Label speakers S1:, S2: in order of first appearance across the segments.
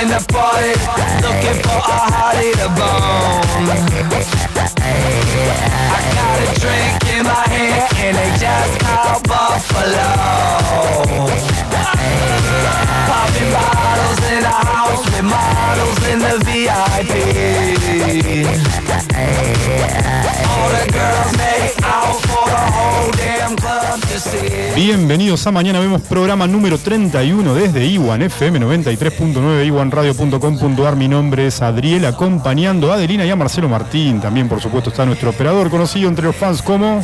S1: in the party, looking for a hottie to bone. I got a drink in my hand and they just called Buffalo. Popping bottles in the house with models in the VIP. All the girls make out for the whole damn club to see.
S2: Bienvenidos a Mañana Vemos, programa número 31 desde Iwan, FM 93.9, iwanradio.com.ar. Mi nombre es Adriel, acompañando a Adelina y a Marcelo Martín. También, por supuesto, está nuestro operador, conocido entre los fans como...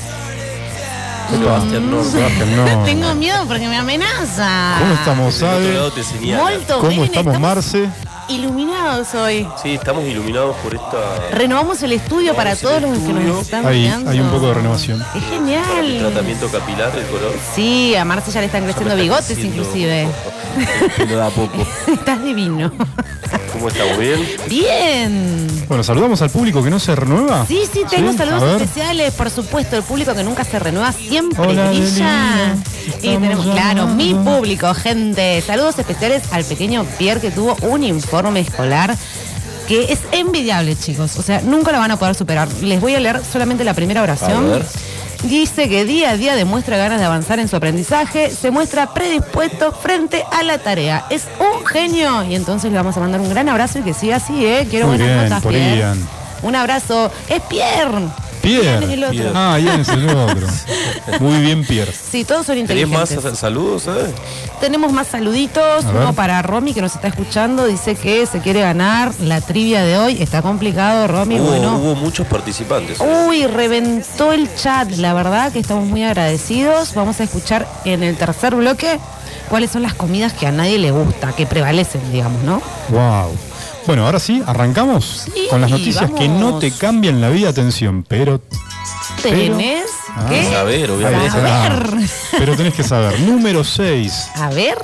S3: Sebastián Norma.
S2: Sebastián, no.
S4: Tengo miedo porque me amenaza.
S2: ¿Cómo estamos,
S3: Del otro
S2: Ade?
S3: lado te señala.
S4: Molto,
S2: ¿Cómo
S4: miren,
S2: estamos, Marce?
S4: Iluminados hoy.
S3: Sí, estamos iluminados por esta
S4: Renovamos el estudio para
S3: Renovamos
S4: todos
S3: el
S4: los que
S3: estudio.
S4: nos están
S2: Ahí,
S4: mirando.
S2: hay un poco de renovación.
S4: Es
S3: el
S4: genial.
S3: este tratamiento capilar del color.
S4: Sí, a Marce ya le están creciendo bigotes inclusive.
S3: Lo da poco.
S4: Estás divino.
S3: ¿Cómo estamos? ¿Bien?
S4: Bien.
S2: Bueno, saludamos al público que no se renueva.
S4: Sí, sí, tengo
S2: Sí, a
S4: saludos
S2: ver.
S4: especiales, por supuesto, el público que nunca se renueva siempre
S2: Hola,
S4: brilla.
S2: Adelina.
S4: Y tenemos,
S2: Estamos
S4: claro,
S2: llamando.
S4: mi público, gente. Saludos especiales al pequeño Pierre que tuvo un informe escolar que es envidiable, chicos. O sea, nunca lo van a poder superar. Les voy a leer solamente la primera oración.
S3: A ver.
S4: Dice que día a día demuestra ganas de avanzar en su aprendizaje, se muestra predispuesto frente a la tarea. Es un genio. Y entonces le vamos a mandar un gran abrazo y que siga así, ¿eh? Quiero
S2: Muy
S4: buenas
S2: bien,
S4: notas,
S2: por
S4: Pierre.
S2: Ian.
S4: Un abrazo. Es Pierre. Ian es el
S2: Pierre.
S4: otro.
S3: Pierre.
S2: Ah, Ian es el otro. Muy bien, Pierre.
S4: Sí, todos son
S3: ¿Tenés más
S4: inteligentes.
S3: saludos, eh? sabes?
S4: Tenemos más saluditos.
S2: A
S4: Uno
S2: ver.
S4: para Romy que nos está escuchando. Dice que se quiere ganar la trivia de hoy. Está complicado, Romy.
S3: Hubo,
S4: Bueno.
S3: hubo muchos participantes.
S4: Uy, reventó el chat. La verdad que estamos muy agradecidos. Vamos a escuchar en el tercer bloque cuáles son las comidas que a nadie le gusta, que prevalecen, digamos, ¿no?
S2: Wow. Bueno, ahora sí, arrancamos
S4: Sí,
S2: con las noticias que no
S4: vamos.
S2: te cambian la vida, atención, pero Pero-
S4: Tenés
S2: Ah.
S4: que
S3: Saber, obviamente.
S4: saber.
S2: Pero tenés que saber. Número 6.
S4: A ver.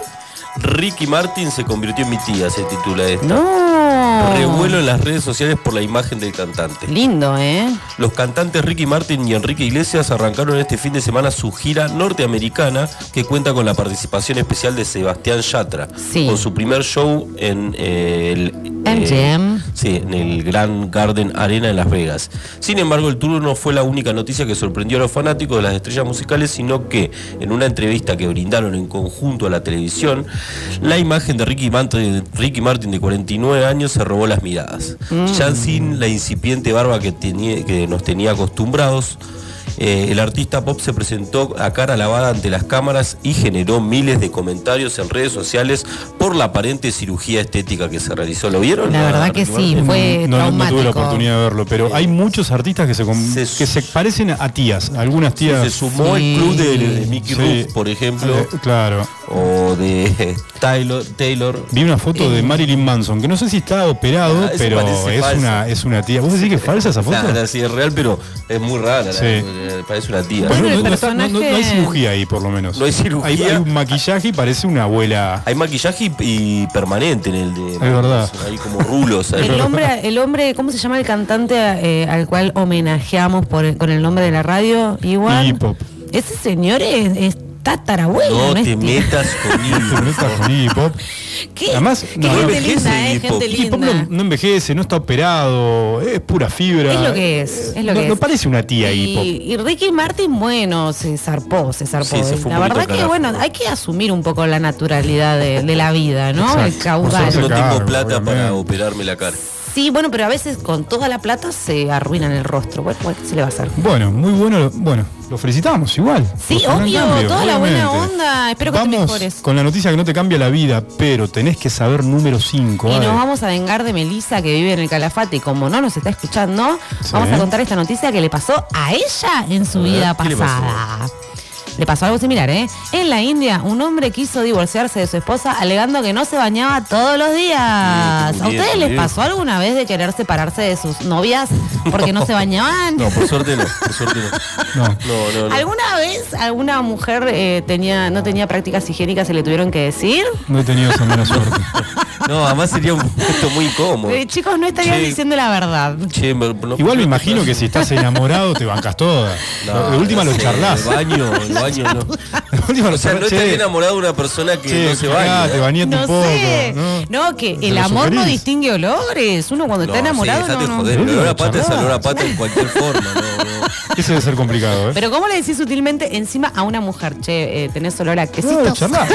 S3: Ricky Martin se convirtió en mi tía, se titula esta.
S4: No.
S3: Revuelo en las redes sociales por la imagen del cantante.
S4: Lindo, ¿eh?
S3: Los cantantes Ricky Martin y Enrique Iglesias arrancaron este fin de semana su gira norteamericana que cuenta con la participación especial de Sebastián Yatra
S4: Sí.
S3: con su primer show en eh, el
S4: MGM.
S3: sí, en el Grand Garden Arena en Las Vegas. Sin embargo, el tour no fue la única noticia que sorprendió a los fanáticos de las estrellas musicales, sino que en una entrevista que brindaron en conjunto a la televisión, la imagen de Ricky, Mant- Ricky Martin de 49 años se robó las miradas. Ya sin la incipiente barba que, tenía- que nos tenía acostumbrados, eh, el artista pop se presentó a cara lavada ante las cámaras y generó miles de comentarios en redes sociales por la aparente cirugía estética que se realizó. ¿Lo vieron?
S4: La verdad
S3: Ah,
S4: que
S3: Ricky
S4: sí,
S3: Martin.
S4: fue
S2: no, no- no
S4: traumático.
S2: tuve la oportunidad de verlo, pero hay muchos artistas que se, com-
S3: Se-
S2: que se parecen a tías. Algunas
S3: Se
S2: tías.
S3: sumó
S4: Sí.
S3: el club de, de Mickey
S2: Sí.
S3: Rourke, por ejemplo,
S2: Eh, claro.
S3: o de Taylor. Taylor.
S2: Vi una foto de Marilyn Manson, que no sé si está operado,
S3: Eh. Ah, eso
S2: pero
S3: parece
S2: es
S3: falso.
S2: una, es una tía. ¿Vos decís que es falsa esa foto?
S3: Nada, nada, sí, es real, pero es muy rara.
S2: Sí.
S3: eh, Parece una tía.
S2: Bueno,
S4: Bueno,
S2: no,
S4: el
S2: no está- no- no- no hay
S4: personaje-
S2: cirugía ahí, por lo menos.
S3: No hay cirugía.
S2: Hay, hay un maquillaje y parece una abuela.
S3: Hay maquillaje y, y permanente en el de.
S2: Es verdad.
S3: Hay como rulos. ahí.
S4: El hombre, el hombre, ¿cómo se llama el cantante eh, al cual homenajeamos por- con el nombre de la radio? Igual.
S2: Iggy Pop.
S4: Ese señor es, es tatarabuelo,
S3: No
S4: es
S3: te
S4: tío?
S3: metas
S2: Pero no
S3: conmigo.
S2: está con Iggy Pop.
S4: ¿Qué?
S2: Además,
S4: Qué
S2: no,
S4: gente
S3: envejece
S4: linda, eh,
S3: Iggy Pop.
S4: gente
S2: Iggy Pop
S4: linda.
S2: no, no envejece, no está operado, es pura fibra.
S4: Es lo que es, es lo
S2: no,
S4: que
S2: no
S4: es.
S2: parece una tía Iggy Pop.
S4: Y, y Ricky Martin, bueno, se zarpó, se zarpó.
S3: Sí, se fue
S4: la
S3: un
S4: verdad
S3: poquito
S4: que,
S3: carajo.
S4: bueno, hay que asumir un poco la naturalidad de, de la vida, ¿no?
S2: Exacto.
S4: El caudal.
S2: Nosotros
S3: No
S2: Claro,
S3: tengo plata para
S2: obviamente.
S3: operarme la cara.
S4: Sí, bueno, pero a veces con toda la plata se arruinan el rostro. Bueno, bueno, ¿qué se le va a hacer?
S2: Bueno, muy bueno. Bueno, lo felicitamos igual.
S4: Sí,
S2: Por su gran
S4: obvio,
S2: cambio,
S4: toda la
S2: obviamente.
S4: buena onda. Espero que te
S2: Vamos
S4: mejores.
S2: con la noticia que no te cambia la vida, pero tenés que saber número 5.
S4: Y nos vamos a vengar de Melissa que vive en el Calafate y como no nos está escuchando,
S2: Sí.
S4: vamos a contar esta noticia que le pasó a ella en su
S3: A ver,
S4: vida
S3: ¿qué le pasó?
S4: pasada. Le pasó algo similar, ¿eh? En la India, un hombre quiso divorciarse de su esposa alegando que no se bañaba todos los días.
S3: Sí,
S4: ¿A ustedes
S3: bien,
S4: les
S3: bien.
S4: pasó alguna vez de querer separarse de sus novias porque no se bañaban.
S3: No, por suerte no, por suerte no.
S2: No.
S3: No, no, no.
S4: ¿Alguna vez alguna mujer eh, tenía, no tenía prácticas higiénicas se le tuvieron que decir?
S2: No he tenido esa mala suerte.
S3: No, además sería un puesto muy incómodo.
S4: Eh, chicos, no estarían
S3: Che,
S4: diciendo la verdad.
S3: che, me- no-
S2: Igual me imagino que si estás enamorado te bancas toda.
S3: No,
S2: de última
S3: no
S2: lo
S3: sé,
S2: charlas.
S3: El baño, el baño no.
S2: De última lo
S3: O sea, no
S2: charlas.
S3: estás
S2: Che,
S3: enamorado de una persona que
S2: che,
S3: no se
S2: pará,
S3: baña. ¿eh?
S2: te bañaste
S4: No
S2: un poco.
S4: sé.
S2: ¿no?
S4: No, que
S2: ¿Te
S4: el
S2: lo
S4: amor no
S2: sugerís?
S4: distingue olores. Uno cuando está enamorado
S3: sí, dejate
S4: no, no.
S3: joder. El olor a pata es
S2: Charlas.
S3: olor a pata en cualquier forma. No, no.
S2: Ese debe ser complicado, ¿eh?
S4: Pero ¿cómo le decís sutilmente encima a una mujer? Che, eh, tenés olor a quesito.
S2: No, charlas.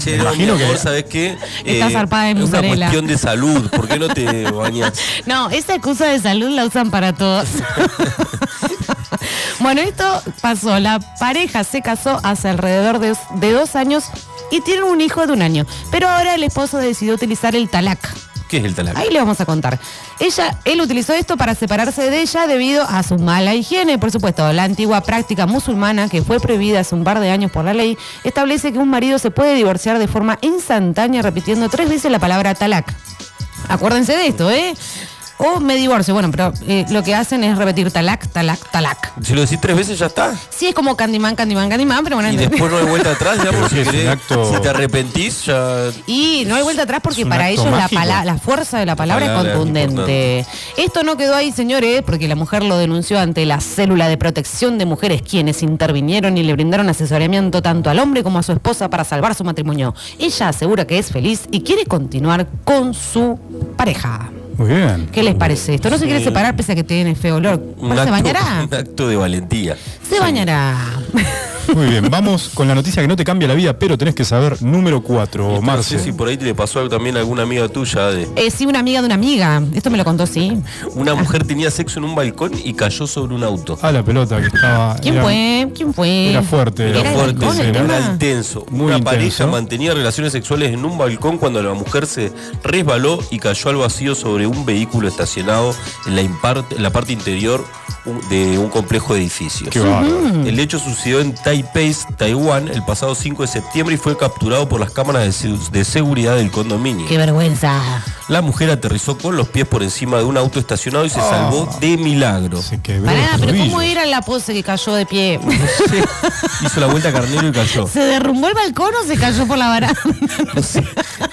S3: Che,
S2: Me
S3: no,
S2: imagino
S3: mi amor,
S2: que-
S3: ¿sabés qué?
S4: Está zarpada de
S3: Es una
S4: mozzarella.
S3: cuestión de salud. ¿Por qué no te bañas?
S4: No, esa excusa de salud la usan para todos. bueno, esto pasó. La pareja se casó hace alrededor de, de dos años y tienen un hijo de un año. Pero ahora el esposo decidió utilizar el talac.
S3: ¿Qué es el talac?
S4: Ahí le vamos a contar. Ella, él utilizó esto para separarse de ella debido a su mala higiene. Por supuesto, la antigua práctica musulmana, que fue prohibida hace un par de años por la ley, establece que un marido se puede divorciar de forma instantánea repitiendo tres veces la palabra talak. Acuérdense de esto, ¿eh? O me divorcio. Bueno, pero eh, lo que hacen es repetir talak, talak, talak.
S3: Si lo decís tres veces ya está.
S4: Sí, es como Candyman, Candyman, Candyman, pero bueno,
S3: Y
S4: entendí.
S3: después no hay vuelta atrás,
S2: Pero
S3: digamos,
S2: que
S3: si
S2: es un
S3: querés.
S2: acto-
S3: Si te arrepentís, ya
S4: Y no hay vuelta atrás porque
S2: Es un
S4: para
S2: acto
S4: ellos la,
S2: mágico.
S4: pala- la fuerza de la palabra,
S3: palabra
S4: es
S3: es
S4: contundente. Esto no quedó ahí, señores, porque la mujer lo denunció ante la célula de protección de mujeres, quienes intervinieron y le brindaron asesoramiento tanto al hombre como a su esposa para salvar su matrimonio. Ella asegura que es feliz y quiere continuar con su pareja.
S2: Muy bien.
S4: ¿Qué les parece esto? No se quiere
S3: Sí.
S4: separar pese a que tiene feo olor.
S3: un
S4: Pero
S3: acto,
S4: se bañará.
S3: un acto de valentía.
S4: Se bañará.
S2: Muy bien. Vamos con la noticia que no te cambia la vida, pero tenés que saber número 4,
S3: No sé
S2: Marce.
S3: si por ahí te le pasó algo también a alguna amiga tuya de.
S4: Eh, sí, una amiga de una amiga. Esto me lo contó, sí. Ah.
S3: Una mujer tenía sexo en un balcón y cayó sobre un auto.
S2: A Ah, la pelota que estaba.
S4: ¿Quién
S2: era-
S4: fue? ¿Quién fue?
S2: Era fuerte.
S4: Eh, Era
S3: Era
S4: el
S3: fuerte,
S4: balcón, el
S3: era
S4: tema.
S3: intenso.
S2: Muy
S3: Una
S2: intenso.
S3: pareja mantenía relaciones sexuales en un balcón cuando la mujer se resbaló y cayó al vacío sobre un vehículo estacionado en la, impar- en la parte interior un- de un complejo de edificios.
S2: Qué bárbaro.
S3: El hecho sucedió en Taipei, Taiwán, el pasado 5 de septiembre y fue capturado por las cámaras de, se- de seguridad del condominio.
S4: Qué vergüenza.
S3: La mujer aterrizó con los pies por encima de un auto estacionado y se salvó de milagro.
S2: Ah. Se quebró.
S4: Pará,
S2: el
S4: pero
S2: tobillo.
S4: ¿cómo era la pose que cayó de pie?
S3: Hizo la vuelta a carnero y cayó.
S4: ¿Se derrumbó el balcón o se cayó por la baranda?
S3: No sé,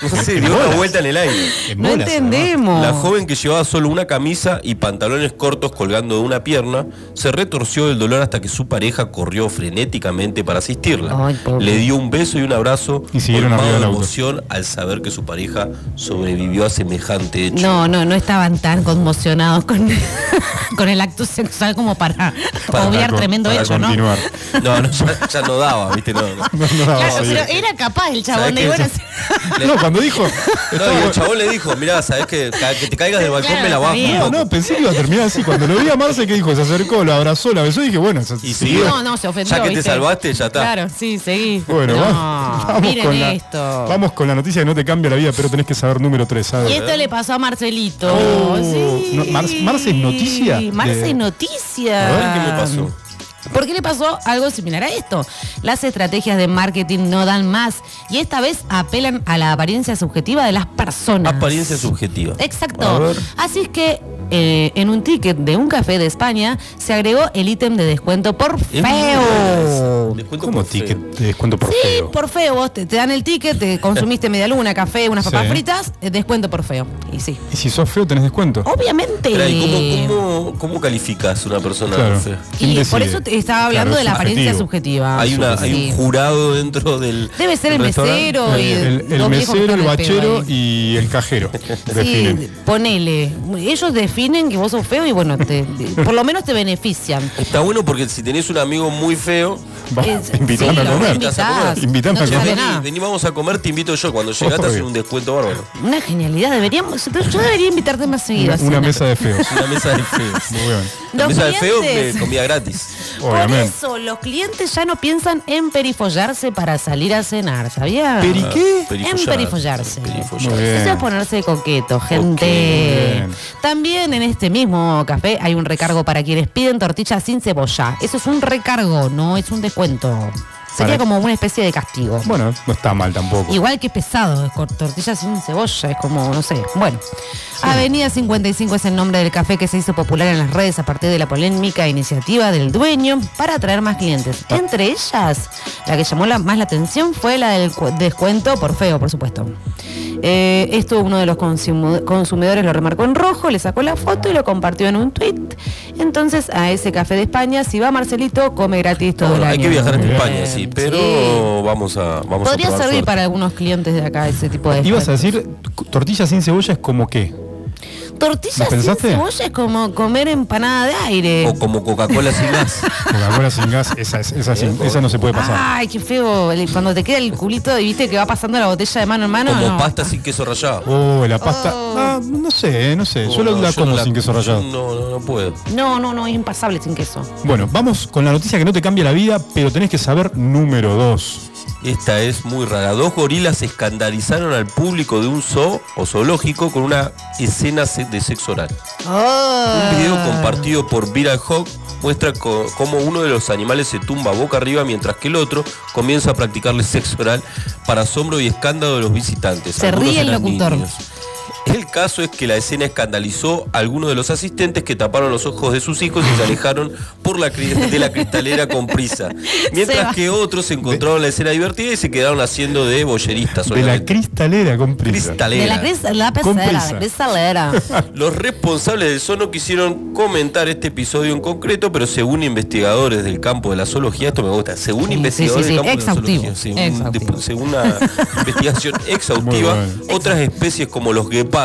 S3: no sé, dio una vuelta en el aire.
S2: En
S4: No
S2: bolas,
S4: entendemos.
S3: La joven que llevaba solo una camisa y pantalones cortos colgando de una pierna se retorció del dolor hasta que su pareja corrió frenéticamente para asistirla.
S4: Ay, pobre.
S3: Le dio un beso y un abrazo
S2: Y siguieron
S3: colmado
S2: arriba del
S3: de
S2: auto.
S3: emoción al saber que su pareja sobrevivió a semejante hecho.
S4: No, no, no estaban tan conmocionados con, con el acto sexual como para,
S3: Para-
S4: obviar
S2: con-
S4: tremendo
S2: para
S4: hecho,
S2: continuar.
S3: No, no, ya, ya no daba, ¿viste? No, no.
S2: No, no,
S4: ¿no?
S2: no,
S4: Claro,
S2: sí.
S4: pero era capaz el chabón de
S3: ¿Sabés
S4: bueno,
S3: qué?
S4: sí.
S2: No, cuando dijo. estaba-
S3: No, y el chabón le dijo, mirá, sabes que, ca- que te caigas del balcón
S4: Claro,
S3: me la bajo.
S4: sabía.
S3: un
S2: No,
S3: poco".
S2: no, pensé que iba a terminar así. Cuando lo vi a Marce, que dijo? Se acercó, lo abrazó, la besó y dije, bueno, se-
S3: Y siguió.
S4: No, no, se ofendió.
S3: Ya que te
S4: ¿viste?
S3: salvaste, ya está.
S4: Claro, sí, seguí.
S2: Bueno,
S4: no,
S2: va- vamos,
S4: miren
S2: con la,
S4: esto.
S2: vamos con la noticia que no te cambia la vida, pero tenés que saber número 3.
S4: Y esto le pasó a Marcelito.
S2: Oh,
S4: Sí.
S2: no, Mar- Marce es noticia de-
S4: Marce es noticia.
S2: A
S3: A ver qué me pasó.
S4: ¿Por qué le pasó algo similar a esto? Las estrategias de marketing no dan más y esta vez apelan a la apariencia subjetiva de las personas.
S3: Apariencia subjetiva. A
S4: Exacto.
S3: ver.
S4: Así es que eh, en un ticket de un café de España se agregó el ítem de descuento por
S3: Es
S4: feo.
S3: verdad. Descuento
S2: ¿Cómo
S3: por feo.
S2: ticket? Te descuento por
S4: Sí,
S2: feo.
S4: por feo, vos te, te dan el ticket, te consumiste media luna, café, unas
S2: Sí.
S4: papas fritas, eh, descuento por feo. Y sí.
S2: Y si sos feo, tenés descuento.
S4: Obviamente.
S3: Espera, ¿y cómo, cómo, cómo calificas una persona
S2: Claro.
S3: fea?
S2: ¿Quién
S4: Y
S2: decide?
S4: por eso te estaba
S2: Claro,
S4: hablando
S2: es
S4: de la apariencia
S2: subjetivo.
S4: subjetiva.
S3: Hay, una, hay
S4: Sí.
S3: un jurado dentro del.
S4: Debe ser el
S3: del restaurante.
S4: mesero
S2: El,
S4: y
S2: el- el
S4: dos viejos que
S2: mesero, el
S4: están al pedo
S2: bachero
S4: ahí.
S2: y el cajero.
S4: Sí,
S2: Definen.
S4: ponele. Ellos definen que vos sos feo y bueno, te- te- por lo menos te benefician.
S3: Está bueno porque si tenés un amigo muy feo.
S2: Va,
S4: Es-
S2: invitame
S4: sí,
S2: a comer.
S4: los invitás.
S2: Invitame
S4: No
S2: a
S4: te sale
S2: comer.
S4: nada.
S3: Vení, vamos a comer, te invito yo. Cuando llegaste,
S2: Obvio.
S3: haces un descuento bárbaro.
S4: Una genialidad. Deberíamos, yo debería invitarte más seguido.
S2: Una,
S4: a
S2: una
S4: cenar.
S2: mesa de feos.
S3: Una mesa de feos.
S2: Muy bien.
S3: La
S4: Los
S3: mesa de feos
S4: clientes.
S3: me comía gratis.
S4: Por
S2: Obviamente.
S4: eso, los clientes ya no pienan en perifollarse para salir a cenar, ¿sabías?
S2: ¿Peri qué?
S3: Perifollar.
S4: Emperifollarse.
S3: Perifollar.
S2: Ah. Muy bien.
S4: Eso es ponerse coqueto, gente.
S2: bien.
S4: También en este mismo café hay un recargo para quienes piden tortillas sin cebolla. Eso es un recargo, no es un descuento. Sería
S2: Para-
S4: como una especie de castigo.
S2: Bueno, no está mal tampoco.
S4: Igual que pesado, es con tortillas sin cebolla, es como, no sé. Bueno, Avenida 55 es el nombre del café que se hizo popular en las redes a partir de la polémica iniciativa del dueño para atraer más clientes.
S3: Ah.
S4: Entre ellas, la que llamó la- más la atención fue la del cu- descuento por feo, por supuesto. Eh, esto uno de los consumo- consumidores lo remarcó en rojo, le sacó la foto y lo compartió en un tweet. Entonces, a ese café de España, si va Marcelito, come gratis todo el
S3: Bueno,
S4: año.
S3: hay que viajar hasta
S4: Bien.
S3: España, sí, pero
S4: Sí.
S3: vamos a. Vamos
S4: Podría
S3: a probar
S4: servir
S3: suerte.
S4: para algunos clientes de acá ese tipo de.
S2: Ibas a
S4: descuentos.
S2: decir, tortillas sin cebolla es como qué.
S4: Tortillas
S2: ¿Lo
S4: sin
S2: pensaste?
S4: cebolla es como comer empanada de aire.
S3: O como Coca-Cola sin gas. Ah,
S2: Coca-Cola sin gas, esa, es- esa, sin- esa no se puede pasar.
S4: Ay, qué feo. el- Cuando te queda el culito y viste que va pasando la botella de mano en mano.
S3: como
S4: no.
S3: pasta sin queso rallado.
S2: Oh, la pasta.
S4: Oh.
S2: Ah, no sé, no sé. Yo
S3: No,
S2: la
S3: Oh, yo
S2: como
S3: no
S2: sin queso rallado.
S3: yo No, no, no puedo.
S4: No, no, no, es impasable sin queso.
S2: Bueno, vamos con la noticia que no te cambia la vida, pero tenés que saber número 2.
S3: Esta es muy rara. Dos gorilas escandalizaron al público de un zoo o zoológico con una escena se- de sexo oral.
S4: Ah.
S3: Un video compartido por Viral Hawk muestra co- cómo uno de los animales se tumba boca arriba mientras que el otro comienza a practicarle sexo oral para asombro y escándalo de los visitantes.
S4: Se ríe el
S3: eran
S4: locutor.
S3: El caso es que la escena escandalizó a algunos de los asistentes que taparon los ojos de sus hijos y se alejaron por la cri- de la cristalera con prisa.
S4: Se va.
S3: Mientras que otros encontraron la escena divertida y se quedaron haciendo de boyeristas.
S2: De la
S3: solamente.
S2: cristalera con prisa.
S3: cristalera.
S4: De la cresta, la
S2: Con
S4: pesadera,
S2: prisa.
S4: la pesadera.
S3: Los responsables del zoo no quisieron comentar este episodio en concreto, pero según investigadores del campo de la zoología, esto me gusta, según
S4: Sí,
S3: investigadores
S4: sí, sí, sí,
S3: del campo
S4: exhaustivo,
S3: de la zoología, según,
S4: exhaustivo.
S3: de- según una investigación exhaustiva,
S2: Muy bueno.
S3: otras especies como los guepardos,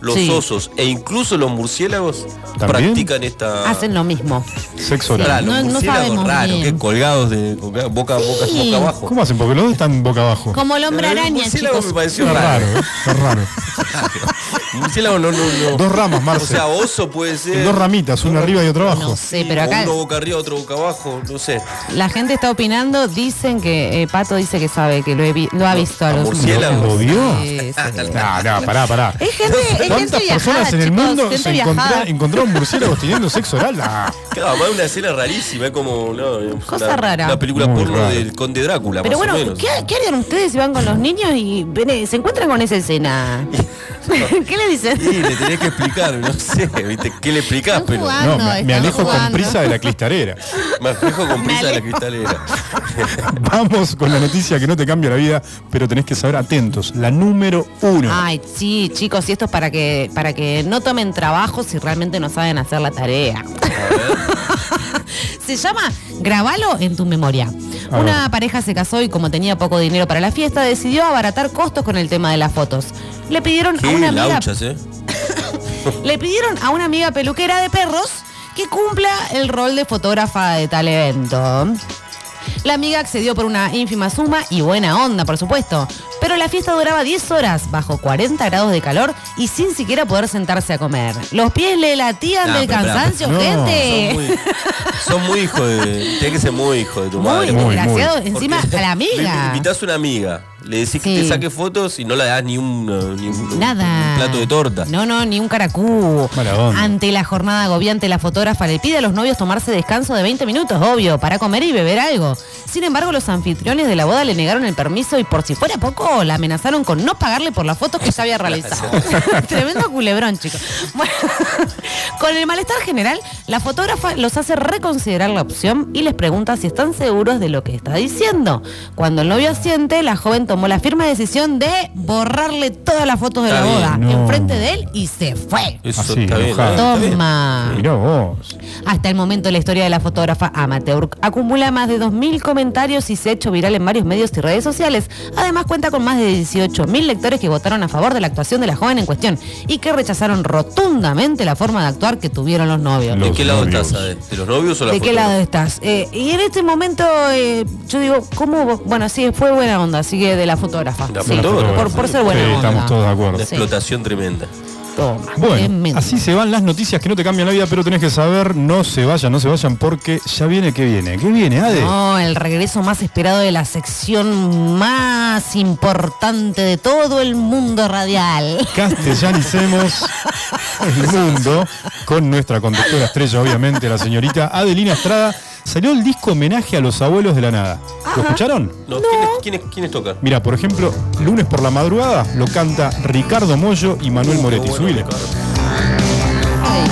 S3: los
S4: Sí.
S3: osos e incluso los murciélagos
S2: ¿También?
S3: practican esta...
S4: Hacen lo mismo.
S2: Sexo
S3: Pará,
S2: oral.
S4: Sí.
S3: los
S4: No- no
S3: murciélagos
S4: sabemos
S3: raros,
S4: bien.
S3: que colgados de colgados, boca, boca,
S4: Sí.
S3: boca abajo.
S2: ¿Cómo hacen? Porque los dos están boca abajo.
S4: Como el hombre
S3: Pero el
S4: araña,
S3: murciélago
S4: chicos.
S3: me pareció
S2: Es raro,
S3: raro.
S2: ¿eh? es raro.
S3: Murciélago no, no, no.
S2: Dos ramas, Marce.
S3: O sea, oso puede ser.
S2: Dos ramitas, una arriba y otra abajo.
S4: No sé, pero
S3: O
S4: acá
S3: Uno boca arriba, otro boca abajo, no sé.
S4: la gente está opinando. Dicen que eh, Pato dice que sabe, que lo, he vi- lo ha
S3: No,
S4: visto a
S3: a
S4: los
S3: murciélagos.
S4: murciélagos.
S2: ¿Lo vio?
S4: Sí, sí.
S2: No, no, pará, pará.
S4: Es gente, es gente
S2: ¿Cuántas
S4: viajada,
S2: personas en el
S4: chicos,
S2: mundo
S4: gente
S2: se
S4: viajada.
S2: encontra- encontraron murciélagos teniendo sexo oral? Ah,
S3: Claro, además es una escena rarísima, es como no, es
S4: Cosa
S3: una,
S4: rara.
S3: Una película
S2: Muy
S3: porno
S2: rara.
S3: del Conde Drácula,
S4: Pero
S3: más
S4: bueno,
S3: o menos.
S4: ¿qué, qué harían ustedes si van con los niños y ven- se encuentran con esa escena? ¿Qué le
S3: Y
S4: dicen?
S3: le tenés que explicar, no sé, ¿viste? ¿Qué le explicás?
S4: Están
S3: Pero
S4: jugando.
S2: no, me, me
S4: están
S2: alejo con
S4: jugando.
S2: prisa de la clistarera.
S3: me fijo con prisa de la
S4: alejo.
S3: cristalera.
S2: Vamos con la noticia que no te cambia la vida, pero tenés que saber atentos. La número uno.
S4: Ay, sí, chicos, y esto es para que, para que no tomen trabajo si realmente no saben hacer la tarea. se llama Grabalo en tu memoria.
S2: A
S4: Una
S2: ver.
S4: pareja se casó y como tenía poco dinero para la fiesta, decidió abaratar costos con el tema de las fotos. Le pidieron a una
S3: Qué
S4: amiga
S3: lauchas, ¿eh?
S4: Le pidieron a una amiga peluquera de perros que cumpla el rol de fotógrafa de tal evento. La amiga accedió por una ínfima suma y buena onda, por supuesto. Pero la fiesta duraba 10 horas, bajo 40 grados de calor y sin siquiera poder sentarse a comer. Los pies le latían
S3: No,
S4: del
S3: pero, pero,
S4: cansancio,
S2: no,
S4: gente.
S3: Son muy, son muy hijo de. Tenés que ser muy hijo de tu
S4: Muy
S3: madre.
S2: muy,
S4: desgraciado.
S3: Porque
S4: Encima a la
S3: Le
S4: amiga.
S3: invitás a una amiga, le decís
S4: Sí.
S3: que te saque fotos y no le das ni un, eh, ni un-
S4: Nada.
S3: un plato de torta.
S4: No, no, ni un caracú.
S2: Uh. Mala onda.
S4: Ante la jornada agobiante, la fotógrafa le pide a los novios tomarse descanso de 20 minutos, obvio, para comer y beber algo. Sin embargo, los anfitriones de la boda le negaron el permiso y por si fuera poco, la amenazaron con no pagarle por las fotos que ya había realizado. Tremendo culebrón, chicos. Bueno, con el malestar general, la fotógrafa los hace reconsiderar la opción y les pregunta si están seguros de lo que está diciendo. Cuando el novio asiente, la joven tomó la firme decisión de borrarle todas las fotos de la
S3: Está bien.
S4: boda
S2: No.
S4: enfrente de él y se fue.
S3: Eso
S2: Así,
S3: está bien,
S2: enojada.
S3: está bien.
S4: Toma.
S2: Mirá vos.
S4: Hasta el momento la historia de la fotógrafa amateur acumula más de 2.000 comentarios y se ha hecho viral en varios medios y redes sociales. Además cuenta con más de 18.000 lectores que votaron a favor de la actuación de la joven en cuestión y que rechazaron rotundamente la forma de actuar que tuvieron los novios.
S2: Lo-
S3: ¿De
S2: Los
S3: qué lado
S2: novios.
S3: estás? Ade? ¿De los novios o la
S4: Ah, ¿De qué
S3: fotógrafa?
S4: lado estás? Eh, y en este momento eh, yo digo, ¿cómo? vos- Bueno, sí, fue buena onda, así que de la fotógrafa.
S3: La
S4: Sí,
S3: fotógrafa,
S4: por, por
S3: sí.
S4: ser buena
S2: Sí,
S4: onda.
S2: estamos todos de acuerdo.
S3: Una
S4: Sí.
S3: explotación tremenda.
S4: Toma,
S2: Bueno,
S4: tremendo.
S2: así se van las noticias que no te cambian la vida, pero tenés que saber, no se vayan, no se vayan, porque ya viene que viene. ¿Qué viene, Ade?
S4: No, el regreso más esperado de la sección más importante de todo el mundo radial.
S2: Castellanicemos el mundo con nuestra conductora estrella, obviamente, la señorita Adelina Estrada. Salió el disco homenaje a los abuelos de la nada. ¿Lo escucharon?
S3: No, ¿quiénes, quiénes, quiénes tocan?
S2: Mira, por ejemplo, lunes por la madrugada lo canta Ricardo Mollo y
S3: Uh,
S2: Manuel
S3: qué
S2: Moretti.
S3: bueno,
S2: Subile.
S3: Ricardo.
S4: Ay.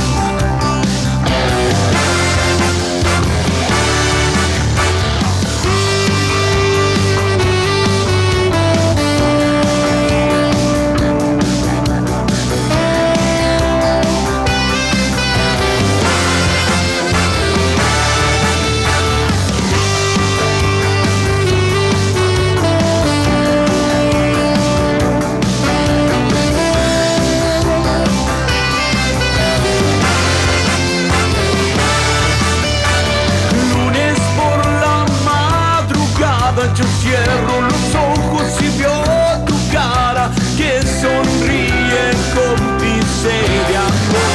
S5: Lunes por la madrugada yo cierro los ojos y veo tu cara que sonríe con pincel de amor.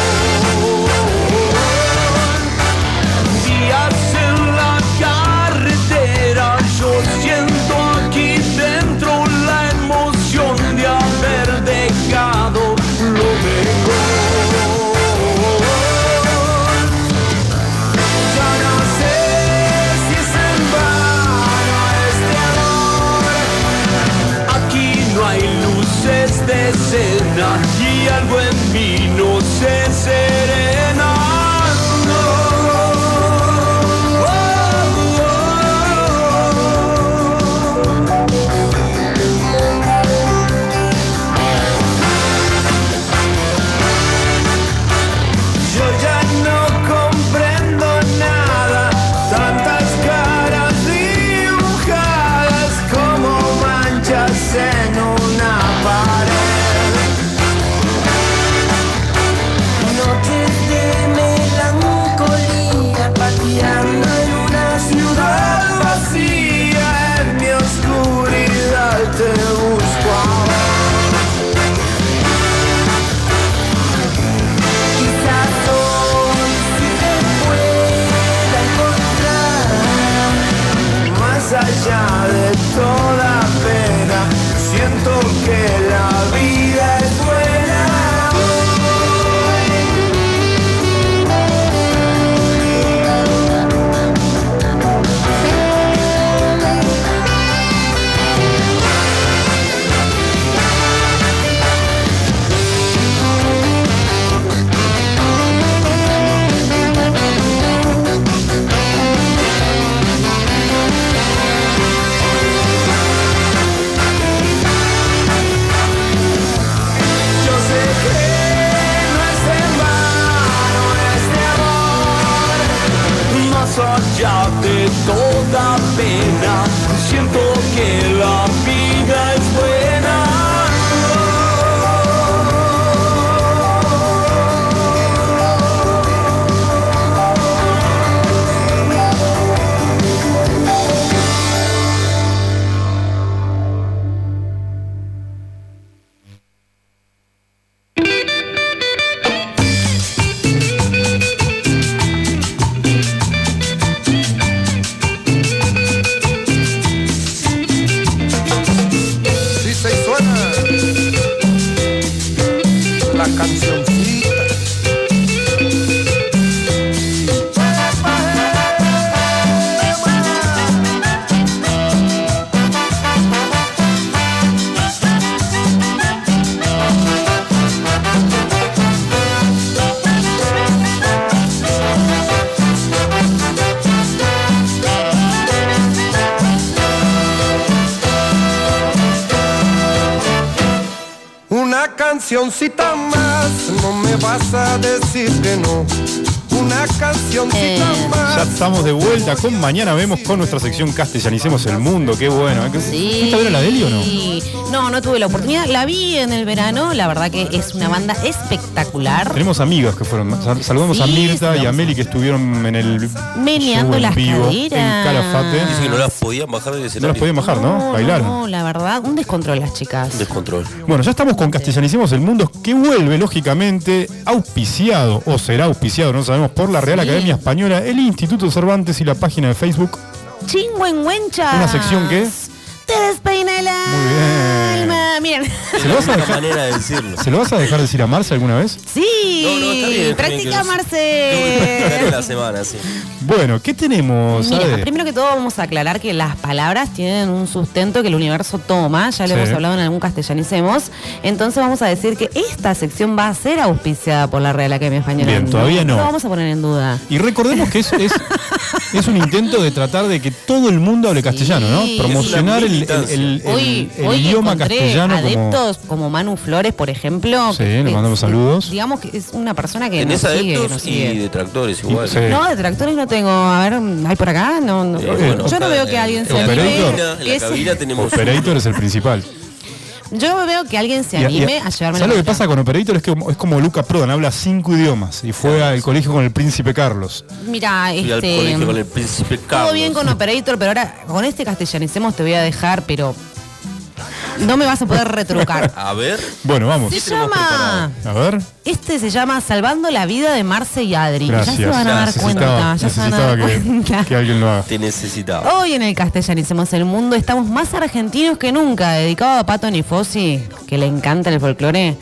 S5: Días en la carretera yo siento aquí dentro la emoción de haber dejado lo mejor. Ya no sé si es en vano este amor Aquí no hay luces de escena Y algo en mí no se serena Yo ya no comprendo nada, tantas caras dibujadas como manchas en una pared. Noches de melancolía pateando en una ciudad vacía, en mi oscuridad te busco ahora. Quizás hoy sí te pueda encontrar Más allá de toda pena Siento que la vida es buena hoy. Yo sé que no es en vano este amor Más allá de toda pena Siento que la vida es buena
S6: Sí, se suena la cancioncita. Una cancioncita más, no me vas a decir que no. Una cancioncita
S4: Eh.
S6: más.
S2: Ya estamos de vuelta con Mañana Vemos con nuestra sección Castellanicemos el Mundo. Qué bueno. ¿eh?
S4: Sí.
S2: ¿Fuiste a ver a la Deli o no?
S4: No, no tuve la oportunidad. La vi en el verano. La verdad que es una banda espectacular.
S2: Tenemos amigos que fueron. Sal- Saludamos
S4: Sí,
S2: a Mirta y a
S4: saludamos.
S2: Meli que estuvieron en el show
S4: Meneando
S2: en
S4: las
S2: vivo en
S4: caderas.
S2: Calafate.
S3: Dice que no las podían bajar del
S2: No
S3: escenario.
S2: las podían bajar, ¿no? Bailaron.
S4: No, la verdad, un descontrol las chicas.
S3: Descontrol.
S2: Bueno, ya estamos con Castellanicemos el Mundo, que vuelve, lógicamente, auspiciado, o será auspiciado, no sabemos, por la Real
S4: Sí.
S2: Academia Española, el Instituto Cervantes y la página de Facebook.
S4: Chingüengüenchas.
S2: ¿Una sección qué?
S4: Te despeina el
S2: bien.
S4: alma. también.
S2: ¿Se lo vas a
S3: una
S2: dejar?
S3: manera de decirlo.
S2: ¿Se lo vas a dejar decir a Marce alguna vez?
S4: Sí,
S3: No, no, está bien, está bien que
S4: practica,
S3: no-
S4: Marce.
S3: Tengo la semana, sí.
S2: Bueno, ¿qué tenemos?
S4: Eh. Mira,
S2: Ade?
S4: primero que todo vamos a aclarar que las palabras tienen un sustento que el universo toma, ya lo
S2: Sí.
S4: hemos hablado en algún castellanicemos, entonces vamos a decir que esta sección va a ser auspiciada por la Real Academia Española.
S2: Bien, todavía no.
S4: No vamos a poner en duda.
S2: Y recordemos que es, es, es un intento de tratar de que todo el mundo hable castellano, ¿no?
S4: Sí.
S2: Promocionar el, el- el- el-
S4: Hoy,
S2: el
S4: hoy
S2: idioma
S4: encontré
S2: castellano como...
S4: adeptos como... Manu Flores, por ejemplo.
S2: Sí,
S4: que-
S2: le mandamos
S4: que-
S2: saludos.
S4: Digamos que es una persona que nos
S3: Tenés
S4: sigue, que nos
S3: adeptos
S4: sigue.
S3: y detractores igual.
S2: sí.
S4: No, detractores no tengo. A ver, ¿hay por acá? No, no.
S3: Eh, bueno,
S4: Yo no veo que
S3: en-
S4: alguien
S3: en
S4: se
S3: la
S4: anime.
S2: Operator.
S3: cabina- En
S4: que
S3: la
S4: se-
S3: cabina tenemos
S2: Operator es el principal.
S4: Yo no veo que alguien se
S2: Y- y-
S4: anime a llevarme
S2: ¿Sabes
S4: la
S2: lo que
S4: contra.
S2: pasa con Operator? Es que es como Luca Prodan, habla cinco idiomas y fue al colegio con el príncipe Carlos.
S4: Mira,
S3: Fui al
S4: este.
S3: colegio con el príncipe Carlos.
S4: Todo bien con Operator, pero ahora con este castellanicemos te voy a dejar, pero. No me vas a poder retrucar.
S3: A ver.
S2: Bueno, vamos.
S4: Se
S3: tenemos
S4: llama.
S2: A ver.
S4: Este se llama Salvando la vida de Marce y Adri. Ya se
S2: Gracias.
S4: van a dar cuenta. Ya se van a
S2: necesitaba
S4: dar
S2: que,
S4: cuenta.
S2: que alguien lo haga.
S3: Te necesitaba.
S4: Hoy en el Castellanicemos el Mundo estamos más argentinos que nunca, dedicado a Pato Nifosi, que le encanta el folclore,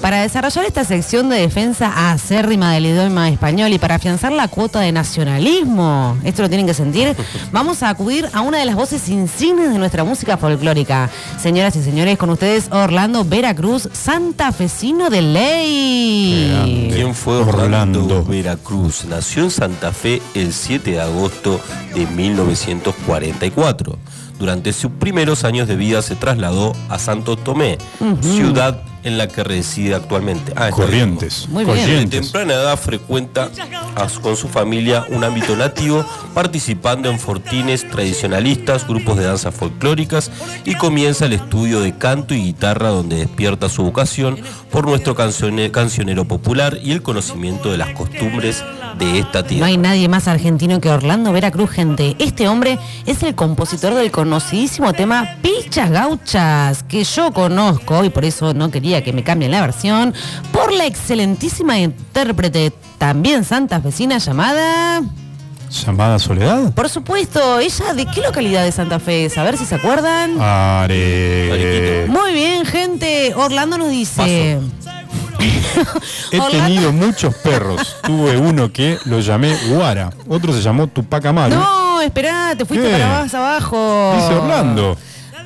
S4: para desarrollar esta sección de defensa acérrima del idioma español y para afianzar la cuota de nacionalismo, esto lo tienen que sentir, vamos a acudir a una de las voces insignes de nuestra música folclórica. Señoras y señores, con ustedes Orlando Veracruz, santafesino de ley.
S2: grande.
S3: ¿Quién fue
S2: Orlando.
S3: Orlando, Veracruz? Nació en Santa Fe el 7 de agosto de 1944. Durante sus primeros años de vida se trasladó a Santo Tomé, ciudad en la que reside actualmente. Ah, está bien.
S2: Corrientes.
S4: Muy bien.
S3: De
S2: corrientes.
S3: temprana edad frecuenta a su- con su familia un ámbito nativo, participando en fortines tradicionalistas, grupos de danzas folclóricas y comienza el estudio de canto y guitarra donde despierta su vocación por nuestro cancione- cancionero popular y el conocimiento de las costumbres de esta
S4: No
S3: tierra.
S4: hay nadie más argentino que Orlando Veracruz, gente. Este hombre es el compositor del conocidísimo tema Pichas Gauchas, que yo conozco y por eso no quería que me cambien la versión, por la excelentísima intérprete, también Santa Vecina, llamada...
S2: ¿Llamada Soledad?
S4: Por supuesto, ella de qué localidad de Santa Fe es, a ver si se acuerdan.
S2: Are.
S4: Muy bien, gente. Orlando nos dice...
S2: He
S4: Orlando-
S2: tenido muchos perros. Tuve uno que lo llamé Guara. Otro se llamó Tupac Amaru.
S4: No, esperá, te fuiste
S2: ¿Qué?
S4: para más abajo.
S2: Dice Orlando.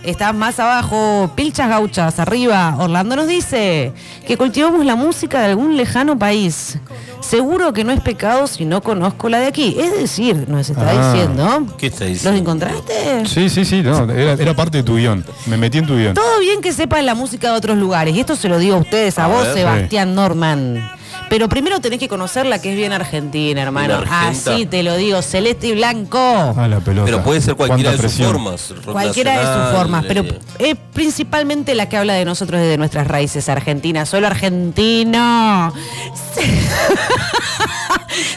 S4: Estás más abajo, pilchas gauchas, arriba. Orlando nos dice que cultivamos la música de algún lejano país. Seguro que no es pecado si no conozco la de aquí. Es decir, nos está
S2: Ah.
S4: diciendo.
S3: ¿Qué está
S4: ¿Los
S3: diciendo?
S4: encontraste?
S2: Sí, sí, sí. no, era, era parte de tu guión. Me metí en tu guión.
S4: Todo bien que sepan la música de otros lugares. Y esto se lo digo a ustedes, a,
S3: A
S4: vos,
S3: ver.
S4: Sebastián Norman. Pero primero tenés que conocer la que es bien argentina, hermano.
S3: Una argenta.
S4: Así te lo digo, celeste y blanco.
S2: A la pelota.
S3: Pero puede ser cualquiera de
S2: Cuánta
S3: sus
S2: presión.
S3: formas. rock
S4: Cualquiera de sus
S3: nacional,
S4: formas, pero
S3: eh,
S4: es principalmente la que habla de nosotros desde nuestras raíces argentinas. Solo argentino. Se,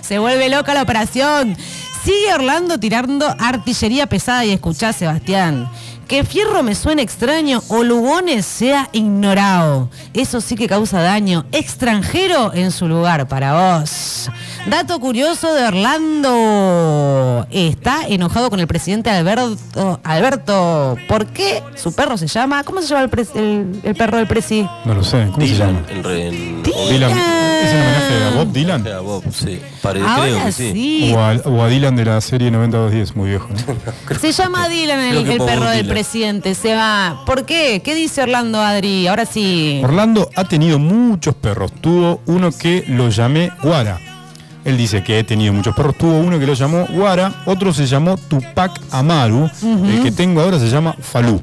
S4: Se vuelve loca la operación. Sigue Orlando tirando artillería pesada y escuchá, Sebastián. Que fierro me suene extraño o Lugones sea ignorado. Eso sí que causa daño. Extranjero en su lugar para vos. Dato curioso de Orlando. Está enojado con el presidente Alberto. Alberto, ¿por qué su perro se llama? ¿Cómo se llama el, pres- el- el perro del presi?
S2: No lo sé. ¿Cómo se llama?
S3: Dylan, en re- en-
S2: Dylan. ¿Es un homenaje a Bob Dylan?
S3: a Bob, sí. Pare- creo
S4: Ahora
S3: que
S4: sí.
S2: O a, o a Dylan de la serie 9210, muy viejo. ¿no?
S4: Se llama Dylan el,
S3: Creo que
S4: el
S3: Bob
S4: perro del
S3: Dylan.
S4: presidente. Se va. ¿Por qué? ¿Qué dice Orlando Adri? Ahora sí.
S2: Orlando ha tenido muchos perros. Tuvo uno que lo llamé Guara. Él dice que he tenido muchos perros. Tuvo uno que lo llamó Guara. Otro se llamó Tupac Amaru. El que tengo ahora se llama Falú.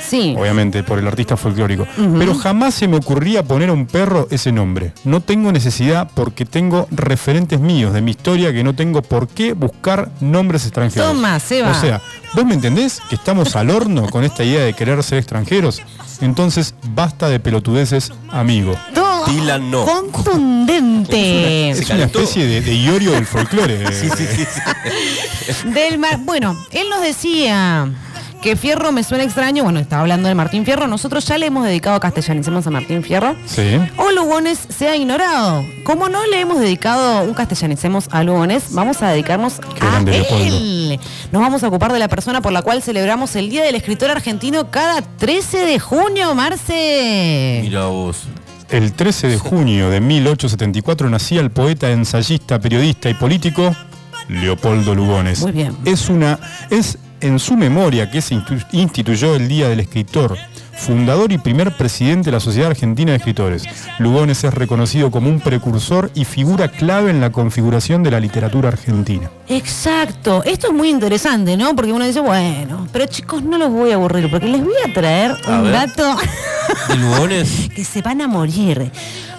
S4: Sí.
S2: Obviamente, por el artista folclórico. Pero jamás se me ocurría poner a un perro ese nombre. No tengo necesidad porque tengo referentes míos de mi historia que no tengo por qué buscar nombres extranjeros.
S4: Toma, Seba.
S2: O sea, ¿vos me entendés que estamos al horno con esta idea de querer ser extranjeros? Entonces, basta de pelotudeces, amigo.
S4: Todo
S3: Dylan no.
S4: contundente.
S2: Es
S3: Se
S2: una
S3: calentó.
S2: especie de, de iorio del folclore.
S3: sí, sí, sí, sí.
S4: Del mar. Bueno, él nos decía Que Fierro me suena extraño, bueno, estaba hablando de Martín Fierro, nosotros ya le hemos dedicado castellanicemos a Martín Fierro.
S2: Sí.
S4: O Lugones se ha ignorado. Como no le hemos dedicado un castellanicemos a Lugones, vamos a dedicarnos a
S2: grande
S4: él. Nos vamos a ocupar de la persona por la cual celebramos el Día del Escritor Argentino cada 13 de junio, Marce.
S3: Mira vos.
S2: El 13 de junio de 1874 nacía el poeta, ensayista, periodista y político Leopoldo Lugones.
S4: Muy bien.
S2: Es una es en su memoria que se intu- instituyó el Día del Escritor, fundador y primer presidente de la Sociedad Argentina de Escritores. Lugones es reconocido como un precursor y figura clave en la configuración de la literatura argentina.
S4: Exacto, esto es muy interesante, ¿no? Porque uno dice, bueno, pero chicos, no los voy a aburrir, porque les voy a traer
S3: A
S4: un
S3: ver.
S4: dato
S3: ¿De Lugones?
S4: que se van a morir.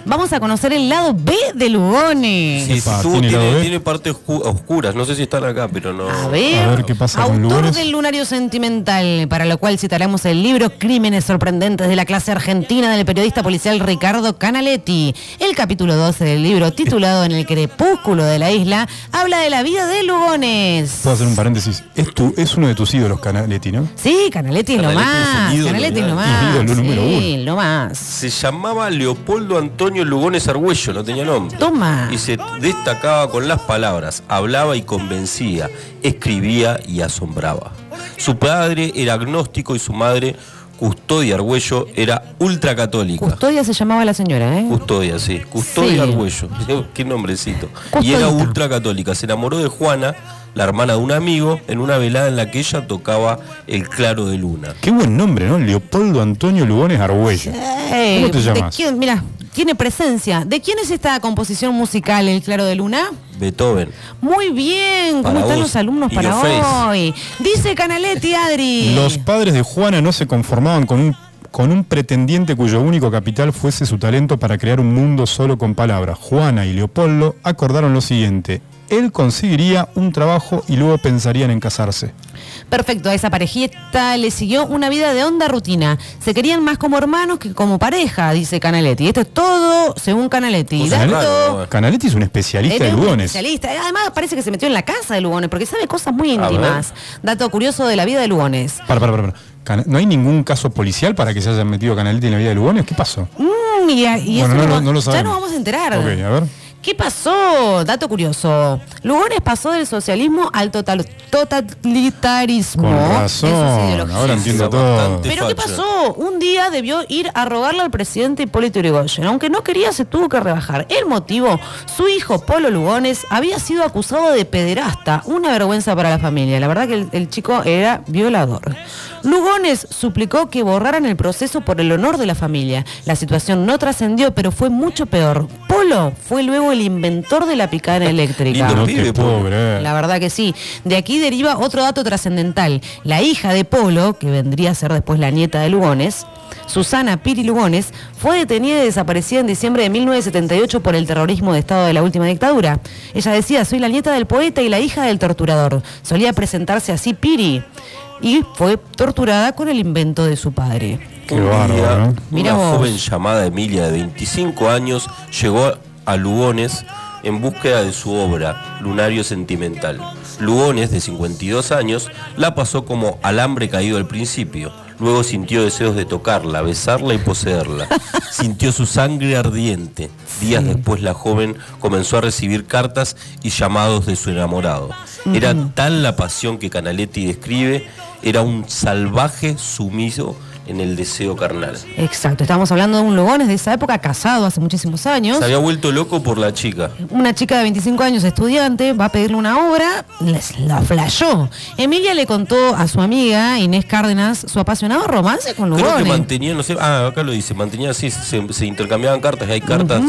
S4: Vamos a conocer el lado B de Lugones.
S3: Sí,
S2: Epa,
S3: tuvo-
S2: ¿tiene
S3: tiene,
S2: lado B?
S3: tiene partes oscu- oscuras. No sé si están acá, pero no.
S4: A ver,
S2: A ver qué pasa con
S4: autor
S2: Lugones.
S4: del Lunario Sentimental, para lo cual citaremos el libro Crímenes Sorprendentes de la clase argentina del periodista policial Ricardo Canaletti. El capítulo 12 del libro, titulado En el crepúsculo de la isla, habla de la vida de Lugones.
S2: Puedo hacer un paréntesis. Es, tu- es uno de tus ídolos, Canaletti, ¿no?
S4: Sí, Canaletti es lo
S3: Canaletti es
S4: más.
S3: un ídolo,
S4: Canaletti es lo
S3: mirá.
S4: más.
S2: Ídolo número
S4: sí, lo más.
S3: Se llamaba Leopoldo Antonio Lugones Argüello, no tenía nombre.
S4: Toma.
S3: Y se destacaba con las palabras, hablaba y convencía, escribía y asombraba. Su padre era agnóstico y su madre, Custodia Argüello, era ultracatólica.
S4: Custodia se llamaba la señora, ¿eh?
S3: Custodia, sí. Custodia
S4: Sí.
S3: Argüello. Qué nombrecito. Y
S4: Custodita.
S3: era ultracatólica. Se enamoró de Juana, la hermana de un amigo, en una velada en la que ella tocaba el claro de luna.
S2: Qué buen nombre, ¿no? Leopoldo Antonio Lugones Argüello.
S4: Eh,
S2: ¿Cómo te
S4: ¿de
S2: llamas?
S4: quién? Mira, tiene presencia. ¿De quién es esta composición musical, El Claro de Luna?
S3: Beethoven.
S4: Muy bien, ¿cómo
S3: Para
S4: están
S3: vos,
S4: los alumnos
S3: in
S4: para
S3: your face.
S4: hoy? Dice Canaletti Adri.
S2: Los padres de Juana no se conformaban con un, con un pretendiente cuyo único capital fuese su talento para crear un mundo solo con palabras. Juana y Leopoldo acordaron lo siguiente. Él conseguiría un trabajo y luego pensarían en casarse.
S4: Perfecto, a esa parejita le siguió una vida de honda rutina. Se querían más como hermanos que como pareja, dice Canaletti. Esto es todo según Canaletti.
S3: Cosa
S4: Dato-
S3: rara, ¿no?
S2: Canaletti es un especialista de
S4: Él es un
S2: Lugones.
S4: especialista. Eh, Además, parece que se metió en la casa de Lugones, porque sabe cosas muy
S3: ver.
S4: íntimas. Dato curioso de la vida de Lugones.
S2: Para, para, para, para. Cana- ¿No hay ningún caso policial para que se hayan metido Canaletti en la vida de Lugones? ¿Qué pasó?
S4: Mm, y, a- y eso
S2: Bueno, no, no,
S4: va-
S2: no lo
S4: ya
S2: sabemos.
S4: nos vamos a enterar.
S2: Ok, a ver.
S4: ¿Qué pasó? Dato curioso. Lugones pasó del socialismo al total- totalitarismo.
S2: Con
S4: Eso
S2: razón.
S4: es ideología.
S2: Ahora entiendo todo.
S3: bastante.
S4: Pero ¿qué
S3: facha.
S4: pasó? Un día debió ir a rogarle al presidente Hipólito Yrigoyen. Aunque no quería, se tuvo que rebajar. El motivo, su hijo Polo Lugones había sido acusado de pederasta. Una vergüenza para la familia. La verdad que el, el chico era violador. Lugones suplicó que borraran el proceso por el honor de la familia. La situación no trascendió, pero fue mucho peor. Polo fue luego el inventor de la picana eléctrica.
S3: Lindo
S2: No
S3: Pibe,
S2: te puedo
S3: pobre.
S2: creer.
S4: La verdad que sí. De aquí deriva otro dato trascendental. La hija de Polo, que vendría a ser después la nieta de Lugones, Susana Piri Lugones, fue detenida y desaparecida en diciembre de 1978 por el terrorismo de Estado de la última dictadura. Ella decía, soy la nieta del poeta y la hija del torturador. Solía presentarse así Piri y fue torturada con el invento de su padre.
S2: Qué
S3: Un día,
S2: bárbaro, ¿no?
S4: Mirá
S3: una
S4: vos.
S3: joven llamada Emilia de 25 años llegó a Lugones en búsqueda de su obra, Lunario Sentimental. Lugones, de 52 años, la pasó como alambre caído al principio. Luego sintió deseos de tocarla, besarla y poseerla. Sintió su sangre ardiente. Días después la joven comenzó a recibir cartas y llamados de su enamorado. Era tal la pasión que Canaletti describe, era un salvaje sumiso en el deseo carnal.
S4: Exacto, estamos hablando de un Lugones de esa época, casado hace muchísimos años.
S3: Se había vuelto loco por la chica.
S4: Una chica de 25 años, estudiante, va a pedirle una obra, les la flayó. Emilia le contó a su amiga Inés Cárdenas su apasionado romance con
S3: Creo que
S4: Lugones.
S3: mantenía, no sé, ah, acá lo dice, mantenía así, se, se intercambiaban cartas, y hay cartas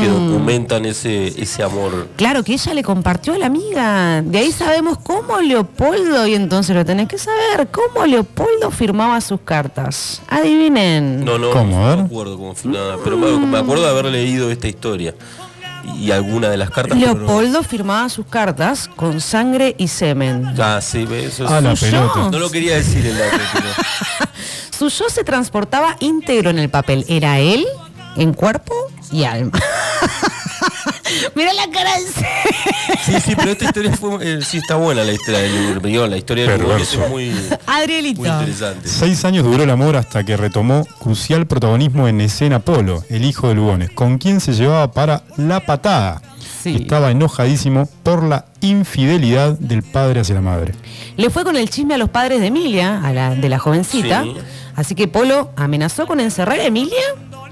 S3: que
S2: Mm.
S3: documentan ese, ese amor.
S4: Claro que ella le compartió a la amiga. De ahí sabemos cómo Leopoldo, y entonces lo tenés que saber, cómo Leopoldo firmaba sus cartas. Adivinen.
S3: No, no,
S2: ¿Cómo? A
S3: no
S2: ver.
S3: me acuerdo cómo fue, nada, pero me, me acuerdo de haber leído esta historia y alguna de las cartas. pero no-
S4: Leopoldo firmaba sus cartas con sangre y semen.
S3: Ah, sí, eso es-
S2: A la
S4: Suyo.
S2: pelota.
S3: No lo quería decir el dato, pero
S4: Su yo se transportaba íntegro en el papel. Era él en cuerpo y alma. Mirá la cara del Seba.
S3: Sí, sí, pero esta historia fue, eh, sí está buena la historia del Urbión, la historia del Urbión es
S2: Perverso.
S3: muy,
S4: Adrielito.
S3: muy interesante.
S2: Seis años duró el amor hasta que retomó crucial protagonismo en escena Polo, el hijo de Lugones, con quien se llevaba para la patada.
S4: Sí.
S2: Estaba enojadísimo por la infidelidad del padre hacia la madre.
S4: Le fue con el chisme a los padres de Emilia, a la, de la jovencita.
S3: Sí.
S4: Así que Polo amenazó con encerrar a Emilia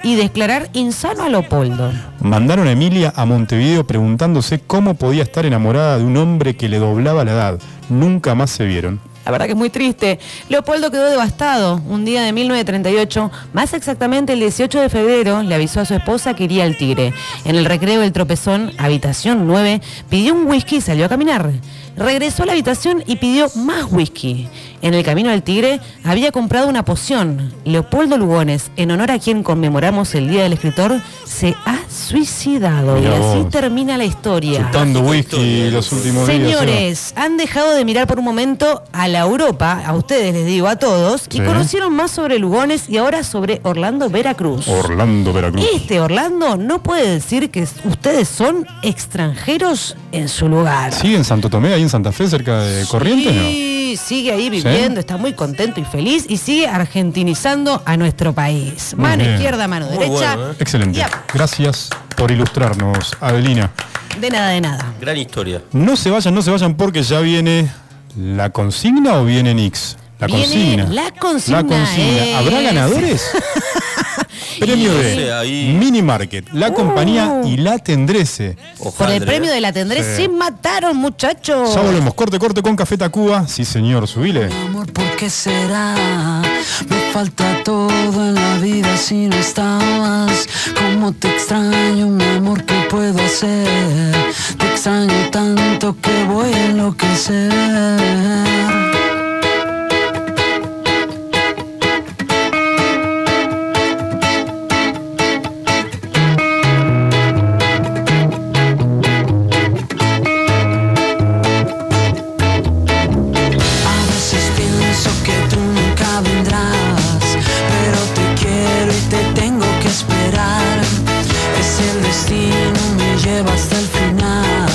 S4: y declarar insano a Leopoldo.
S2: Mandaron a Emilia a Montevideo preguntándose cómo podía estar enamorada de un hombre que le doblaba la edad. Nunca más se vieron.
S4: La verdad que es muy triste. Leopoldo quedó devastado. Un día de 1938, más exactamente el 18 de febrero, le avisó a su esposa que iría al Tigre. En el recreo del tropezón, habitación 9, pidió un whisky y salió a caminar. Regresó a la habitación y pidió más whisky. En el camino al Tigre había comprado una poción. Leopoldo Lugones, en honor a quien conmemoramos el Día del Escritor, se ha suicidado.
S2: Mirá
S4: y así
S2: vos.
S4: termina la historia.
S2: Chutando
S3: Trágica
S2: whisky
S3: historia.
S2: los últimos días. Seba.
S4: Señores, han dejado de mirar por un momento a la Europa, a ustedes les digo, a todos,
S2: Sí.
S4: y conocieron más sobre Lugones y ahora sobre Orlando Veracruz.
S2: Orlando, Oh, Veracruz.
S4: este Orlando no puede decir que ustedes son extranjeros en su lugar.
S2: ¿Sigue en Santo Tomé, ahí en Santa Fe, cerca de Corrientes? no?
S4: Sí, sigue ahí viviendo, está muy contento y feliz y sigue argentinizando a nuestro país.
S2: Muy
S4: Mano
S2: bien.
S4: izquierda, mano
S3: Muy
S4: derecha.
S3: bueno, ¿eh?
S2: Excelente.
S4: Ya.
S2: Gracias por ilustrarnos, Adelina.
S3: ¿eh?
S4: De nada, de nada.
S3: Gran historia.
S2: No se vayan, no se vayan porque ya viene la consigna o viene Nix. La
S4: Viene
S2: consigna.
S4: la consigna ¿eh?
S2: La consigna.
S4: es-
S2: ¿Habrá ganadores? Premio
S3: no
S2: de
S3: sé, ahí-
S2: Mini Market, la compañía y la tendrece.
S4: Uh. Por el
S3: Hojaldre.
S4: premio de la tendré, se mataron, muchachos.
S2: Ya volvemos, corte, corte con Café Tacuba. Sí, señor, subile.
S5: amor, ¿por qué será? Me falta todo en la vida si no estabas. Cómo te extraño, un amor, que puedo hacer? Te extraño tanto que voy a enloquecer. A veces pienso que tú nunca vendrás, pero te quiero y te tengo que esperar. Es el destino, me lleva hasta el final,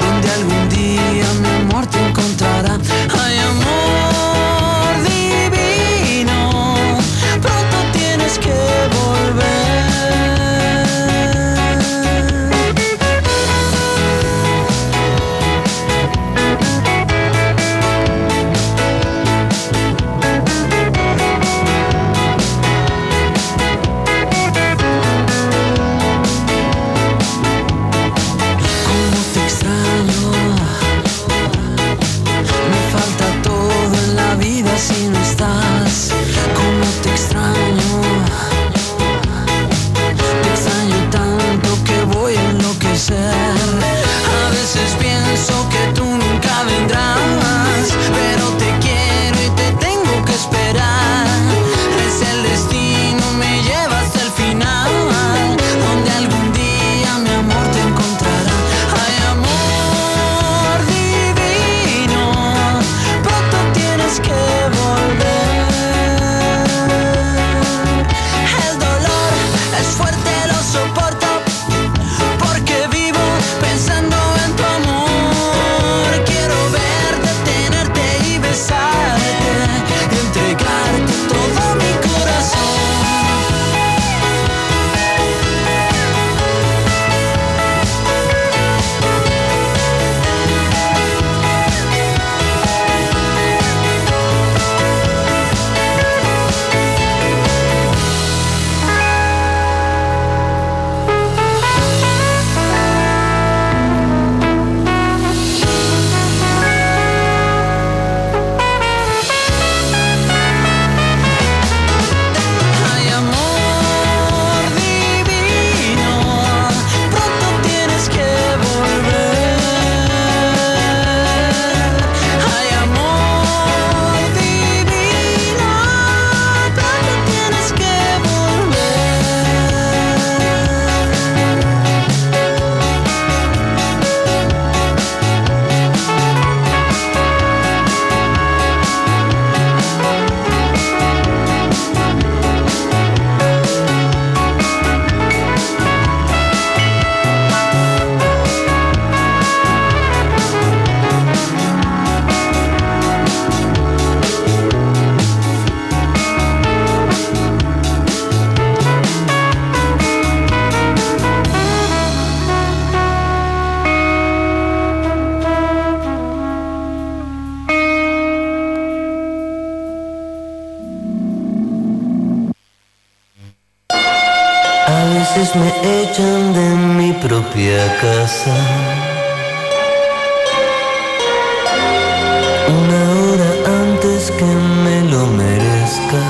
S5: donde algún día mi amor te encontrará. Ay, amor divino, pronto tienes que volver.
S7: veces me echan de mi propia casa. Una hora antes que me lo merezca.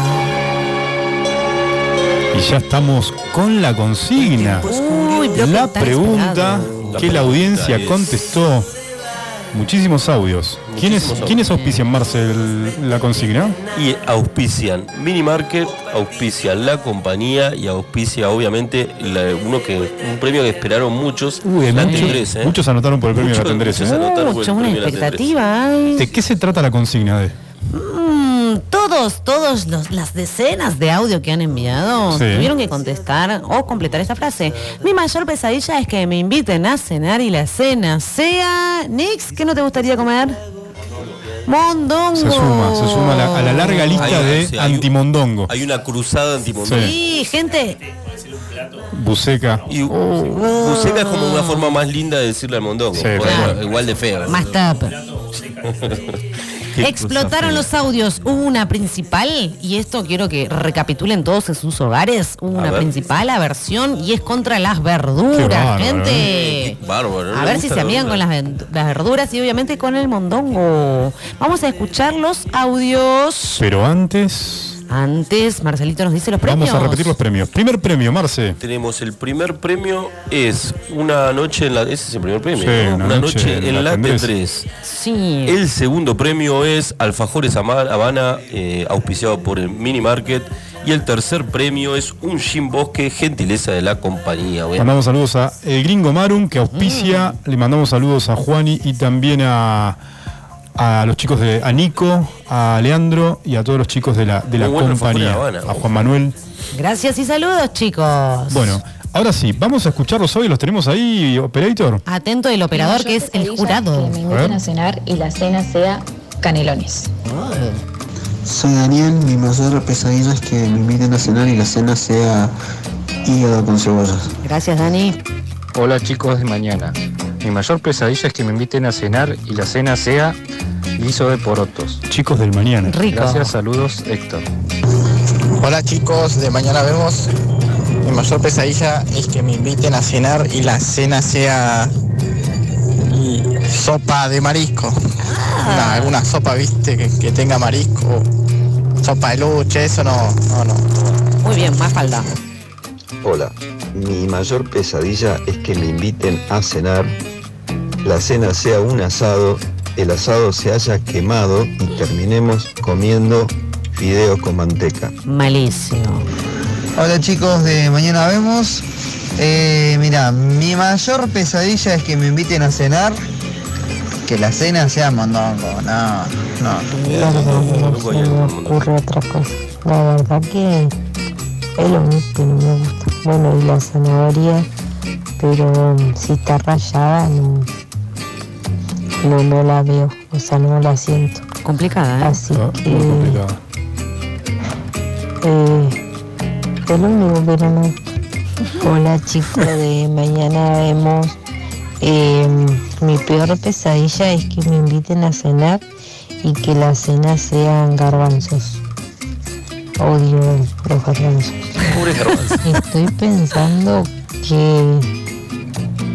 S2: Y ya estamos con la consigna.
S4: Uy, pero
S2: La
S4: tan
S2: pregunta
S4: esperado.
S2: que la audiencia contestó. Muchísimos audios. ¿Quiénes,
S3: audios.
S2: ¿quiénes auspician, Marcel, la consigna?
S3: Y auspician Minimarket, auspician la compañía y auspicia obviamente la- uno que, un premio que esperaron muchos, la
S2: muchos,
S3: Tendrés, ¿eh?
S2: muchos anotaron por el premio de la
S3: Muchos-
S2: Tendrés,
S3: muchos
S2: ¿eh?
S3: anotaron. anotar,
S4: Mucho,
S3: buen
S4: una
S3: premio la
S4: expectativa. ay.
S2: ¿De qué se trata la consigna de?
S4: Mm, Todos, todos los- las decenas de audio que han enviado
S2: Sí.
S4: tuvieron que contestar o completar esta frase. Mi mayor pesadilla es que me inviten a cenar y la cena sea Nix, ¿qué no te gustaría comer? Mondongo.
S2: Se suma, se suma a la, a la larga
S3: Hay
S2: lista
S3: una-
S2: de
S3: sí, hay un-
S2: antimondongo.
S3: Hay una cruzada antimondongo.
S2: Sí.
S4: Sí, gente,
S2: Buceca.
S3: Y
S4: Oh.
S3: Buceca es como una forma más linda de decirle al mondongo.
S2: Sí,
S3: Bueno,
S2: claro.
S3: Igual de fea.
S4: más tap.
S3: Qué
S4: Explotaron
S3: cosa
S4: los audios. Hubo una principal, y esto quiero que recapitulen todos en sus hogares. Hubo una
S3: ver.
S4: principal aversión y es contra las
S2: Qué
S4: verduras,
S2: bárbaro,
S4: gente.
S3: ¿eh? Qué bárbaro, no
S4: a
S3: le
S4: ver si
S3: gusta
S4: se
S3: la
S4: amigan con las, ven- las verduras y obviamente con el mondongo. Vamos a escuchar los audios.
S2: Pero antes,
S4: Antes, Marcelito nos dice los premios.
S2: vamos a repetir los premios. Primer premio, Marce.
S3: Tenemos el primer premio es una noche en la ese es el primer premio,
S2: Sí,
S3: ¿no?
S2: una
S3: una,
S2: noche
S3: noche,
S2: en la
S3: en la
S2: Tendrés.
S3: T3.
S4: Sí.
S3: El segundo premio es Alfajores Ama- Habana eh, auspiciado por el Mini Market y el tercer premio es un Jim Bosque gentileza de la compañía. obviamente.
S2: Mandamos saludos a el gringo Marum, que auspicia.
S3: Mm.
S2: Le mandamos saludos a Juani y también a, a los chicos de a Nico, a Leandro y a todos los chicos de la, de la
S3: Muy bueno,
S2: compañía.
S3: Fafuna Habana.
S2: A Juan Manuel.
S4: Gracias y saludos, chicos.
S2: Bueno, ahora sí, vamos a escucharlos hoy. ¿Los tenemos ahí, Operator?
S4: Atento del operador
S8: Yo
S4: que es el
S8: pesaría
S4: jurado.
S8: Que me inviten
S2: ¿Eh?
S8: a cenar y la cena sea canelones.
S9: Soy Daniel, mi mayor pesadilla es que me inviten a cenar y la cena sea hígado con cebollas.
S4: Gracias, Dani.
S10: Hola chicos de mañana. Mi mayor pesadilla es que me inviten a cenar y la cena sea guiso de porotos.
S2: Chicos del mañana.
S4: Rico.
S10: Gracias, saludos Héctor.
S7: Hola chicos, de mañana vemos. Mi mayor pesadilla es que me inviten a cenar y la cena sea mm, sopa de marisco.
S4: Ah.
S7: Una- alguna sopa, viste, que, que tenga marisco. Sopa de luche, eso no, no, no.
S4: Muy bien, más falda.
S9: Hola, mi mayor pesadilla es que me inviten a cenar, la cena sea un asado, el asado se haya quemado y terminemos comiendo fideos con manteca.
S4: Malísimo.
S7: Hola chicos de Mañana Vemos. Eh, mira, mi mayor pesadilla es que me inviten a cenar. Que la cena sea mondongo. No, no.
S11: otra cosa. La verdad que es lo mismo que no me gusta. Bueno, y la zanahoria, pero um, si está rayada no, no, no la veo, o sea, no la siento.
S4: Complicada, ¿eh?
S11: Así
S2: Ah,
S11: que
S2: muy complicado.
S11: eh, es lo único, pero no. Hola chicos de mañana vemos. Eh, mi peor pesadilla es que me inviten a cenar y que la cena sean garbanzos. Odio los garbanzos.
S3: Pobre garbanzo.
S11: Estoy pensando que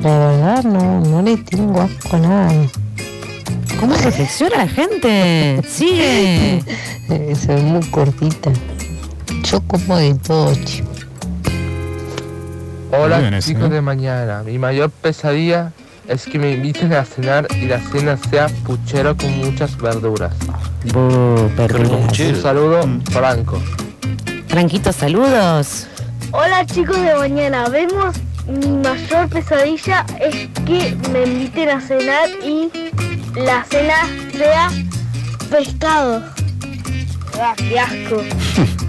S11: la verdad no, no le tengo asco a nada.
S4: ¿Cómo reflexiona la gente? Sigue.
S11: Eh, Soy muy cortita. Yo como de todo, chicos.
S2: Hola, Bien ese, chicos ¿eh? de
S10: mañana. Mi mayor pesadilla es que me inviten a cenar y la cena sea puchero con muchas verduras.
S4: Bu, perdidas.
S3: Che,
S10: saludo,
S2: Mm.
S10: Franco.
S4: Franquito, saludos.
S11: Hola chicos de mañana, vemos mi mayor pesadilla es que me inviten a cenar y la cena sea pescado. Ah, qué asco.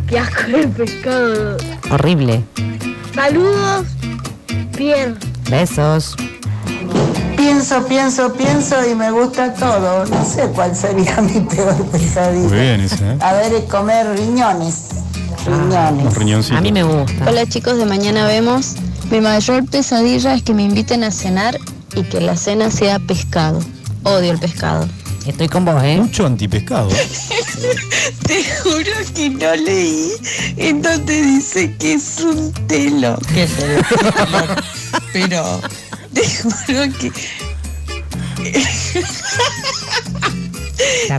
S11: qué asco el pescado.
S4: Horrible.
S11: Saludos, Pierre.
S4: Besos.
S11: Pienso, pienso, pienso y me gusta todo. No sé cuál sería mi peor
S2: Muy
S11: pesadilla.
S2: bien ese, ¿eh?
S11: A ver, es comer riñones.
S2: Un
S11: Riñones.
S2: riñoncito.
S4: A mí me gusta.
S8: Hola chicos de Mañana Vemos. Mi mayor pesadilla es que me inviten a cenar y que la cena sea pescado. Odio el pescado.
S4: Estoy con vos, ¿eh?
S2: Mucho antipescado.
S5: Te juro que no leí en donde dice que es un telo. Que es el telo. Pero te juro que.
S4: La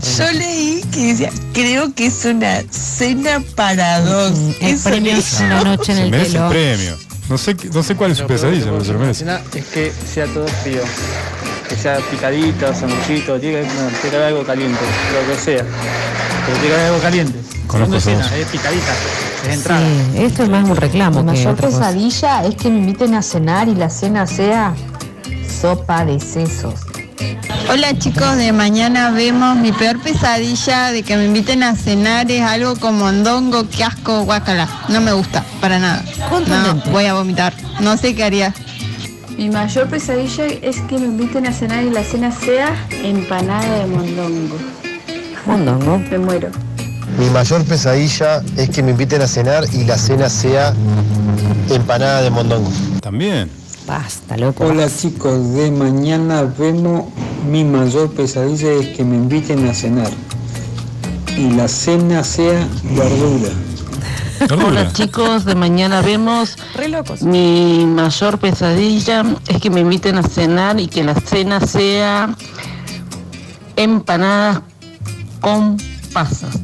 S5: Yo leí que decía, creo que es una cena para dos.
S8: Mm,
S4: el
S5: Eso
S4: premio
S5: leí.
S4: es una noche en
S2: Ah, Se
S4: el
S2: merece
S4: telo.
S2: el premio. No sé, qué- no sé cuál es su pesadilla, pero se lo merece.
S12: Es que sea todo frío. Que sea picadito, sanguchito, tiene que, no, tiene que haber algo caliente, lo que sea. Pero tiene que haber algo caliente.
S2: Conozco
S12: No es
S2: esa
S12: cena,
S2: voz.
S12: es picadita, es entrada.
S4: Sí, esto es más un reclamo.
S13: Mi
S4: que
S13: mayor
S4: otra cosa.
S13: pesadilla es que me inviten a cenar y la cena sea sopa de sesos.
S5: Hola chicos, de mañana vemos mi peor pesadilla de que me inviten a cenar es algo como mondongo, qué asco, guacala. No me gusta, para nada. No, voy a vomitar. No sé qué haría.
S14: Mi mayor pesadilla es que me inviten a cenar y la cena sea empanada de mondongo.
S4: Mondongo.
S14: Me muero.
S15: Mi mayor pesadilla es que me inviten a cenar y la cena sea empanada de mondongo.
S2: También.
S4: Basta, loco.
S16: Hola chicos, de mañana vemos mi mayor pesadilla es que me inviten a cenar y la cena sea verdura.
S17: Hola chicos, de mañana vemos. Mi mayor pesadilla es que me inviten a cenar y que la cena sea empanadas con pasas.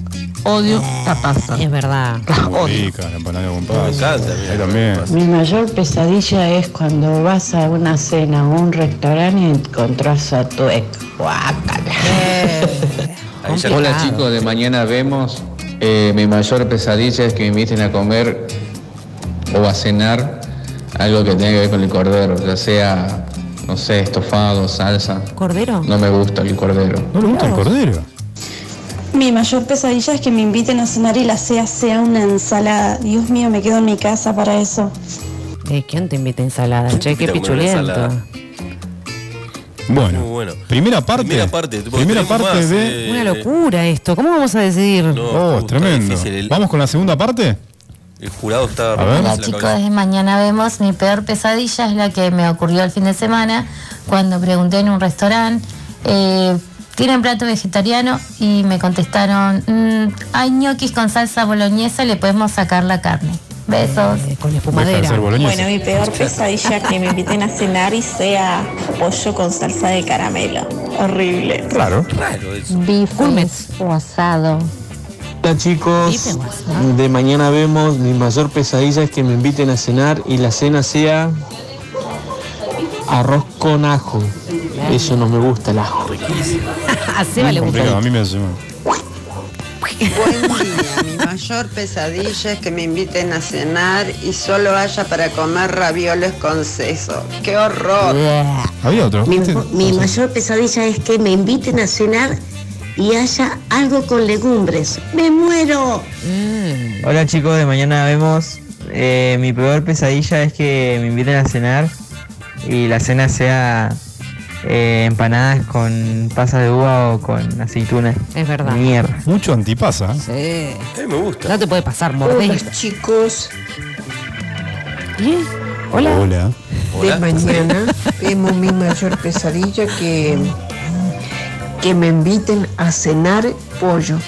S17: Odio la pasa.
S4: Es verdad.
S2: Muy rica, la empanada con pasa. Ahí también.
S13: Mi mayor pesadilla es cuando vas a una cena o un restaurante y encontrás a tu ex.
S4: Eh.
S18: Hola chicos, de mañana vemos. Eh, mi mayor pesadilla es que me inviten a comer o a cenar algo que tenga que ver con el cordero, ya sea, no sé, estofado, salsa.
S4: ¿Cordero?
S18: No me gusta el cordero.
S2: ¿No le gusta el cordero?
S19: Mi mayor pesadilla es que me inviten a cenar y la sea sea una ensalada. Dios mío, me quedo en mi casa para eso.
S4: Eh, ¿Quién te invita a ensalada? Che, qué
S3: invita a comer
S4: pichulento.
S3: ensalada?
S2: Bueno,
S3: Muy bueno.
S2: primera parte.
S3: Primera parte, porque
S2: primera
S3: tenemos
S2: parte
S3: más,
S2: de.
S3: eh.
S4: Una locura esto. ¿Cómo vamos a decidir?
S2: oh, es tremendo.
S3: difícil el-
S2: ¿Vamos con la segunda parte?
S3: El jurado está
S2: Hola,
S3: la
S20: Chicos,
S3: cabeza.
S4: eh,
S20: de mañana vemos. Mi peor pesadilla es la que me ocurrió el fin de semana cuando pregunté en un restaurante. eh, ¿Tienen plato vegetariano? Y me contestaron, "Mm, hay ñoquis con salsa boloñesa, le podemos sacar la carne. Besos.
S4: Eh, con
S2: espumadera. Deja de ser boloñesa.
S19: Bueno, mi peor pesadilla que me inviten a cenar y sea pollo con salsa de caramelo. Horrible.
S2: Claro.
S13: Bifes o asado.
S7: Hola chicos, de mañana vemos, mi mayor pesadilla es que me inviten a cenar y la cena sea arroz con ajo. Eso no me gusta el ajo.
S4: A Seba le gusta.
S2: Complicado, a mí me hace mal.
S11: Mi mayor pesadilla es que me inviten a cenar y solo haya para comer ravioles con seso. ¡Qué horror!
S2: Había otro.
S21: Mi,
S2: Este-
S21: mi mayor pesadilla es que me inviten a cenar y haya algo con legumbres. ¡Me muero!
S22: Hola chicos, de mañana vemos. Mm. Eh, mi peor pesadilla es que me inviten a cenar y la cena sea eh, empanadas con pasas de uva o con aceituna.
S4: Es verdad.
S22: Mierda.
S2: Mucho antipasa. ¿eh?
S4: Sí.
S3: A mí me gusta.
S4: No te puede pasar,
S11: Hola
S4: mordés.
S11: chicos,
S4: Bien. Hola.
S2: Hola.
S11: de mañana vemos mi mayor pesadilla que, que me inviten a cenar pollo,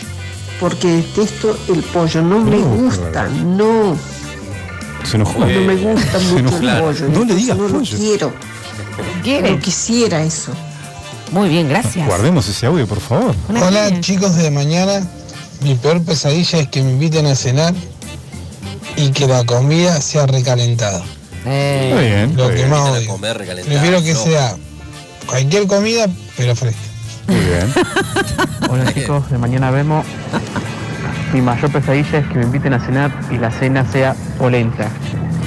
S11: porque detesto el pollo, no me gusta, no,
S2: Se enojó. Eh,
S11: no me gusta
S2: Se
S11: mucho el
S2: enojó.
S11: pollo.
S2: No le
S11: entonces
S2: digas
S11: no lo
S2: pollo.
S11: quiero, no quisiera eso.
S4: Muy bien, gracias.
S2: Guardemos ese audio, por favor.
S23: Hola chicos de mañana, mi peor pesadilla es que me inviten a cenar y que la comida sea recalentada.
S4: Está
S2: bien,
S23: Lo
S2: está
S23: que
S2: bien.
S23: más
S2: Invitan a
S23: odio.
S2: comer recalentada,
S23: Prefiero que
S2: no.
S23: sea cualquier comida, pero fresca.
S2: Muy bien.
S7: Hola chicos, de mañana vemos. Mi mayor pesadilla es que me inviten a cenar y la cena sea polenta.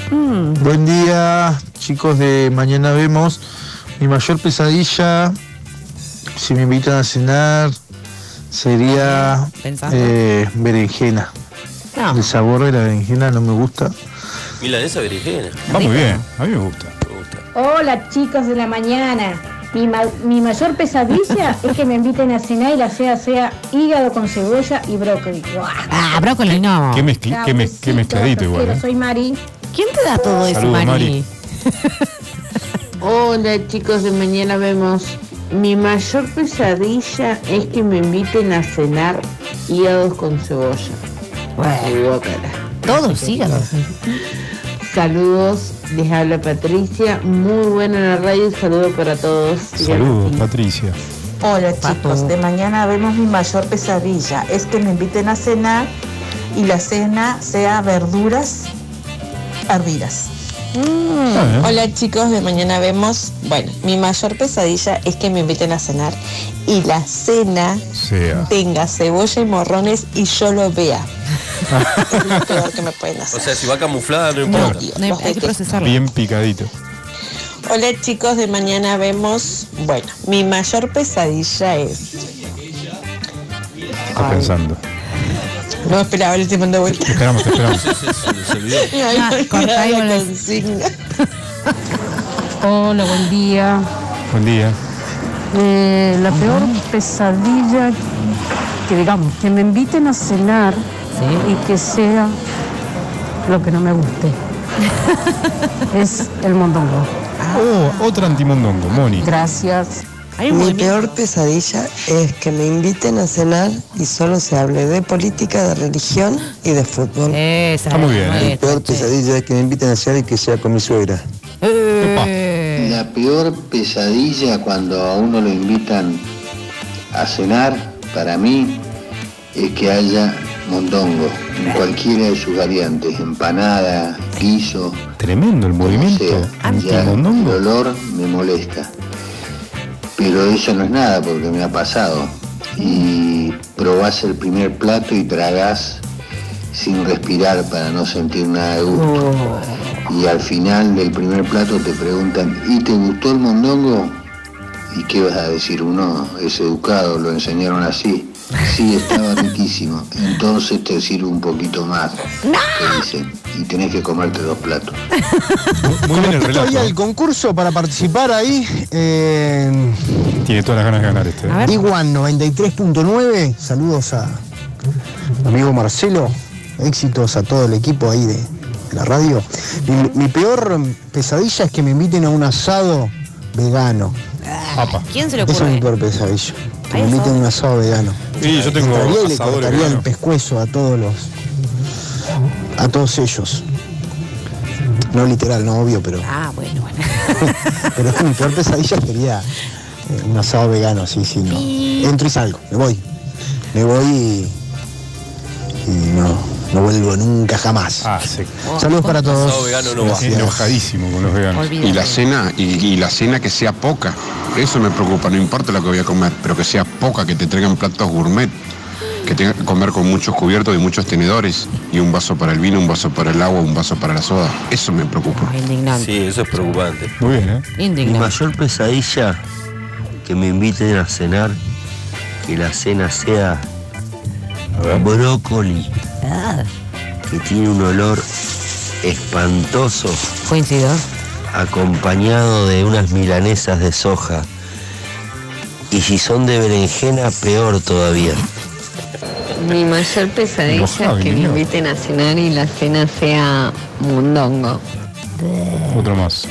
S5: mm.
S24: Buen día, chicos de Mañana Vemos. Mi mayor pesadilla, si me invitan a cenar, sería
S4: Pensando. Ah.
S24: eh, berenjena.
S4: No.
S24: El sabor de la berenjena no me gusta.
S3: Milanesa berenjena.
S24: Va muy bien.
S2: A mí me gusta.
S25: Hola chicos de la mañana. Mi, ma- mi mayor pesadilla es que me inviten a cenar y la cena sea hígado con cebolla y brócoli. Guau.
S4: Ah, brócoli no.
S2: Qué, mezcli- qué mez- qué mezcladito igual.
S25: Pero
S2: ¿eh?
S25: soy Mari.
S4: ¿Quién te da todo
S2: eso, Saludos, Mari? Mari?
S26: Hola chicos de mañana vemos.
S1: Mi mayor pesadilla es que me inviten a cenar hígados con cebolla.
S4: Todos hígados.
S1: Saludos, les habla Patricia. Muy buena la radio y saludos para todos. Sigan
S2: Saludos, Patricia.
S1: Hola
S27: chicos, de mañana vemos mi mayor pesadilla, es que me inviten a cenar y la cena sea verduras hervidas.
S10: Mm. Hola chicos, de mañana vemos. Bueno, mi mayor pesadilla es que me inviten a cenar y la cena
S2: Sea.
S10: tenga cebolla y morrones y yo lo vea. es lo peor que me pueden hacer.
S3: O sea, si va camuflada, no importa.
S10: hay que procesarlo.
S2: Bien picadito.
S10: Hola chicos, de mañana vemos. Bueno, mi mayor pesadilla es.
S2: Está pensando.
S10: No esperaba el tiempo de vuelta.
S2: Te esperamos, te esperamos.
S10: Me había
S28: Ah, cortá y
S10: olvidado la
S28: volvés.
S10: consigna.
S28: Hola, buen día.
S2: Buen día.
S28: Eh, la peor pesadilla que digamos, que me inviten a cenar y que sea lo que no me guste. es el mondongo.
S4: Ah.
S2: Oh, otra antimondongo, Moni.
S28: Gracias.
S7: Mi peor pesadilla es que me inviten a cenar y solo se hable de política, de religión y de fútbol.
S4: Está muy bien, ¿eh?
S2: ¿eh?
S7: Mi peor pesadilla es que me inviten a cenar y que sea con mi suegra.
S2: Eh.
S10: La peor pesadilla cuando a uno lo invitan a cenar, para mí, es que haya mondongo en cualquiera de sus variantes, empanada, guiso.
S2: Tremendo el movimiento.
S10: Ya el
S2: Antimondongo.
S10: olor me molesta. Pero eso no es nada porque me ha pasado. Y probás el primer plato y tragás sin respirar para no sentir nada de gusto.
S2: Oh.
S10: Y al final del primer plato te preguntan, ¿y te gustó el mondongo? ¿Y qué vas a decir? Uno es educado, lo enseñaron así. Sí, estaba riquísimo. Entonces te sirve un poquito más. Te dicen. Y tenés que comerte dos platos.
S2: Muy bien el relato. ¿eh?
S7: Hoy el concurso para participar ahí. Eh,
S2: Tiene todas las ganas de ganar este.
S7: Iguan 93.9, saludos a mi amigo Marcelo, éxitos a todo el equipo ahí de la radio. Mi, mi peor pesadilla es que me inviten a un asado vegano.
S4: Ah, ¿Quién se le
S7: Esa es mi
S4: ocurre?
S7: peor pesadilla. Que
S4: Ahí
S7: me inviten a un asado vegano.
S2: Sí, yo tengo
S7: Entraría y le
S2: asadores
S7: cortaría el
S2: veganos.
S7: pescuezo a todos los. a todos ellos. No literal, no obvio, pero.
S4: Ah, bueno, bueno.
S7: Pero es que mi peor pesadilla sería eh, un asado vegano, sí, sí, no. Entro y salgo, me voy. Me voy y, y no, no vuelvo nunca jamás.
S2: Ah,
S7: Saludos para todos. Asado vegano no va. Gracias.
S2: Enojadísimo con los veganos.
S7: Olvídate. Y la cena,
S23: y, y la cena que sea poca. Eso me preocupa, no importa lo que voy a comer, pero que sea poca, que te traigan platos gourmet, que tenga que comer con muchos cubiertos y muchos tenedores, y un vaso para el vino, un vaso para el agua, un vaso para la soda. Eso me preocupa.
S4: Ah,
S3: Sí, eso es preocupante.
S2: Muy bien, ¿eh?
S10: Indignante.
S6: Mi mayor pesadilla, que me inviten a cenar, que la cena sea brócoli, que tiene un olor espantoso.
S4: Coincido.
S6: Acompañado de unas milanesas de soja. Y si son de berenjena, peor todavía.
S9: Mi mayor pesadilla
S6: Enojado,
S9: es que me
S6: indignado.
S9: inviten a cenar y la cena sea mondongo.
S2: Otro más.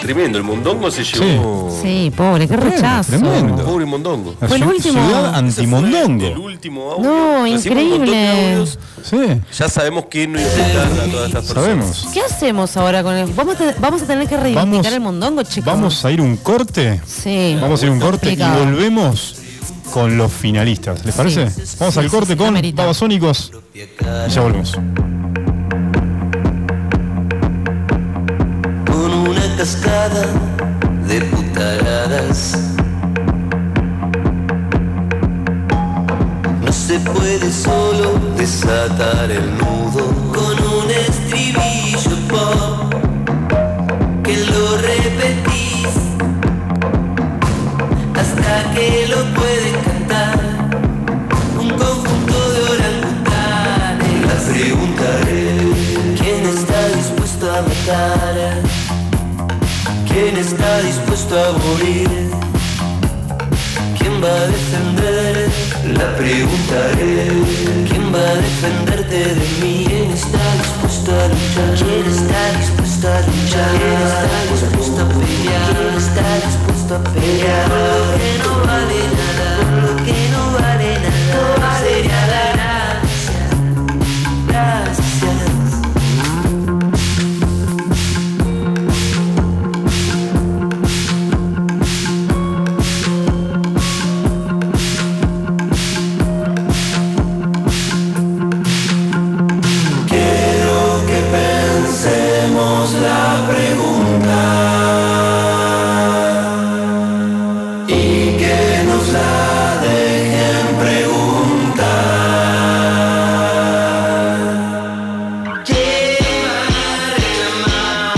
S3: Tremendo, el mondongo se llevó.
S4: Sí, pobre, qué rechazo.
S3: Pobre mondongo.
S4: Fue el último.
S2: Ciudad
S3: El
S2: antimondongo.
S3: último audio.
S4: No,
S3: Recibimos un montón de
S4: increíble.
S3: audios.
S2: Sí.
S3: Ya sabemos que no insultan a todas estas personas.
S2: Sabemos.
S4: ¿Qué hacemos ahora con el.? Vamos a, te- vamos a tener que reivindicar
S2: Vamos-
S4: el mondongo, chicos.
S2: Vamos a ir un corte.
S4: Sí.
S2: Vamos a ir un corte y
S4: Complicado.
S2: volvemos con los finalistas. ¿Les parece?
S4: Sí.
S2: Vamos
S4: Sí,
S2: al
S4: sí,
S2: corte
S4: sí,
S2: con
S4: amerita.
S2: Babasónicos. Y ya volvemos.
S6: con una cascada de putaradas. No se puede solo desatar el nudo con un estribillo pop que lo repetís hasta que lo pueden cantar un conjunto de orangutanes. La preguntaré quién está dispuesto a matar. ¿Quién está dispuesto a morir? ¿Quién va a defender? La preguntaré. ¿Quién va a defenderte de mí? ¿Quién está dispuesto a luchar? ¿Quién está dispuesto a luchar? ¿Quién está dispuesto a pelear? ¿Quién está dispuesto mundo a pelear. Lo que no vale nada, lo que no vale nada, sería la gracia, gracia. Quiero que pensemos la pregunta y que nos la dejen preguntar. Quemar el mar,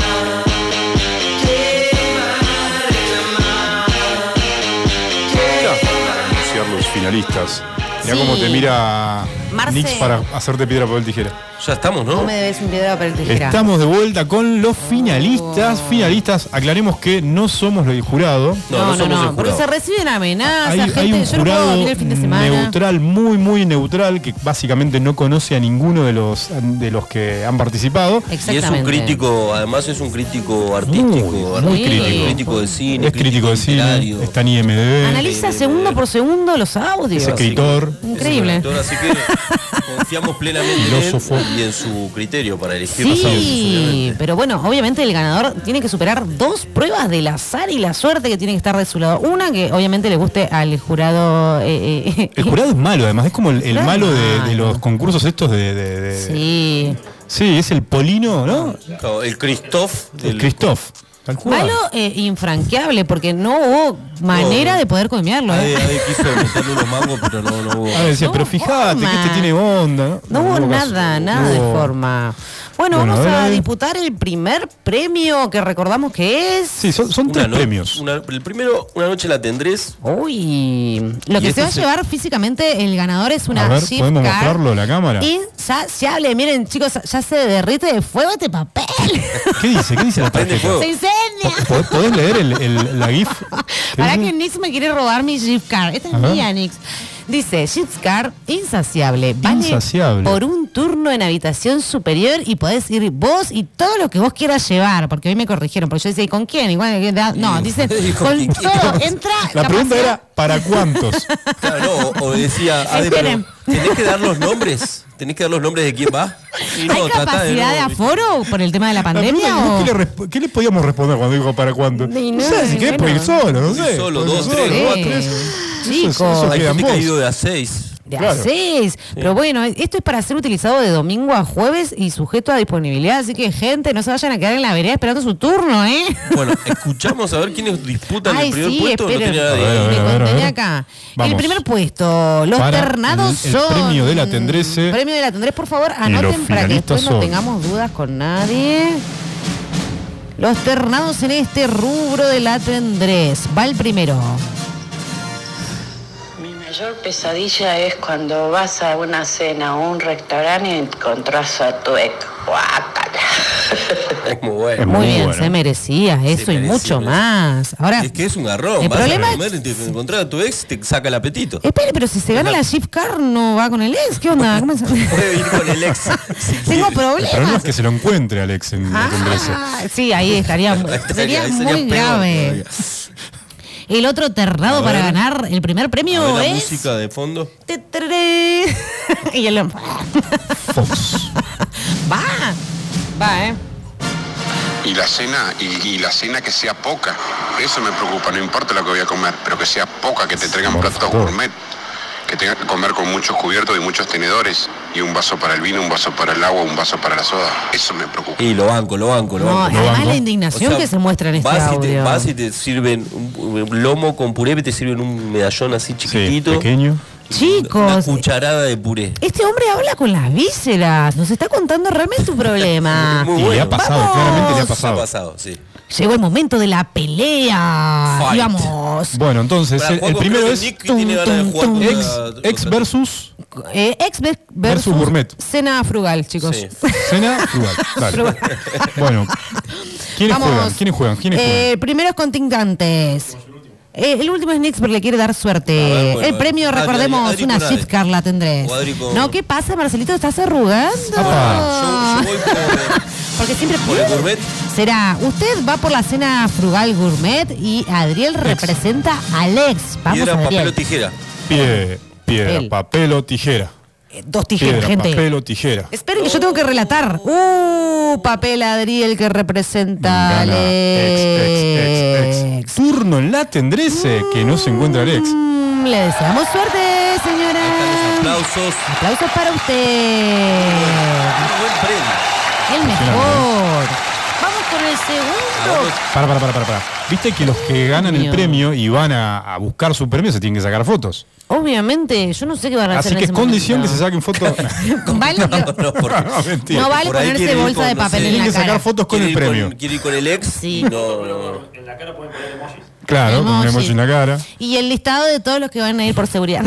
S6: quemar el mar,
S2: Anunciar los finalistas. Mira cómo te mira
S4: Marce.
S2: Nix para hacerte piedra, papel, tijera.
S3: Ya estamos,
S4: No me debes un piedra para el tijera.
S2: Estamos de vuelta con los finalistas. Finalistas, aclaremos que no somos el jurado.
S4: No, no, no, porque se reciben amenazas,
S2: Hay,
S4: gente,
S2: hay
S4: yo
S2: un
S4: no puedo
S2: jurado mm,
S4: dormir el fin de semana.
S2: neutral, muy, muy neutral, que básicamente no conoce a ninguno de los, de los que han participado.
S3: Y es un crítico, además es un crítico artístico, artístico,
S2: crítico.
S3: crítico de cine,
S2: Es crítico de cine, está en IMDB,
S4: Analiza segundo por segundo los audios.
S2: es escritor.
S4: Increíble.
S3: escritor, así que confiamos plenamente en él y en su criterio para elegir los audios.
S4: Sí, pero bueno, obviamente el ganador tiene que superar dos pruebas del azar y la suerte que tiene que estar de su lado. Una que obviamente le guste al jurado. eh, eh, eh,
S2: El jurado es malo, además, es como el, el
S4: Claro,
S2: malo de, de los concursos estos de. de- de-
S4: Sí.
S2: Sí, es el Polino, ¿no?
S3: Claro, El Christoph
S2: El Christoph. Tal cual.
S4: Malo eh, infranqueable, porque no hubo manera de poder coimearlo.
S3: Nadie,
S4: eh.
S3: nadie quiso meterle unos mangos, pero no, no hubo.
S2: Ah, decía, pero fíjate que este tiene onda, ¿no?
S4: No hubo
S2: caso.
S4: nada, nada de
S2: hubo-
S4: forma. Bueno,
S2: Bueno,
S4: vamos
S2: a ver,
S4: a
S2: a ver.
S4: disputar el primer premio que recordamos que es.
S2: Sí, son, son
S3: Una
S2: tres
S3: no-
S2: premios.
S3: una- el primero, una noche la tendrés.
S4: Uy. Lo
S3: Y
S4: que se
S3: esto
S4: va a llevar físicamente el ganador es una
S2: este a ver,
S4: Jeep
S2: ¿podemos
S4: Car
S2: mostrarlo a la cámara?
S4: Insaciable, miren chicos, ya se derrite de fuego este papel.
S2: ¿Qué dice? ¿Qué dice la
S3: Prende
S2: tarjeta?
S4: Se incendia.
S2: ¿Po- ¿Podés leer el, el- la GIF?
S4: Para que Nix me quiere robar mi Jeep Car. Esta es
S2: Ajá.
S4: mía, Nix. Dice, Jeep Car insaciable. Vale
S2: Insaciable.
S4: por un turno en habitación superior y podés ir vos y todo lo que vos quieras llevar. Porque hoy me corrigieron, porque yo decía, ¿y con quién? Igual, que da- no, dicen,
S3: Dijo,
S4: con
S3: "¿Y quién?".
S4: todo, entra.
S2: La pregunta
S4: capacidad-
S2: era, ¿para cuántos?
S3: Claro, no, o, o decía, "Ade, pero
S4: Esperen.
S3: tenés que dar los nombres. Tenés que dar los nombres de quién va. Y
S4: ¿Hay
S3: tratá
S4: capacidad de,
S3: no,
S4: aforo por el tema de la
S2: La pregunta
S4: pandemia?
S2: que-
S4: o-
S2: ¿qué, le resp- qué le podíamos responder cuando dijo para cuántos?
S4: Y
S2: No,
S4: no,
S2: sé, si
S4: bueno.
S2: querés puedes ir solo, no
S3: Ir
S2: sé.
S3: solo,
S2: podés ir
S3: dos, tres,
S2: solo,
S3: cuatro.
S2: Eso- eso
S4: Chicos.
S3: Hay
S2: queda en
S3: gente
S2: vos.
S3: que ha ido de a seis.
S4: De
S3: Claro.
S4: a seis. Pero bueno, esto es para ser utilizado de domingo a jueves y sujeto a disponibilidad. Así que, gente, no se vayan a quedar en la vereda esperando su turno, ¿eh?
S3: Bueno, escuchamos a ver quiénes disputan
S4: Ay,
S3: el primer
S4: sí,
S3: puesto. No
S4: esperen.
S3: tiene nada de-
S2: A ver,
S4: Me
S2: a ver, a ver, a
S4: contenía
S2: ver.
S4: acá.
S2: Vamos.
S4: El primer puesto, los
S2: Para
S4: ternados
S2: el- el
S4: son.
S2: premio de la Tendrese.
S4: Premio de la Tendrese, por favor,
S2: los
S4: anoten para que después
S2: finalistas
S4: no
S2: son-
S4: tengamos dudas con nadie. Los ternados en este rubro de la Tendrés. Va el primero.
S29: Mi mayor pesadilla es cuando vas a una cena o un restaurante y encontrás a tu ex.
S3: Es muy bueno.
S4: Muy, bien, se merecía eso y
S3: merecía,
S4: mucho
S3: merecía.
S4: más. Ahora,
S3: Es que es un garrón.
S4: El
S3: vas
S4: problema
S3: a
S4: es-
S3: comer y te encontrás a tu ex, te saca el apetito.
S4: Espere, pero si se gana la Jeep Car, ¿no va con el ex? ¿Qué onda? ¿Cómo se-
S3: Puede ir con el ex.
S4: Tengo
S2: El problema
S4: problemas.
S2: es que se lo encuentre Alex en la congreso.
S4: Ah, sí, ahí estaría, mu- sería,
S3: Estaría- sería
S4: muy
S3: peor
S4: grave.
S3: todavía.
S4: El otro
S3: A
S4: ternado
S3: ver.
S4: para ganar el primer
S3: A ver
S4: premio
S3: la
S4: es...
S3: música de fondo.
S4: Tetere. y el... em- va, va, ¿eh?
S23: Y la cena, y, y la cena que sea poca. Eso me preocupa, no importa lo que voy a comer, pero que sea poca, que te traigan platos gourmet, que tenga que comer con muchos cubiertos y muchos tenedores, y un vaso para el vino, un vaso para el agua, un vaso para la soda. Eso me preocupa.
S3: Y lo banco, lo banco, lo
S4: No,
S3: banco.
S4: además
S3: Lo banco.
S4: la indignación que se muestra en este
S3: vas Y te,
S4: audio.
S3: vas y te sirven un, un lomo con puré, y te sirven un medallón así chiquitito.
S2: pequeño.
S3: Una
S4: Chicos, eh,
S3: cucharada de puré.
S4: este hombre habla con las vísceras. Nos está contando realmente un
S2: Ah,
S4: problema.
S3: Muy bueno.
S4: Vamos.
S3: Ha pasado, sí.
S4: Llegó el momento de la pelea. Ah,
S3: Fight.
S4: Digamos.
S2: Bueno, entonces,
S3: Para
S2: el, el
S3: Juaco,
S2: primero
S3: creo que
S2: es
S3: Nick tiene ganas de jugar contra-
S2: ex, ex versus
S4: Eh, ex ve- versus,
S2: Versus gourmet.
S4: Cena frugal, chicos.
S2: Sí. cena. Frugal. Dale.
S4: Frugal.
S2: Bueno, ¿quiénes
S4: Vamos.
S2: juegan? ¿Quiénes juegan? ¿Quiénes juegan?
S4: Eh, primeros contingantes. Eh, el último es Nix porque le quiere dar suerte.
S3: A ver, bueno,
S4: el premio,
S3: Adri,
S4: recordemos,
S3: Adri, Adri
S4: una
S3: con Adri.
S4: Sitcar la tendré.
S3: O Adri con-
S4: No, ¿qué pasa, Marcelito? ¿Estás arrugando?
S2: Ah.
S4: porque siempre
S3: Por el gourmet.
S4: será, usted va por la cena frugal gourmet y Adriel representa a Alex. Vamos
S3: Piedra,
S4: Adriel.
S3: papel o tijera.
S2: Pie- piedra,
S4: Papel.
S2: papel o tijera.
S4: Dos tijeras,
S2: piedra,
S4: gente.
S2: papel o tijera.
S4: Esperen que yo tengo que relatar. Uh, papel Adriel que representa a
S2: Gana ex, ex, ex, ex. Turno en la tendrese que no se encuentra Alex.
S4: Mm, Le deseamos suerte, señora.
S3: Aplausos.
S4: Aplausos para usted. El mejor. Vamos con el segundo.
S2: Para, para, para, para, para. Viste que los que ganan el premio y van a, a buscar su premio se tienen que sacar fotos.
S4: Obviamente, yo no sé qué van a hacer.
S2: Así
S4: en
S2: que es
S4: ese
S2: condición
S4: momento.
S2: que se saquen fotos.
S4: Vale,
S2: no, mentira.
S4: No vale Por ahí ponerse quiere ir bolsa con, de no papel sé, en
S2: Tienen
S4: la
S2: que
S4: cara.
S2: sacar fotos con
S3: ¿Quiere
S2: el
S3: ir
S2: premio.
S3: ¿Quiere ir con el ex?
S4: Sí.
S3: No, no, no.
S2: Claro, con un
S4: Emoji.
S2: emoji en la cara.
S4: Y el listado de todos los que van a ir por seguridad.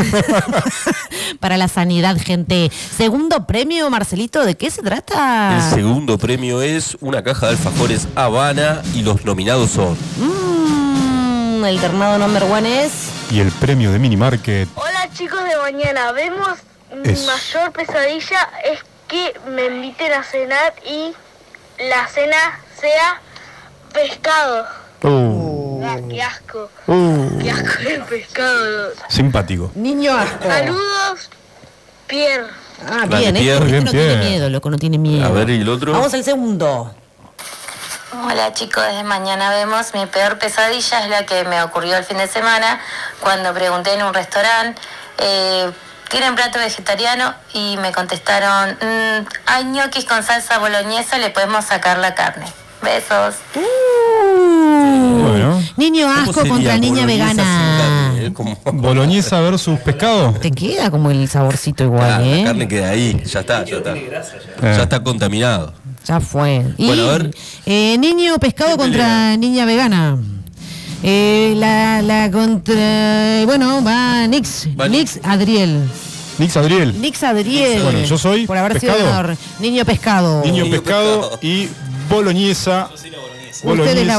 S4: Para la sanidad, gente. Segundo premio, Marcelito, ¿de qué se trata?
S3: El segundo premio es una caja de alfajores Habana y los nominados son.
S4: Mm, el ternado number one es.
S2: Y el premio de Minimarket.
S30: Hola chicos de mañana, vemos
S2: Es-
S30: mi mayor pesadilla es que me inviten a cenar y la cena sea pescado.
S4: Oh.
S2: Uh.
S30: Ah, qué asco, qué asco el pescado.
S2: Simpático.
S4: Niño asco.
S30: Saludos, Pierre.
S4: Ah,
S2: Vale,
S4: bien, ¿eh?
S2: Pierre,
S4: Este
S2: bien,
S4: no
S2: Pierre.
S4: tiene miedo, loco, no tiene miedo.
S3: A ver, ¿y el otro?
S4: Vamos al segundo.
S11: Hola chicos, desde mañana vemos. Mi peor pesadilla es la que me ocurrió el fin de semana cuando pregunté en un restaurante, eh, ¿tienen plato vegetariano? Y me contestaron, "Mm, hay ñoquis con salsa boloñesa, le podemos sacar la carne. Besos.
S2: Bueno.
S4: Niño
S11: ¿Cómo
S4: asco
S11: sería
S4: contra niña
S11: boloñesa
S4: vegana.
S2: Boloñesa versus pescado.
S4: Te queda como el saborcito igual,
S3: Ah,
S4: ¿eh?
S3: La carne queda ahí, ya está, ya está. Ya está contaminado.
S4: Ya fue. Y,
S3: Bueno, a ver.
S4: eh, niño pescado contra niña vegana. Eh, la, la contra. Bueno, va Nix. Nix Adriel.
S2: Nix Adriel.
S4: Nix Adriel.
S2: Bueno, yo soy
S4: Por haber sido
S2: pescado.
S4: ganador. Niño pescado.
S2: Niño pescado y boloñesa.
S4: Usted es la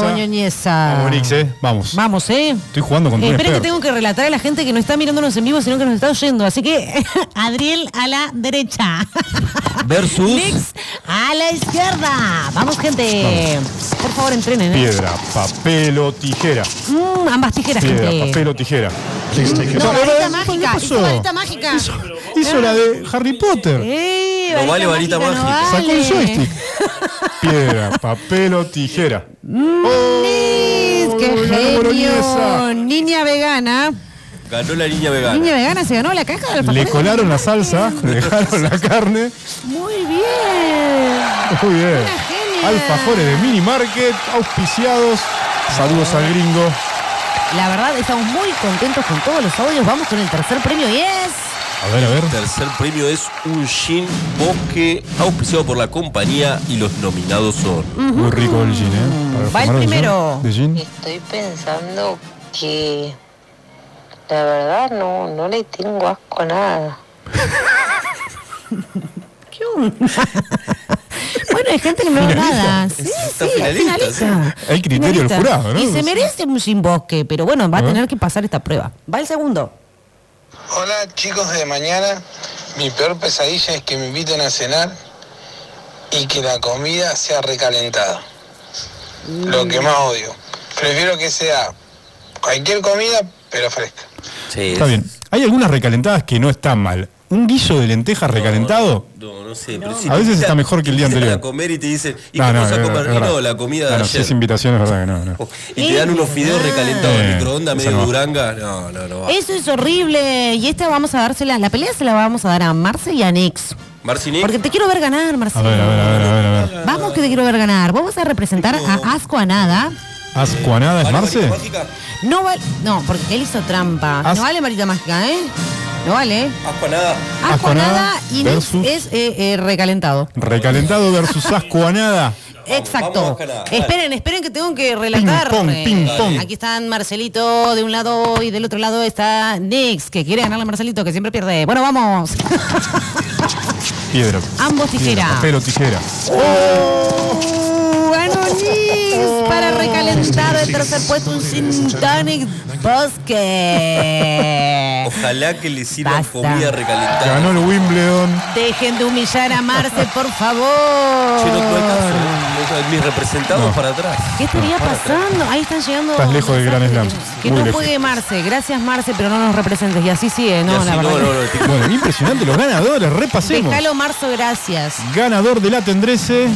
S4: boñoñesa.
S2: Boloñesa. Vamos, Nix, eh. Vamos.
S4: Ah. Vamos, eh.
S2: Estoy jugando con
S4: Eh,
S2: un
S4: esperen que
S2: experto.
S4: tengo que relatar a la gente que no está mirándonos en vivo, sino que nos está oyendo. Así que, Adriel a la derecha.
S3: Versus.
S4: Nix a la izquierda. Vamos, gente. Por favor, entrenen. ¿eh?
S2: Piedra, papel o tijera.
S4: Mm, ambas tijeras,
S2: Piedra,
S4: gente.
S2: papel o tijera.
S4: No, varita
S2: ¿Qué
S4: mágica.
S2: pasó?
S4: Hizo varita mágica.
S2: Hizo la de Harry Potter.
S4: Eh,
S3: No vale varita
S4: mágica, no
S3: mágica.
S2: Sacó el
S4: vale.
S2: joystick. Piedra, papel o tijera.
S4: Nix, qué
S2: la
S4: genio.
S2: boloñesa.
S4: Niña vegana.
S3: Ganó la niña vegana.
S4: Niña vegana se ganó la caja de alfajores.
S2: Le colaron la salsa, le dejaron la carne.
S4: Muy bien.
S2: Muy bien. Alfajores de mini market, auspiciados. Saludos al gringo.
S4: La verdad, estamos muy contentos con todos los audios. Vamos con el tercer premio y es.
S2: A ver, a ver.
S3: El tercer premio es un gin bosque auspiciado por la compañía y los nominados son.
S2: Muy rico el gin, ¿eh? Para
S11: Va el
S2: tomar de gin-
S11: primero.
S2: De gin.
S11: Estoy pensando que la verdad no, no le tengo asco a nada.
S4: ¿Qué onda? bueno, hay gente que no veo nada. Sí,
S3: Está
S4: sí, es
S3: finalista,
S4: finalista.
S3: sí. Hay criterio del
S4: Finalista.
S3: jurado, ¿no?
S4: Y se merece un sin bosque, pero bueno, va a
S3: A ver.
S4: tener que pasar esta prueba. Va el segundo.
S31: Hola chicos de mañana, mi peor pesadilla es que me inviten a cenar y que la comida sea recalentada. Lo
S24: Mm.
S31: que más odio. Prefiero que sea cualquier comida, pero fresca.
S2: Está bien. Hay algunas recalentadas que no están mal. Un guiso de lentejas recalentado.
S3: No, no sé. pero
S2: A
S3: te
S2: veces
S3: invitan-
S2: está mejor que el día
S3: te invitan
S2: anterior.
S3: a comer y te dicen, ¿y
S2: No,
S3: qué
S2: no,
S3: vas a
S2: es
S3: comer? Y
S2: verdad.
S3: no, la comida de
S2: Claro, si
S3: ayer.
S2: es invitación, es verdad que no. no.
S3: Y te dan unos fideos recalentados en
S2: Eh,
S3: microondas, medio
S2: esa no Ah, va.
S3: duranga. No, no, no va.
S4: Eso es horrible. Y esta vamos a dársela. La pelea se la vamos a dar a Marce y a Nix.
S3: Marcini.
S4: Porque te quiero ver ganar,
S2: A
S4: Marcelo.
S2: ver, a ver, a ver, a ver, a ver.
S4: Vamos que te quiero ver ganar. Vos vas a representar a Asco a nada.
S2: ¿Ascuanada es Marce?
S4: No vale. No, porque él hizo trampa.
S2: As-
S4: no vale Marita Mágica, ¿eh? No vale.
S3: Ascuanada.
S4: Ascuanada
S2: Ascuanada
S4: y Nix
S2: versus-
S4: es eh, eh, recalentado.
S2: Recalentado versus ascuanada.
S4: Exacto.
S2: vamos, Ascuanada, dale.
S4: Esperen, esperen que tengo que relatar.
S2: Ping pong,
S4: Eh,
S2: ping pong.
S4: Aquí están Marcelito de un lado y del otro lado está Nix, que quiere ganarle a Marcelito, que siempre pierde. Bueno, vamos.
S2: Piedra.
S4: Ambos tijera.
S2: Piedra, papel o tijera.
S4: Uh, ganó Nix para recalentar. calentado el tercer puesto un gin tonic bosque.
S3: Ojalá que le sirvan comida recalentada.
S2: Ganó el Wimbledon.
S4: Dejen de humillar a Marce, por favor.
S3: Che, no, no
S2: Ah.
S3: alcanzo, no, no, mis representados para atrás.
S4: ¿Qué estaría
S3: Para atrás.
S4: pasando? Ahí están llegando.
S2: Estás lejos del Gran Slam.
S4: Que
S2: Muy
S4: no
S2: lejos.
S4: juegue Marce. Gracias, Marce, pero no nos representes. Y así sigue, ¿no?
S2: Y así
S4: la verdad.
S2: Bueno, impresionante los ganadores, repasemos.
S4: Déjalo, Marzo, gracias.
S2: Ganador de la tendrese,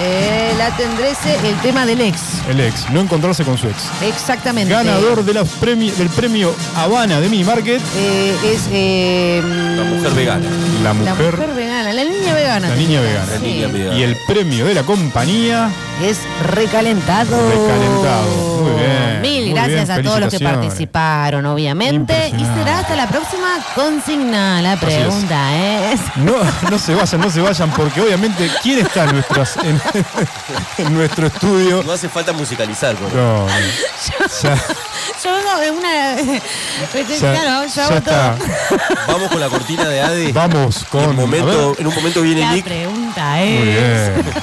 S4: Eh, la tendrese el tema del ex.
S2: el ex, no encontrarse con su ex.
S4: Exactamente.
S2: Ganador de la premi- del premio Habana de Mini Market.
S4: Eh, es eh,
S2: La mujer vegana. La
S4: la
S2: mujer,
S4: mujer vegana, la niña vegana.
S2: la niña vegana.
S4: Sí.
S2: Y el premio de la compañía
S4: Es recalentado.
S2: recalentado. Muy bien.
S4: Mil
S2: muy
S4: gracias
S2: bien,
S4: a todos los que
S2: felicitaciones.
S4: participaron, obviamente. Y será hasta la próxima consigna. La
S2: es.
S4: pregunta ¿eh? es.
S2: No, no se vayan, no se vayan, porque obviamente, ¿quién está en, nuestras- en- en nuestro estudio?
S3: No hace falta musicalizar, por
S2: No, no. Ya-
S4: Yo vengo de una.
S2: ya-
S4: claro, yo
S2: ya
S4: hago
S2: está.
S4: todo.
S3: Vamos con la cortina de ADE.
S2: Vamos con.
S3: En, momento,
S2: a ver.
S3: en un momento viene
S4: La
S3: Nick.
S4: pregunta
S2: Muy
S5: Eh.
S4: es.
S2: bien.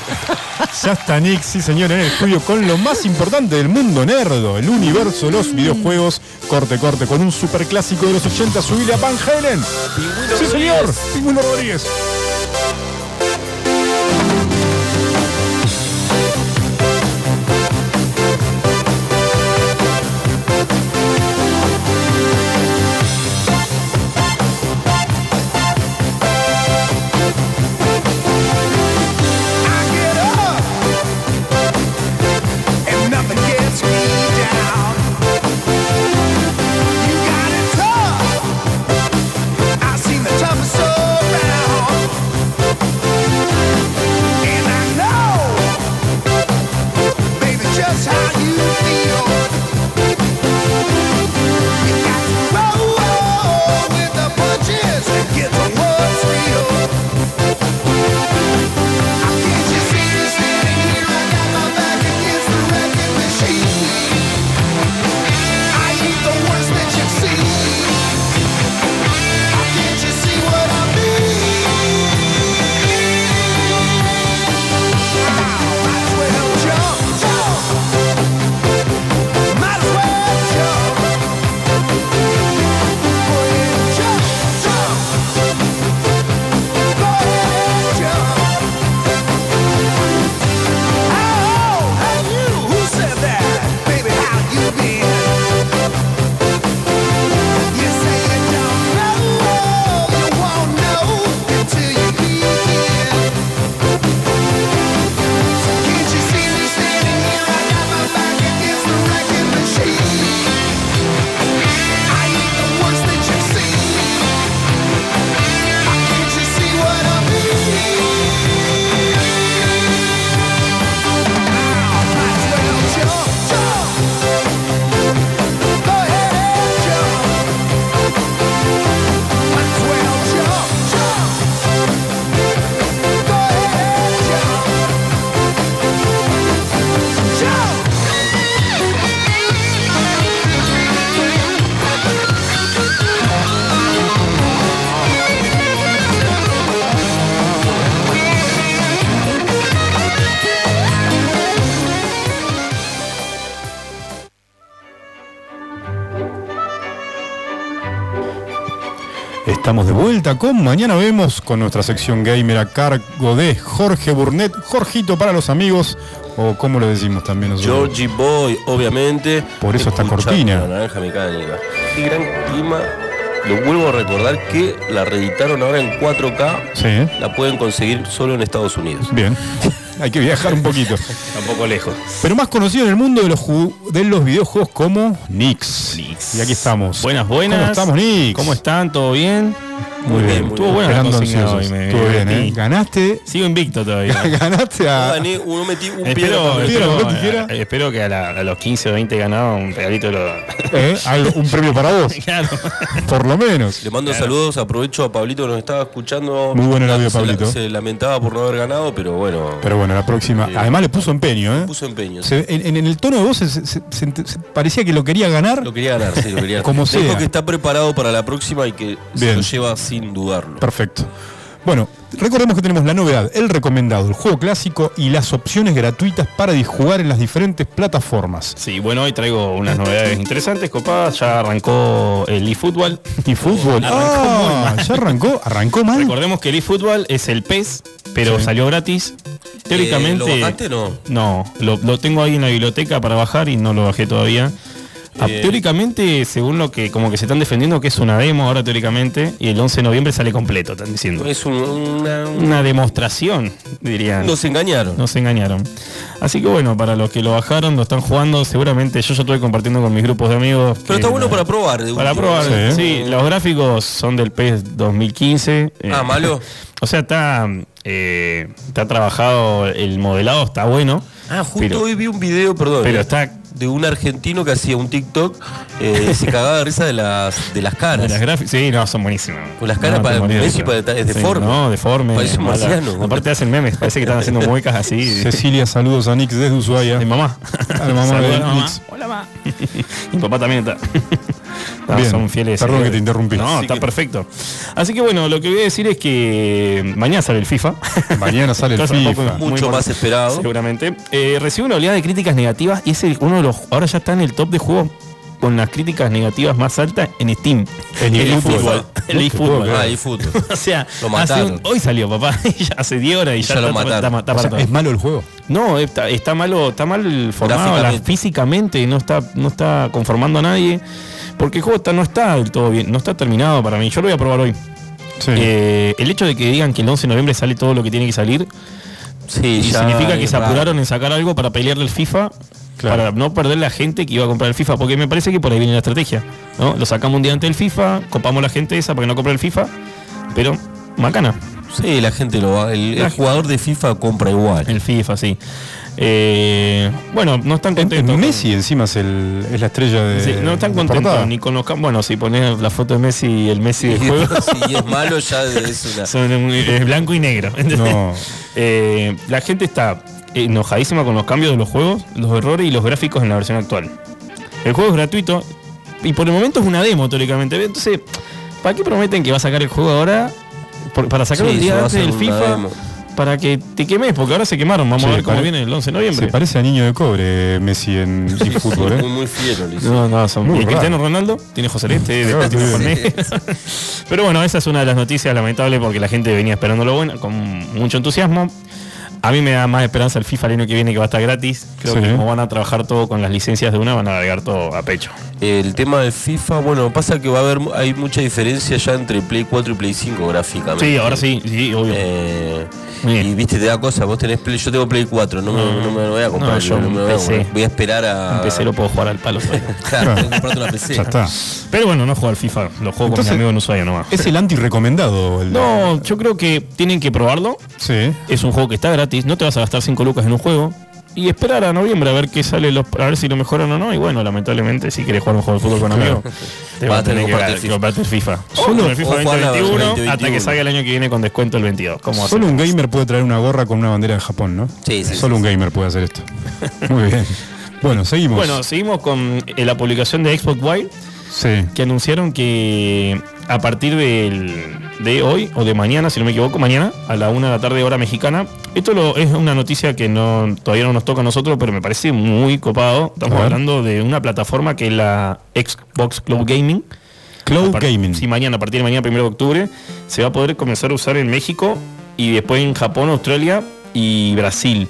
S2: Ya está Nick, sí señor, en el estudio con lo más importante del mundo nerdo, el universo, los videojuegos. Corte, corte, con un superclásico de los 80, subile a Van Halen. Sí señor, Pingüino Rodríguez.
S6: and nothing gets me down. You got it tough. I seen the toughest around, and I know, baby, just how you feel. You got to roll with the punches and get to what's real. I can't you see this thing here? I got my back against the wrecking machine. I ain't the worst that you've seen. How can't you see what I mean? Ow, might as well jump, jump. Might as well jump. Go ahead and jump, jump. Go ahead and jump.
S2: Estamos de vuelta con Mañana Vemos con nuestra sección gamer a cargo de Jorge Burnett, Jorgito para los amigos, o como lo decimos también nosotros.
S3: Georgie Boy, obviamente.
S2: Por eso esta
S3: Escuchá,
S2: cortina.
S3: La naranja mecánica. Qué gran clima. Lo vuelvo a recordar que la reeditaron ahora en 4K.
S2: Sí, ¿eh?
S3: La pueden conseguir solo en Estados Unidos.
S2: bien. Hay que viajar un poquito.
S3: Tampoco lejos.
S2: Pero más conocido en el mundo de los, ju- de los videojuegos como Nix. Y aquí estamos.
S24: Buenas, buenas.
S2: ¿Cómo estamos, Nix?
S24: ¿Cómo están? ¿Todo bien?
S2: Muy bien, muy
S24: Estuvo
S2: bien.
S24: buena la
S2: Esperando
S24: consigna hoy.
S2: ansiosos.
S24: me-
S2: Estuvo
S24: me
S2: bien, ¿eh?
S24: divertí.
S2: Ganaste.
S24: Sigo invicto todavía.
S2: Ganaste
S3: Yo
S2: a.
S3: gané, uno metí un
S24: Espero,
S3: piedra.
S24: espero,
S2: papel, tijera.
S24: eh, espero que a, la- a los 15 o 20 ganados un regalito de los...
S2: ¿eh? Algo- un premio para vos.
S24: Claro.
S2: Por lo menos.
S3: Le mando saludos, aprovecho a Pablito que nos estaba escuchando.
S2: Muy bueno el audio,
S3: Se la-
S2: Pablito.
S3: Se lamentaba por no haber ganado, pero bueno,
S2: Pero bueno, la próxima. Además le puso empeño, ¿eh?
S3: puso empeño.
S2: Se- en, en- en el tono de voz se- se- se- se- se- parecía que lo quería ganar.
S3: Lo quería ganar, sí, lo quería ganar.
S2: Como
S3: Dijo
S2: sea.
S3: que está preparado para la próxima y que se
S2: Bien.
S3: lo lleva sin dudarlo.
S2: Perfecto. Bueno, recordemos que tenemos la novedad, el recomendado, el juego clásico y las opciones gratuitas para disjugar en las diferentes plataformas.
S24: Sí, bueno, hoy traigo unas novedades interesantes, copadas. Ya arrancó el eFootball.
S2: ¿eFootball? Ah, ya arrancó, arrancó mal.
S24: Recordemos que el eFootball es el PES, pero
S2: Sí.
S24: salió gratis. Teóricamente.
S3: Eh, ¿lo bajaste, no?
S24: No, lo, lo tengo ahí en la biblioteca para bajar y no lo bajé todavía. Ah,
S3: Eh.
S24: Teóricamente, según lo que como que se están defendiendo, que es una demo ahora teóricamente, y el 11 de noviembre sale completo, están diciendo.
S3: Es un- una,
S24: Una demostración, dirían.
S3: Nos engañaron.
S24: Nos engañaron. Así que bueno, para los que lo bajaron, lo están jugando, seguramente yo ya estuve compartiendo con mis grupos de amigos.
S3: Pero está bueno para probar. de
S24: Para
S3: última.
S24: probar, sí. Los gráficos son del PES 2015. eh,
S3: Ah, malo.
S24: O sea, está, eh, está trabajado, el modelado está bueno.
S3: Ah, justo
S24: pero-
S3: hoy vi un video, perdón.
S24: pero
S3: eh,
S24: está-
S3: De un argentino que hacía un TikTok eh, se cagaba de risa de las, de las
S24: De
S3: caras.
S24: las grafi- sí, no, son buenísimas.
S3: Con las caras
S24: No,
S3: para
S24: te morías,
S3: Messi
S24: claro.
S3: para- es
S24: Sí,
S3: deforme.
S24: No, deforme.
S3: Parece un
S24: mala.
S3: marciano.
S24: Aparte hacen memes, parece que están haciendo muecas así.
S2: Cecilia, saludos a Nix desde Ushuaia. Mi
S24: mamá.
S2: A la mamá
S24: Saluda
S2: de
S24: a la mamá.
S2: Nix.
S24: Hola, ma. Mi papá también está. No,
S2: Bien,
S24: son fieles.
S2: perdón
S24: seguidores.
S2: que te interrumpí.
S24: No,
S2: Así
S24: está
S2: que-
S24: perfecto. Así que bueno, lo que voy a decir es que mañana sale el FIFA.
S2: Mañana sale el
S24: Cosa un poco
S2: FIFA.
S24: muy
S3: Mucho más
S24: importante,
S3: esperado.
S24: Seguramente. Eh, recibe una oleada de críticas negativas y es el- uno de los. Ahora ya está en el top de juegos con las críticas negativas más altas en Steam.
S2: El eFootball.
S24: El eFootball.
S3: Ah, eFootball.
S24: O sea,
S3: Lo
S24: hace un-
S3: mataron.
S24: hoy salió, papá. y ya hace 10 horas y ya,
S3: Ya lo
S24: está- está- está
S3: mataron.
S2: O sea,
S24: apartado.
S2: es malo el juego.
S24: No, está, está malo, está mal formado la-
S3: Gráficamente.
S24: físicamente, no está, no está conformando a nadie. Porque el juego está- no está del todo bien, no está terminado para mí. Yo lo voy a probar hoy.
S2: Sí.
S24: Eh, el hecho de que digan que el 11 de noviembre sale todo lo que tiene que salir,
S3: Sí,
S24: y
S3: ya
S24: significa que
S3: es
S24: se
S3: raro.
S24: apuraron en sacar algo para pelearle el FIFA,
S2: Claro.
S24: para no perder la gente que iba a comprar el FIFA, porque me parece que por ahí viene la estrategia. ¿no? Lo sacamos un día antes del FIFA, copamos la gente esa para que no compre el FIFA, pero macana.
S3: Sí, la gente lo va. El, el
S24: La-
S3: jugador de FIFA compra igual.
S24: El FIFA, sí. Eh, bueno, no están contentos. con-
S2: Messi encima es, el, es la estrella de.
S24: Sí, no están
S2: de
S24: contentos
S2: portada.
S24: ni con los cam- Bueno, si pones la foto de Messi y el Messi
S3: Si
S24: del juego,
S3: es malo, ya es una.
S24: son un- es blanco y negro. ¿entendés?
S2: No.
S24: Eh, la gente está enojadísima con los cambios de los juegos, los errores y los gráficos en la versión actual. El juego es gratuito y por el momento es una demo, teóricamente. Entonces, ¿para qué prometen que va a sacar el juego ahora? Por- para sacar
S3: Sí,
S24: el
S3: se va
S24: día
S3: a
S24: antes
S3: hacer
S24: del
S3: una
S24: FIFA,
S3: demo.
S24: para que te quemes, porque ahora se quemaron. Vamos
S2: Sí,
S24: a ver cómo
S2: pare-
S24: viene el 11 de
S2: Se
S24: noviembre.
S2: parece a niño de cobre Messi en eFootball,
S3: Muy,
S2: ¿eh?
S3: muy fiero, le hizo.
S24: No, no, son
S2: Muy
S24: y el
S2: raro.
S24: Cristiano Ronaldo tiene José Celeste,
S2: Claro,
S24: después tiene
S2: sí.
S24: Fornés. Pero bueno, esa es una de las noticias lamentables porque la gente venía esperando lo bueno, con mucho entusiasmo. A mí me da más esperanza el FIFA el año que viene que va a estar gratis. Creo
S2: Sí.
S24: que como van a trabajar todo con las licencias de una, van a navegar todo a pecho.
S3: El tema del FIFA, bueno, pasa que va a haber hay mucha diferencia ya entre Play 4 y Play 5 gráficamente.
S24: Sí, ahora sí, sí, obvio.
S3: Eh,
S24: Bien. Mm.
S3: y viste, te da cosa, vos tenés Play, yo tengo Play 4, no me, no me lo voy a comprar,
S24: No, yo
S3: no me voy a
S24: PC.
S3: comprar. Voy a esperar a.
S24: Empecé lo puedo jugar al palo todavía.
S3: Claro, tengo que comprarte una PC.
S2: Ya está.
S24: Pero bueno, no juego al FIFA, lo juego con
S2: Entonces-
S24: mi amigo en Ushuaia nomás.
S2: Es el anti-recomendado. el-
S24: No, yo creo que tienen que probarlo.
S2: Sí.
S24: Es un juego que está gratis, no te vas a gastar 5 lucas en un juego. Y esperar a noviembre a ver qué sale, los, a ver si lo mejoran o no. Y bueno, lamentablemente, si querés jugar un juego de fútbol con amigos, te vas a tener que
S3: comprarte el
S24: que comprarte el FIFA.
S3: O
S24: Solo el
S3: o
S24: FIFA
S3: jugar la
S24: 2021
S3: 2021.
S24: hasta que salga el año que viene con descuento el 22. ¿Cómo
S2: Solo
S24: hacemos?
S2: un gamer puede traer una gorra con una bandera de Japón, ¿no?
S3: Sí, sí,
S2: Solo un gamer puede hacer esto. Muy bien. Bueno, seguimos.
S24: Bueno, seguimos con eh, la publicación de Xbox Wild,
S2: sí.
S24: que anunciaron que a partir del- de hoy o de mañana, si no me equivoco, mañana a la una de la tarde hora mexicana. Esto lo- es una noticia que no, todavía no nos toca a nosotros, pero me parece muy copado.
S2: A
S24: Estamos
S2: ver.
S24: hablando de una plataforma que es la Xbox Cloud Gaming.
S2: Cloud
S24: A par-
S2: Gaming.
S24: Sí, mañana, a partir de mañana, primero de octubre, se va a poder comenzar a usar en México y después en Japón, Australia y Brasil.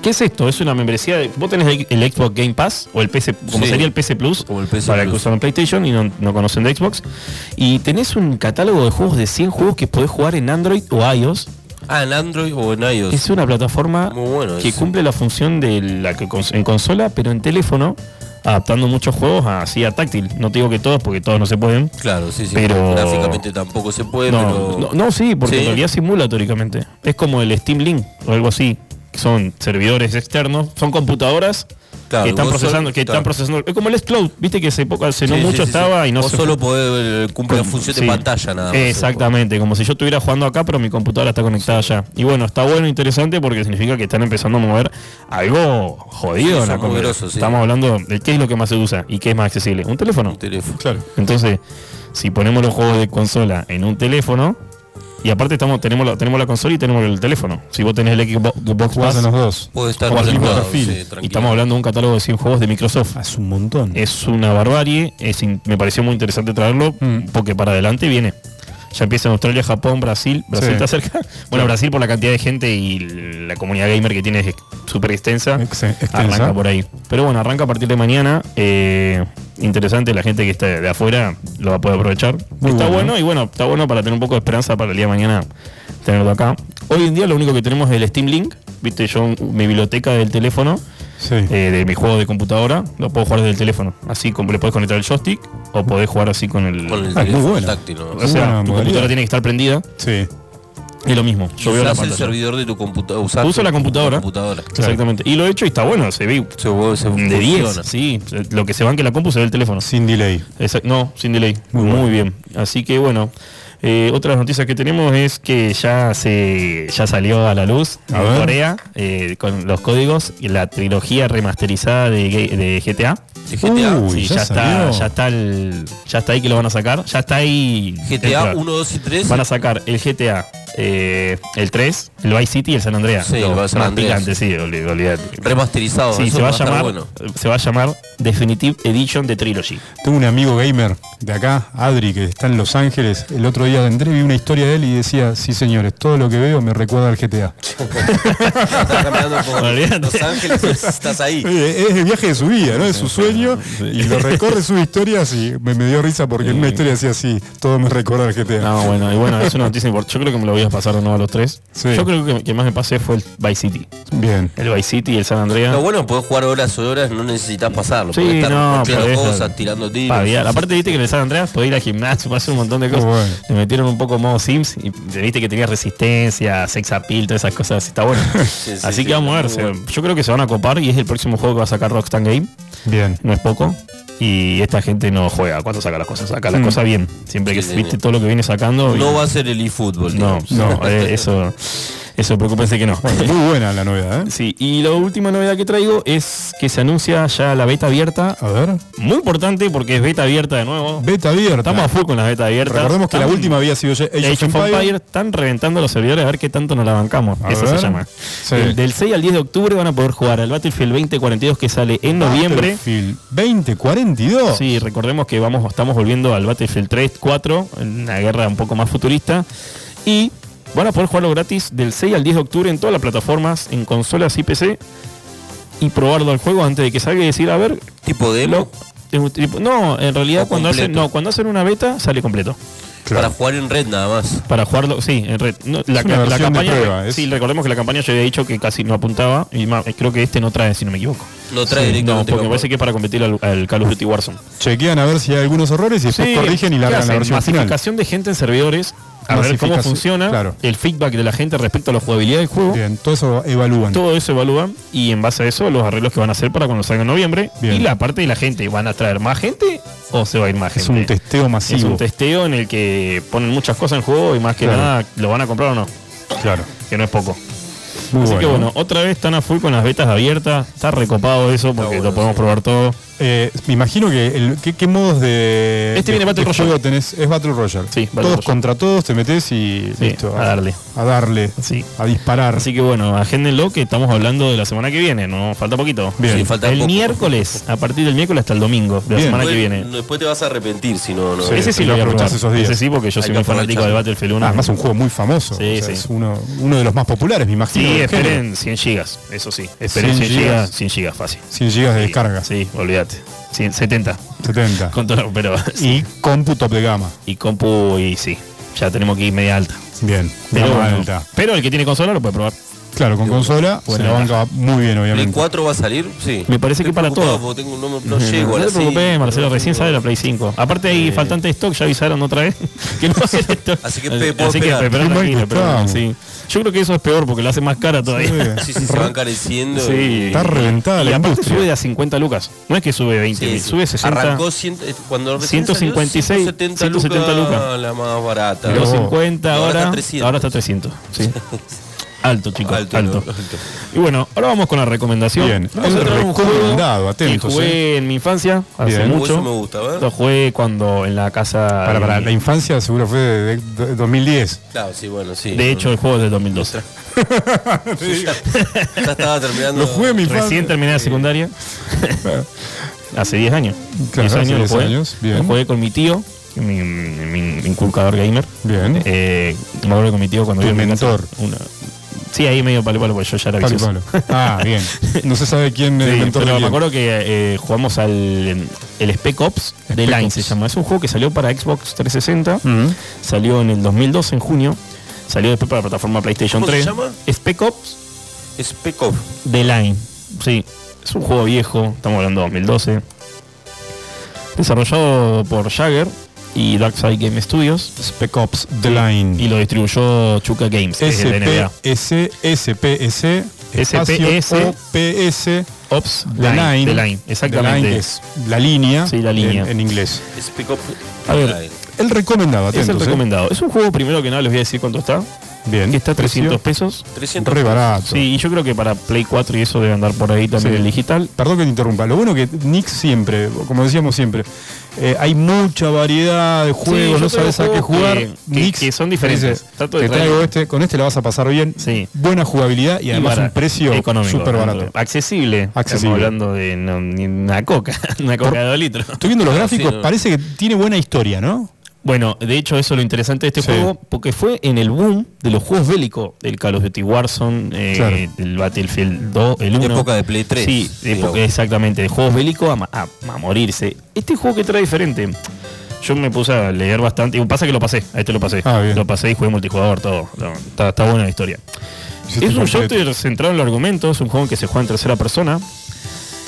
S24: ¿Qué es esto? Es una membresía de. Vos tenés el el Xbox Game Pass o el PC, como
S3: Sí.
S24: sería el PC Plus,
S3: Como el PC
S24: para
S3: Plus.
S24: que usan en PlayStation y no, no conocen de Xbox. Y tenés un catálogo de juegos de 100 juegos que podés jugar en Android o iOS.
S3: Ah, en Android o en iOS.
S24: Es una plataforma
S3: Muy bueno
S24: que
S3: eso.
S24: cumple la función de la que cons- en consola, pero en teléfono, adaptando muchos juegos a- así a táctil. No te digo que todos, porque todos no se pueden.
S3: Claro, sí, sí.
S24: Pero-
S3: Gráficamente tampoco se puede,
S24: No,
S3: pero.
S24: no, no, sí, porque
S3: Sí.
S24: en realidad simula teóricamente. Es como el Steam Link o algo así. que Son servidores externos, son computadoras
S3: Claro,
S24: que están
S3: vos
S24: procesando,
S3: solo-
S24: que
S3: claro.
S24: están procesando. Es como el S-Cloud, viste que hace poco, hace no
S3: Sí, sí,
S24: mucho
S3: sí, sí.
S24: estaba y no
S3: Vos
S24: se-
S3: solo podés eh, cumplir la función de
S24: Sí.
S3: pantalla nada más.
S24: Exactamente, como si yo estuviera jugando acá, pero mi computadora está conectada allá. Y bueno, está bueno, interesante, porque significa que están empezando a mover algo jodido
S3: Sí,
S24: en la
S3: son muy
S24: comida.
S3: grosos, sí.
S24: Estamos hablando de qué es lo que más se usa y qué es más accesible. Un teléfono.
S3: Un teléfono.
S2: Claro.
S24: Entonces, si ponemos los juegos de consola en un teléfono, Y aparte estamos, tenemos la, tenemos la consola y tenemos el teléfono. Si vos tenés el Xbox
S2: Jugás
S24: Pass,
S2: en los dos.
S3: Puede estar
S24: jugás al mismo
S3: conectado,
S24: perfil.
S3: sí,
S24: y
S3: tranquilo.
S24: estamos hablando de un catálogo de 100 juegos de Microsoft.
S2: Es un montón.
S24: Es una barbarie. Es in- me pareció muy interesante traerlo
S2: Mm.
S24: porque para adelante viene. Ya empieza en Australia, Japón, Brasil. Brasil
S2: Sí.
S24: está cerca. Bueno, Brasil por la cantidad de gente y la comunidad gamer que tiene es ex- súper extensa. Arranca por ahí. Pero bueno, arranca a partir de mañana. eh, interesante, la gente que está de afuera lo va a poder aprovechar.
S2: Muy
S24: está
S2: bueno.
S24: bueno. y bueno, está bueno para tener un poco de esperanza para el día de mañana tenerlo acá. Hoy en día lo único que tenemos es el Steam Link. Viste, yo mi biblioteca del teléfono, eh, de mi juego de computadora, lo puedo jugar desde el teléfono. Así como le puedes conectar el joystick o podés jugar así con el,
S3: Con el Ah, es muy teléfono bueno. táctil,
S24: O
S3: ¿no?
S24: sea,
S3: Buena
S24: tu
S3: modalidad.
S24: computadora tiene que estar prendida.
S2: Sí.
S24: Es lo mismo. Yo veo la
S3: Usás el
S24: pantalla.
S3: servidor de tu computadora. usás
S24: Uso
S3: tu-
S24: la computadora.
S3: tu computadora.
S24: Exactamente. Y lo he hecho y está bueno, se ve de 10.
S3: funciona.
S24: Sí, lo que se va en que la compu se ve el teléfono.
S2: Sin delay.
S24: no, sin delay. Muy, bien. Así que bueno. eh, otras noticias que tenemos es que ya se ya salió a la luz en
S2: A ver.
S24: Corea eh, con los códigos y la trilogía remasterizada de, Ga- de GTA.
S3: De GTA.
S24: Sí,
S3: Uy,
S24: ya,
S3: ya
S24: está,
S3: salió.
S24: ya está el- ya está ahí que lo van a sacar. Ya está ahí.
S3: GTA
S24: el-
S3: 1, 2 y 3.
S24: Van a sacar el GTA, eh, el 3, el Vice City y el San Andreas.
S3: Sí, el
S24: Los
S3: San
S24: más
S3: Andreas.
S24: picantes, sí, oli- olvidate.
S3: Remasterizado,
S24: Sí,
S3: eso
S24: se va, a
S3: va a estar
S24: llamar,
S3: bueno.
S24: se va a llamar Definitive Edition de Trilogy.
S2: Tengo un amigo gamer de acá, Adri, que está en Los Ángeles. El otro día entré, vi una historia de él y decía, sí señores, todo lo que veo me recuerda al GTA.
S3: Estás caminando por
S24: Olvídate.
S3: Los Ángeles, pues, estás ahí.
S2: Eh, Es el viaje de su vida, ¿no? Es su sueño y lo recorre sus historias y me, me dio risa porque en una historia decía así, todo me recuerda al GTA.
S24: No, Ah, bueno, y bueno, es una noticia importante. Yo creo que me lo voy a pasar de nuevo a los tres.
S2: Sí.
S24: Yo creo que, que más me pasé fue el Vice City.
S2: Bien.
S24: El Vice City y el San Andreas.
S3: Lo bueno, podés jugar horas y horas, no necesitas pasarlo.
S24: Sí,
S3: podés estar
S24: no,
S3: golpeando
S24: podés-
S3: cosas, tirando tiros.
S24: Paviar. Aparte, viste que en el San Andreas podés ir al gimnasio, hacer un montón de cosas. Le metieron un poco modo Sims y te viste que tenía resistencia, sex appeal, todas esas cosas. Está bueno.
S3: sí,
S24: Así
S3: sí,
S24: que vamos a ver.
S3: muy
S24: se-
S3: bueno.
S24: Yo creo que se van a copar y es el próximo juego que va a sacar Rockstar Game.
S2: Bien.
S24: No es poco. Y esta gente no juega cuando saca las cosas. Saca las
S3: Mm.
S24: cosas bien. Siempre que
S3: Sí,
S24: viste
S3: sí.
S24: todo lo que viene sacando. y-
S3: No va a ser el eFootball.
S24: No,
S3: digamos.
S24: no, eh, eso, eso preocupense que no.
S2: Muy buena la novedad, ¿eh?
S24: Sí, y la última novedad que traigo es que se anuncia ya la beta abierta.
S2: A ver.
S24: Muy importante porque es beta abierta de nuevo.
S2: Beta abierta.
S24: Estamos a full con las beta abiertas.
S2: Recordemos que la
S24: Están-
S2: última había sido Age of
S24: Age of
S2: Empires.
S24: Empire, están reventando los servidores a ver qué tanto nos la bancamos.
S2: A
S24: Eso
S2: ver.
S24: se llama.
S2: Sí.
S24: El- del 6 al 10 de octubre van a poder jugar al Battlefield 2042 que sale en noviembre.
S2: Battlefield 2042.
S24: Sí, recordemos que vamos, estamos volviendo al Battlefield 3, 4, una guerra un poco más futurista. Y van a poder jugarlo gratis del 6 al 10 de octubre en todas las plataformas, en consolas y PC, y probarlo al juego antes de que salga y decir, a ver.
S3: ¿Tipo demo?
S24: lo- tipo- no, en realidad
S3: ¿O
S24: cuando hacen,
S3: completo?
S24: no, cuando hacen una beta sale completo.
S3: Para jugar en red nada más.
S24: Para jugarlo, sí, en red. No, la,
S3: Es una
S24: la
S3: versión de
S24: campaña.
S3: prueba, es-
S24: Sí, recordemos que la campaña yo había dicho que casi no apuntaba. Y más, creo que este no trae, si no me equivoco.
S3: No trae
S24: Sí, No, porque
S3: directamente
S24: me
S3: campaña.
S24: parece que es para competir al, al Call of Duty Warzone.
S2: Chequean a ver si hay algunos errores y después
S24: Sí,
S2: corrigen y
S24: ¿qué
S2: largan la
S24: hacen?
S2: versión final.
S24: Masificación de gente en servidores, a ver cómo
S2: Masificación,
S24: funciona,
S2: claro.
S24: el feedback de la gente respecto a la jugabilidad del juego.
S2: Bien, todo eso evalúan.
S24: Todo eso evalúan y en base a eso los arreglos que van a hacer para cuando salga en noviembre. Y la parte de la gente, ¿van a traer más gente o se va a ir más
S2: Es
S24: gente?
S2: un testeo masivo.
S24: Es un testeo en el que ponen muchas cosas en juego y más que
S2: Claro.
S24: nada, ¿lo van a comprar o no?
S2: Claro.
S24: Que no es poco.
S2: Muy
S24: Así que
S2: bueno.
S24: bueno, otra vez están a full con las betas abiertas. Está recopado eso porque lo podemos probar todo.
S2: Eh, me imagino que el, ¿qué, qué modos de
S24: Este viene
S2: de-
S24: Battle
S2: de
S24: Royale.
S2: juego tenés? Es Battle Royale.
S24: Battle
S2: todos
S24: Royale.
S2: contra todos te metes y listo.
S24: a darle.
S2: A darle. A disparar.
S24: Así que bueno, agéndenlo que estamos hablando de la semana que viene, no falta poquito.
S2: Bien. Sí, falta
S24: el
S2: poco.
S24: miércoles, a partir del miércoles hasta el domingo de la semana que
S3: Después-
S24: viene.
S3: Después te vas a arrepentir si no. no.
S24: ese sí lo voy a probar. Ese sí porque yo
S3: Hay
S24: soy
S3: que
S24: muy fanático del
S3: aprovechar.
S24: Battlefield 1.
S2: Ah, además un juego muy famoso.
S24: Sí,
S2: o sea,
S24: sí.
S2: Es uno, uno de los más populares, me imagino.
S24: Sí,
S2: del género.
S24: esperen 100 gigas, eso sí. Esperen 100,
S2: 100
S24: gigas,
S2: gigas.
S24: 100 gigas fácil.
S2: 100 gigas de descarga.
S24: Sí, olvídate. 100, 70.
S2: 70.
S24: Con todo, pero
S2: Y compu top de gama.
S24: y compu y sí, ya tenemos que ir media alta.
S2: Bien,
S24: Pero,
S2: gama
S24: bueno,
S2: alta.
S24: pero el que tiene consola lo puede probar.
S2: Claro, con consola
S24: Buena
S2: se la
S24: ventaja.
S2: banca muy bien,
S3: ¿Play
S2: obviamente.
S3: 4 va a salir? Sí.
S24: Me parece que para
S3: preocupado
S24: todo.
S3: porque tengo- no me- no llego a
S24: no
S3: la
S24: te preocupes,
S3: serie.
S24: Marcelo, recién sale la Play 5. Aparte hay faltante de stock, ya avisaron otra vez que no va a ser stock. Así
S3: que pe- puedo
S24: Así que
S3: esperar.
S24: esperar
S3: Qué mal
S24: tranquilo,
S3: que
S24: pero bueno,
S3: estamos.
S24: sí. Yo creo que eso es peor porque lo hace más cara todavía.
S3: Sí, sí, se va encareciendo.
S24: Sí.
S2: Está reventada
S24: Y
S2: la
S24: aparte
S2: industria.
S24: sube a 50 lucas. No es que sube 20 mil,
S3: Sí, sí.
S24: sube 60.
S3: Arrancó cien- eh, cuando recién
S24: 156,
S3: salió, 170 lucas,
S24: 170 lucas.
S3: la más barata.
S24: Pero 50 ahora,
S3: está
S24: ahora
S3: 300.
S24: está 300. sí. Alto, chicos. Alto. Y bueno, ahora vamos con la recomendación.
S2: Bien,
S24: Vamos
S2: el
S24: a traer un juego
S2: recomendado, atentos, eh.
S24: Que jugué en mi infancia, hace
S2: Bien.
S24: mucho.
S2: Uy, eso me gusta, a ver.
S24: Lo jugué cuando en la casa.
S2: Para, para,
S24: de-
S2: la infancia seguro fue de, de- de 2010.
S3: Claro, sí, bueno, sí.
S24: De hecho, el juego es del 2012.
S3: Ya estaba terminando.
S24: Lo jugué en mi Recién terminé la secundaria. hace 10 años.
S2: Claro,
S24: 10
S2: hace
S24: años lo
S2: 10
S24: jugué.
S2: años, bien.
S24: Lo jugué con mi tío, mi, mi inculcador gamer.
S2: Bien.
S24: Eh, me acuerdo con mi tío cuando
S2: Tu
S24: vivía en mi casa,
S2: mentor.
S24: una- sí, ahí medio palo y palo, porque yo ya era
S2: Palo y
S24: vicioso.
S2: palo. Ah, bien. No se sabe quién
S24: Sí,
S2: eh, inventó
S24: pero
S2: la
S24: me
S2: idea.
S24: acuerdo que eh, jugamos al em, el Spec Ops de
S2: Spec
S24: Line
S2: Ops.
S24: se llama. Es un juego que salió para Xbox 360. Salió en el 2002 en junio. Salió después para la plataforma PlayStation
S3: ¿Cómo se
S24: 3.
S3: llama?
S24: Spec Ops
S3: Spec Ops.
S24: de Line. Sí, es un juego viejo, estamos hablando de 2012. Desarrollado por Jagger y Darkside Game Studios.
S2: Spec Ops The Line.
S24: Y lo distribuyó Chuka Games, que es el de NBA.
S2: SPS, SPS,
S24: SPS,
S2: espacio OPS,
S24: Ops,
S2: The
S24: Line,
S2: Line.
S24: The Line,
S2: The
S24: exactamente.
S2: Line es la línea.
S24: Sí, la línea.
S2: En, en inglés.
S3: Spec Ops.
S24: A ver,
S2: El recomendado,
S24: es
S2: atentos.
S24: el
S2: eh.
S24: recomendado. Es un juego, primero que nada, les voy a decir cuánto está.
S2: Bien.
S24: Que está a 300
S2: Precio.
S24: pesos.
S2: 300 Re barato.
S24: Sí, y yo creo que para Play 4 y eso debe andar por ahí también
S2: Sí.
S24: el digital.
S2: Perdón que te interrumpa. Lo bueno que Nick siempre, como decíamos siempre, eh, hay mucha variedad de juegos,
S24: yo
S2: no
S24: creo
S2: sabes a qué
S24: juegos
S2: jugar.
S24: que- que-
S2: Nix
S24: que son diferentes.
S2: dice,
S24: Trato de
S2: te
S24: traer-
S2: traigo este, con este la vas a pasar bien.
S24: Sí.
S2: Buena jugabilidad y además un
S24: barato,
S2: precio
S24: económico,
S2: súper barato.
S24: Accesible.
S2: Accesible.
S24: Estamos hablando de no, ni una coca, una coca de dos litros.
S2: Estoy viendo los gráficos, parece que tiene buena historia, ¿no?
S24: Bueno, de hecho eso es lo interesante de este
S2: Sí.
S24: juego, porque fue en el boom de los juegos bélicos, del Call of Duty Warzone, eh,
S3: Claro.
S24: del Battlefield 2, el 1.
S3: Época de Play 3,
S24: Sí, de
S3: digamos.
S24: época- exactamente, de juegos bélicos a, ma- a- a morirse. Este juego que trae diferente, yo me puse a leer bastante, y pasa que lo pasé, a este lo pasé, lo pasé y jugué multijugador, todo, No, está, está buena la historia.
S2: Hiciste
S24: es un
S2: completo.
S24: shooter centrado en los argumentos, un juego que se juega en tercera persona,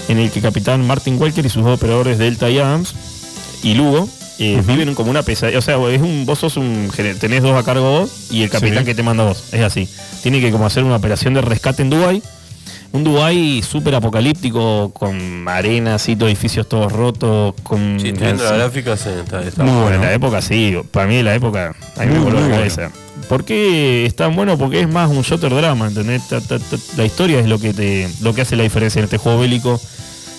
S24: en el que Capitán Martin Walker y sus dos operadores Delta y Adams y Lugo eh, viven como una pesadilla. O sea, es un, vos sos un. gener- tenés dos a cargo vos y el capitán
S2: Sí.
S24: que te manda vos. Es así. Tiene que como hacer una operación de rescate en Dubái. Un Dubái súper apocalíptico, con arena, así, todos edificios todos rotos, con.
S3: Sí, estoy viendo la gráfica, sí, está, está
S24: Muy bueno. En
S3: buena.
S24: la época sí, para mí en la época a mí me
S3: Muy,
S24: voló
S3: muy
S24: la
S3: bueno.
S24: cabeza. ¿Por qué es tan bueno? Porque es más un shooter drama, ¿entendés? Ta- ta- ta- La historia es lo que te lo que hace la diferencia en este juego bélico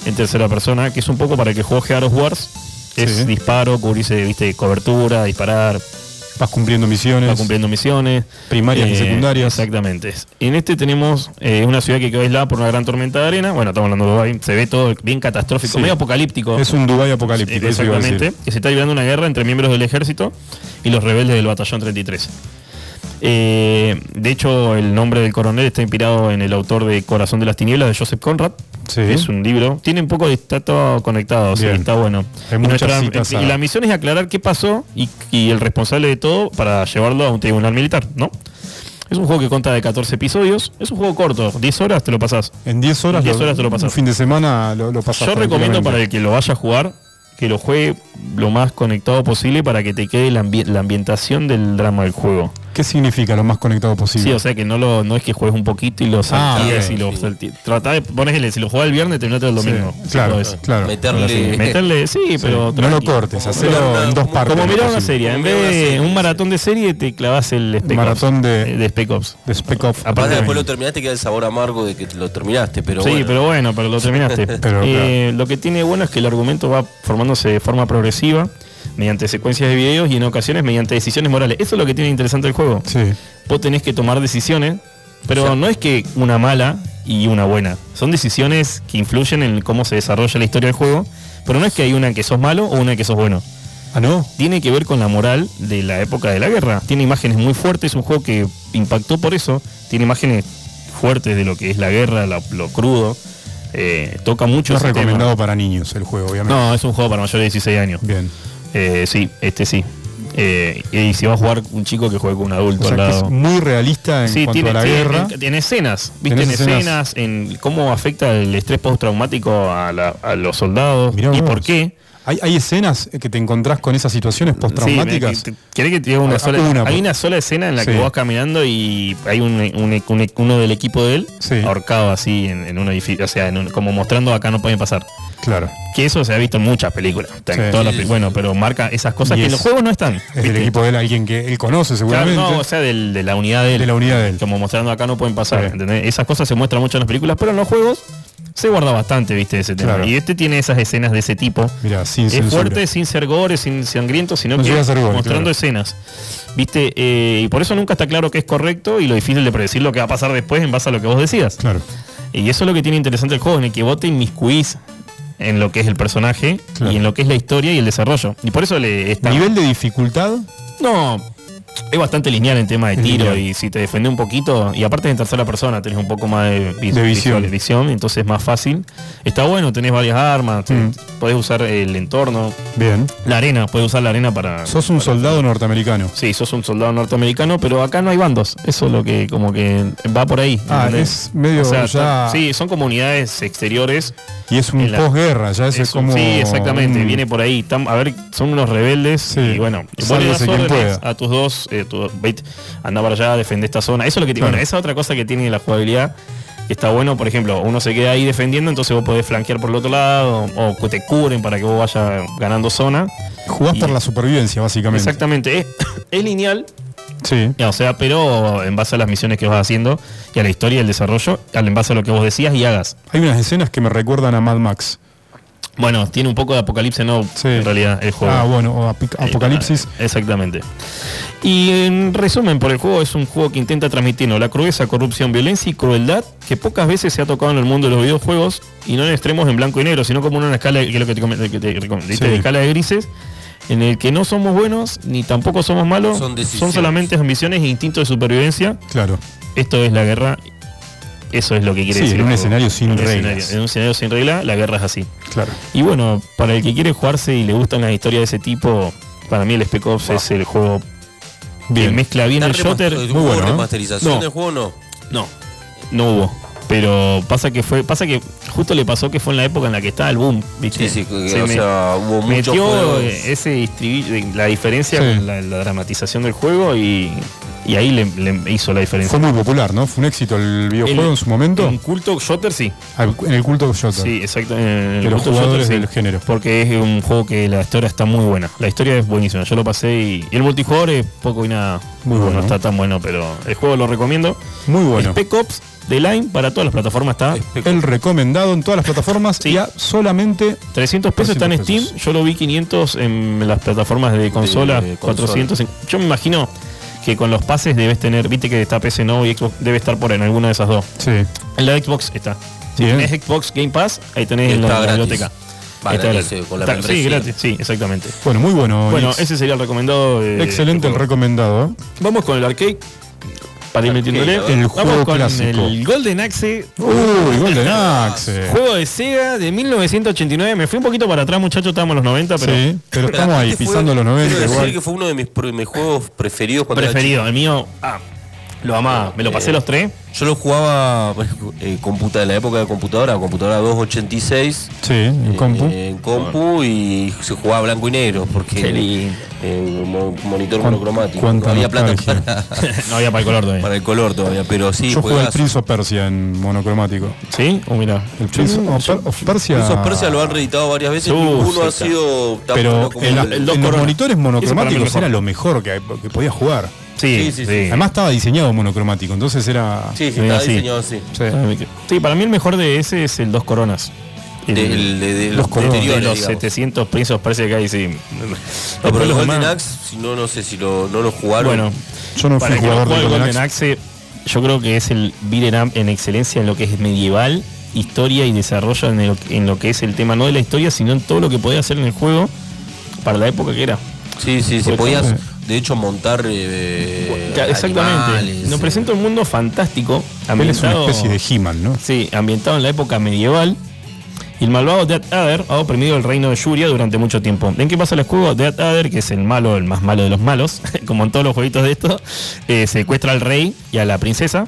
S24: en tercera persona, que es un poco para el que juegue Gears of Wars, es
S2: Sí.
S24: disparo, cubrirse, viste, cobertura, disparar,
S2: Vas cumpliendo misiones.
S24: va cumpliendo misiones.
S2: Primarias y secundarias.
S24: Eh, Exactamente. En este tenemos eh, una ciudad que quedó aislada por una gran tormenta de arena. Bueno, estamos hablando de Dubái. Se ve todo bien catastrófico,
S2: Sí.
S24: medio apocalíptico.
S2: Es un Dubái apocalíptico, eso iba a decir.
S24: Exactamente. Que se está librando una guerra entre miembros del ejército y los rebeldes del batallón 33. Eh, de hecho, el nombre del coronel está inspirado en el autor de Corazón de las Tinieblas de Joseph Conrad. que Es un libro. Tiene un poco de. Está todo conectado, sí,
S2: Bien.
S24: está bueno.
S2: Hay
S24: Y
S2: muchas
S24: nuestra-
S2: citas a-
S24: y la misión es aclarar qué pasó y, y el responsable de todo para llevarlo a un tribunal militar, ¿no? Es un juego que cuenta de 14 episodios. Es un juego corto, 10 horas te lo pasás.
S2: En 10 horas,
S24: En 10
S2: lo-
S24: horas te lo
S2: un
S24: pasás.
S2: fin de semana lo, lo pasas
S24: Yo recomiendo para el
S2: tranquilamente.
S24: que lo vaya a jugar que lo juegue lo más conectado posible para que te quede la, ambi- la ambientación del drama del juego.
S2: ¿Qué significa lo más conectado
S24: Sí,
S2: posible?
S24: o sea que no lo no es que juegues un poquito y
S2: Ah,
S24: lo saltees y lo saltees. Tratá de ponésle, si lo jugás el viernes, terminate el domingo.
S2: Sí, claro,
S24: Todo eso.
S2: claro.
S24: Meterle- Algo así. Meterle, sí, pero
S2: No lo
S24: tranqui.
S2: cortes,
S24: Como
S2: hacelo
S24: mirar una-
S2: en dos
S24: como-
S2: partes.
S24: Como
S2: lo
S24: mirar una
S2: posible.
S24: serie, en vez de un maratón de serie, te clavas el Spec Ops.
S2: Maratón
S24: Eh, de Spec Ops.
S2: De Spec Ops.
S3: Aparte, después lo terminaste, queda el sabor amargo de que lo terminaste, pero
S24: sí,
S3: bueno.
S24: pero bueno, pero lo terminaste.
S3: Pero,
S24: Eh, Lo que tiene bueno es que el argumento va formándose de forma progresiva, mediante secuencias de videos y en ocasiones mediante decisiones morales. Eso es lo que tiene interesante el juego. Vos tenés que tomar decisiones, pero no es que una mala y una buena. Son decisiones que influyen en cómo se desarrolla la historia del juego, pero no es que hay una que sos malo o una que sos bueno.
S2: Ah, no.
S24: Tiene que ver con la moral de la época de la guerra. Tiene imágenes muy fuertes, es un juego que impactó por eso. Tiene imágenes fuertes de lo que es la guerra, la- lo crudo. Eh, toca mucho.
S2: No es
S24: ese tema.
S2: recomendado para niños el juego, obviamente.
S24: No, es un juego para mayores de 16 años.
S2: Bien.
S24: Eh, sí, este sí. Eh, y si va a jugar un chico que juegue con un adulto
S2: O sea,
S24: al
S2: que
S24: lado.
S2: es muy realista en
S24: Sí,
S2: cuanto
S24: tiene,
S2: a la
S24: sí,
S2: guerra.
S24: En, en escenas, ¿viste? En
S2: Tenés
S24: escenas,
S2: escenas.
S24: en cómo afecta el estrés postraumático a, la- a los soldados y por qué.
S2: ¿Hay, hay escenas que te encontrás con esas situaciones postraumáticas?
S24: Sí, me- que- ¿Querés que te diga una
S2: Ah,
S24: sola?
S2: una,
S24: hay
S2: por-
S24: una sola escena en la
S2: Sí.
S24: que vas caminando y hay un, un- un- uno del equipo de él ahorcado así en, en un edificio, o sea, en un- como mostrando acá no pueden pasar.
S2: Claro.
S24: Que eso se ha visto en muchas películas. está en
S2: Sí.
S24: todas las pe- bueno, pero marca esas cosas
S2: Y
S24: que en
S2: es-
S24: los juegos no están.
S2: Es del
S24: ¿viste?
S2: equipo de él, alguien que él conoce
S24: Claro,
S2: seguramente.
S24: no, o sea, del- de la unidad de él. De la unidad de él. Como mostrando acá no pueden pasar, ¿entendés? Esas cosas se muestran mucho en las películas, pero en los juegos se guarda bastante, viste, ese tema.
S2: Claro.
S24: Y este tiene esas escenas de ese tipo.
S2: Mirá, sin
S24: es
S2: censura.
S24: fuerte, sin ser gore, sin sangriento, sino
S2: No
S24: que
S2: llega a ser gore,
S24: mostrando
S2: claro.
S24: escenas. Viste, Eh, y por eso nunca está claro qué es correcto y lo difícil de predecir lo que va a pasar después en base a lo que vos decidas.
S2: Claro.
S24: Y eso es lo que tiene interesante el juego, en el que vos te inmiscuís en lo que es el personaje y en lo que es la historia y el desarrollo. Y por eso le está.
S2: ¿Nivel de dificultad?
S24: No, es bastante lineal en tema de
S2: Es
S24: tiro
S2: lineal.
S24: y si te defendés un poquito, y aparte es en tercera persona, tenés un poco más de, vis-
S2: De visión.
S24: visual- visión, entonces es más fácil. Está bueno, tenés varias armas, te- podés usar el entorno.
S2: Mm. Bien.
S24: La arena, podés usar la arena para...
S2: Sos un soldado norteamericano.
S24: Sí, sos un soldado norteamericano, pero acá no hay bandos. Eso es lo que como que va por ahí.
S2: Ah,
S24: ¿entendés?
S2: es medio ya-
S24: está- Sí, son comunidades exteriores.
S2: Y es un
S24: en la-
S2: posguerra, ya ese es
S24: un-
S2: como.
S24: Sí, exactamente,
S2: un-
S24: viene por ahí. Tam- a ver, son unos rebeldes y bueno, vos le
S2: sálvese
S24: das
S2: quien
S24: órdenes
S2: pueda.
S24: a tus dos, eh, tu- vete, anda para allá, defende esta zona. Eso es lo que tiene.
S2: Claro.
S24: Bueno, esa es otra cosa que tiene la jugabilidad. que Está bueno, por ejemplo, uno se queda ahí defendiendo, entonces vos podés flanquear por el otro lado o que te cubren para que vos vayas ganando zona.
S2: Jugás por la supervivencia, básicamente.
S24: Exactamente, es, es lineal.
S2: Sí.
S24: O sea, pero en base a las misiones que vas haciendo y a la historia y el desarrollo, al- en base a lo que vos decías y hagas.
S2: Hay unas escenas que me recuerdan a Mad Max.
S24: Bueno, tiene un poco de apocalipsis no en realidad el juego.
S2: Ah, bueno, o api- Apocalipsis.
S24: Exactamente. Y en resumen, por el juego es un juego que intenta transmitirnos la crudeza, corrupción, violencia y crueldad que pocas veces se ha tocado en el mundo de los videojuegos y no en extremos en blanco y negro, sino como en una escala, que es lo que te comen- que te recom- ¿viste?
S3: Sí.
S24: de escala de grises, en el que no somos buenos ni tampoco somos malos,
S3: Son decisiones.
S24: solamente ambiciones e instintos de supervivencia.
S2: Claro.
S24: Esto es la guerra. Eso es lo que quiere
S2: Sí,
S24: decir. el
S2: en un
S24: juego.
S2: escenario sin
S24: En un
S2: reglas.
S24: escenario- en un escenario sin regla, la guerra es así.
S2: Claro.
S24: Y bueno, para el que quiere jugarse y le gustan las historias de ese tipo, para mí el Spec Ops es el juego que
S3: Bien.
S24: mezcla bien
S3: La
S24: el
S3: remas-
S24: shooter.
S3: ¿Hubo Muy bueno, ¿eh? remasterización del juego o no?
S24: No, no hubo. Pero pasa que fue, pasa que justo le pasó que fue en la época en la que estaba el boom, ¿viste?
S3: Sí, sí, que, o sea, hubo muchos
S24: metió
S3: juegos.
S24: ese distribu- la diferencia
S2: Sí.
S24: con la, la dramatización del juego y, y ahí le, le hizo la diferencia.
S2: Fue muy popular, ¿no? Fue un éxito el videojuego
S24: El-
S2: en su momento.
S24: En culto shooter sí.
S2: Al- En el culto shooter.
S24: Sí, exacto. en el
S2: De los
S24: Culto
S2: jugadores
S24: Shooter, sí,
S2: del género.
S24: Porque es un juego que la historia está muy buena. La historia es buenísima. Yo lo pasé y, y el multijugador es poco y nada.
S2: Muy
S24: No,
S2: bueno.
S24: No está tan bueno, pero el juego lo recomiendo.
S2: Muy bueno.
S24: Spec Ops de Line para todas las plataformas está.
S2: El recomendado en todas las plataformas y a solamente
S24: 300 pesos está en
S2: 300
S24: Steam. Yo lo vi 500 en las plataformas de consola.
S2: de consola.
S24: 400. Yo me imagino que con los pases debes tener. Viste que está PC Now y Xbox. Debe estar por en alguna de esas dos.
S2: Sí.
S24: En la Xbox está. Si
S2: Bien.
S24: tenés Xbox Game Pass, ahí tenés la,
S3: Está
S24: la
S3: gratis.
S24: biblioteca.
S3: Va
S24: Ahí está
S3: gratis,
S24: gratis.
S3: eh, con la
S24: Está- sí,
S3: membresía.
S24: gratis, sí, exactamente.
S2: Bueno, muy bueno.
S24: Bueno,
S2: Ix.
S24: ese sería el recomendado. eh,
S2: Excelente el recomendado. ¿eh?
S24: Vamos con el arcade. Para ir metiéndole.
S2: Arcade, a ver. El juego
S24: Vamos con
S2: clásico.
S24: el Golden Axe.
S2: Uy, Golden Axe.
S24: Juego de Sega de 1989. Me fui un poquito para atrás, muchachos. Estábamos en los 90, pero.
S2: Sí, pero estamos ahí,
S3: Este fue-
S2: pisando los 90
S3: quiero
S2: igual.
S3: decir que fue uno de mis, pr- mis juegos preferidos cuando era
S24: Preferido.
S3: chico.
S24: El mío. Ah, lo amaba. Me lo pasé
S3: Eh,
S24: los tres.
S3: Yo lo jugaba eh, computa, en la época de computadora, computadora 286.
S2: Sí, en compu.
S3: Eh, En compu y se jugaba blanco y negro porque eh, mo- monitor monocromático.
S2: cuánta
S3: No había plata
S2: nostalgia.
S3: para,
S24: no había para el color todavía.
S3: Para el color todavía, pero sí,
S2: Yo jugué al
S3: juegazo.
S2: Prince of Persia en monocromático.
S24: ¿Sí? O mira.
S2: El Prince
S3: Mm,
S2: of, Per- of Persia.
S3: Prince of Persia lo han reeditado varias veces,
S2: Uh,
S3: ninguno
S2: sí,
S3: ha sido tan bueno
S2: Pero
S3: como
S2: en, la-
S3: el-
S2: en los monitores monocromáticos era lo
S3: mismo.
S2: mejor
S5: Eh,
S2: que, que podía jugar.
S24: Sí, Sí, sí, sí.
S2: Además estaba diseñado monocromático, entonces era.
S3: Sí, sí, estaba diseñado así.
S24: Sí. Sí, para mí el mejor de ese es el Dos Coronas. El-
S3: Del- de- de los
S24: Coronas.
S3: anteriores,
S24: De Eh, los
S3: digamos.
S24: 700 Prince of Persia que hay, sí.
S3: No, pero
S24: Después
S3: el
S24: los
S3: Golden
S24: demás-
S3: Axe, si no, no sé si lo, no lo jugaron.
S24: Bueno,
S2: yo no
S24: Para
S2: fui
S24: el que no
S2: jugador de
S24: juegue
S2: Golden
S24: Golden Axe, yo creo que es el beat'em up en excelencia en lo que es medieval, historia y desarrollo en, el- en lo que es el tema, no de la historia, sino en todo lo que podía hacer en el juego para la época que era.
S3: Sí, sí, se
S24: Porque
S3: podías,
S24: estamos-
S3: de hecho, montar eh,
S24: Ya, eh. Exactamente.
S3: animales.
S24: Nos presenta un mundo fantástico.
S2: Él es una
S24: ambientado-
S2: especie de He-Man, ¿no?
S24: Sí, ambientado en la época medieval. Y el malvado Death Adder ha oprimido el reino de Yuria durante mucho tiempo. ¿En qué pasa el escudo? Death Adder, que es el malo, el más malo de los malos, como en todos los jueguitos de esto, eh, secuestra al rey y a la princesa.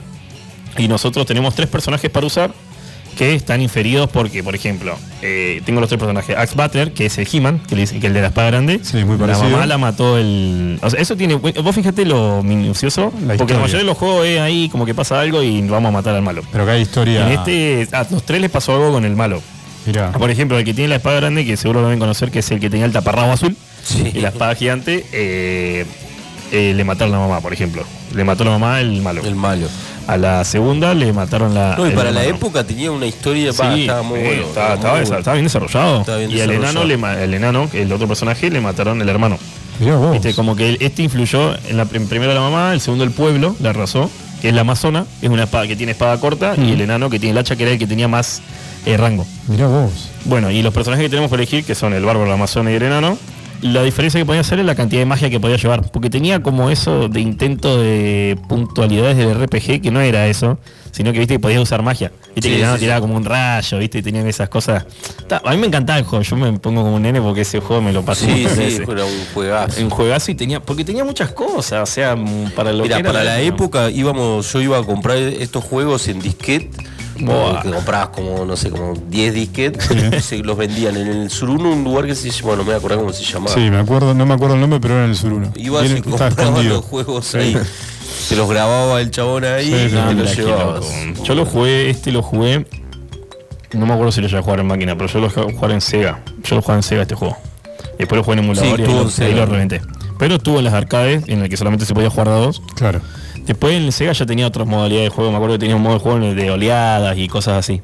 S24: Y nosotros tenemos tres personajes para usar. que están inferidos porque, por ejemplo, eh, tengo los tres personajes. Axe Butler, que es el He-Man, que, le dice- que el de la espada grande.
S2: muy
S24: La
S2: parecido.
S24: mamá la mató el... O sea, eso tiene... Vos fíjate lo minucioso. porque
S2: historia.
S24: la mayoría de los juegos es ahí como que pasa algo y vamos a matar al malo.
S2: Pero que hay historia.
S24: En este, a los tres les pasó algo con el malo. Por ejemplo, el que tiene la espada grande, que seguro lo deben conocer, que es el que tenía el taparrabo azul. Y la espada gigante, eh, eh, le mataron a la mamá, por ejemplo. Le mató la mamá el malo. El
S3: malo.
S24: A la segunda le mataron la.
S3: No, y
S24: el
S3: para la
S24: hermano.
S3: época tenía una historia, pa,
S24: Sí,
S3: estaba muy
S24: eh,
S3: bueno.
S24: estaba-
S3: muy
S24: estaba-
S3: bueno.
S24: estaba bien desarrollado.
S3: Estaba bien
S24: y al enano,
S3: desarrollado.
S24: le, ma- el enano, el otro personaje, le mataron el hermano. Viste, como que este influyó en la prim- primero la mamá, el segundo el pueblo, la arrasó, que es la amazona, que es una espada que tiene espada corta,
S2: Mm.
S24: y el enano que tiene el hacha, que era el que tenía más eh, rango.
S2: Mirá vos.
S24: Bueno, y los personajes que tenemos por elegir, que son el bárbaro, la amazona y el enano, la diferencia que podía hacer es la cantidad de magia que podía llevar, porque tenía como eso de intento de puntualidades del RPG, que no era eso, sino que viste que podías usar magia. Viste que
S3: Sí,
S24: el enano
S3: sí, sí.
S24: tiraba como un rayo, viste, y tenían esas cosas. Ta- a mí me encantaba el juego, yo me pongo como un nene porque ese juego me lo pasé
S3: Sí,
S24: muchas
S3: sí,
S24: veces.
S3: era un juegazo.
S24: Un juegazo y tenía, porque tenía muchas cosas, o sea, mm, para lo
S3: Mira,
S24: que era
S3: para la época íbamos, yo iba a comprar estos juegos en disquete.
S24: Buah.
S3: Que comprabas como, no sé, como 10 disquetes, se los vendían en el Suruno, un lugar que se llama, bueno, no me voy a acordar cómo se llamaba.
S2: Sí, me acuerdo, no me acuerdo el nombre, pero era en el Suruno.
S3: Ibas
S2: Tiene-
S3: y
S2: está
S3: comprabas
S2: escondido.
S3: los juegos ahí. Te los grababa el chabón ahí
S24: Sí,
S3: y
S24: no,
S3: te los
S24: mira, qué
S3: llevabas.
S24: loco. Yo lo jugué, este lo jugué. No me acuerdo si lo llegué a jugar en máquina, pero yo lo jugué a jugar en Sega. Yo lo jugué en Sega este juego. Después lo jugué en emulador
S3: Sí,
S24: y ahí
S3: estuvo
S24: lo-
S3: en Sega.
S24: ahí lo reventé. Pero estuvo en las arcades, en el que solamente se podía jugar de a dos.
S2: Claro.
S24: Después en el Sega ya tenía otras modalidades de juego. Me acuerdo que tenía un modo de juego en el de oleadas y cosas así.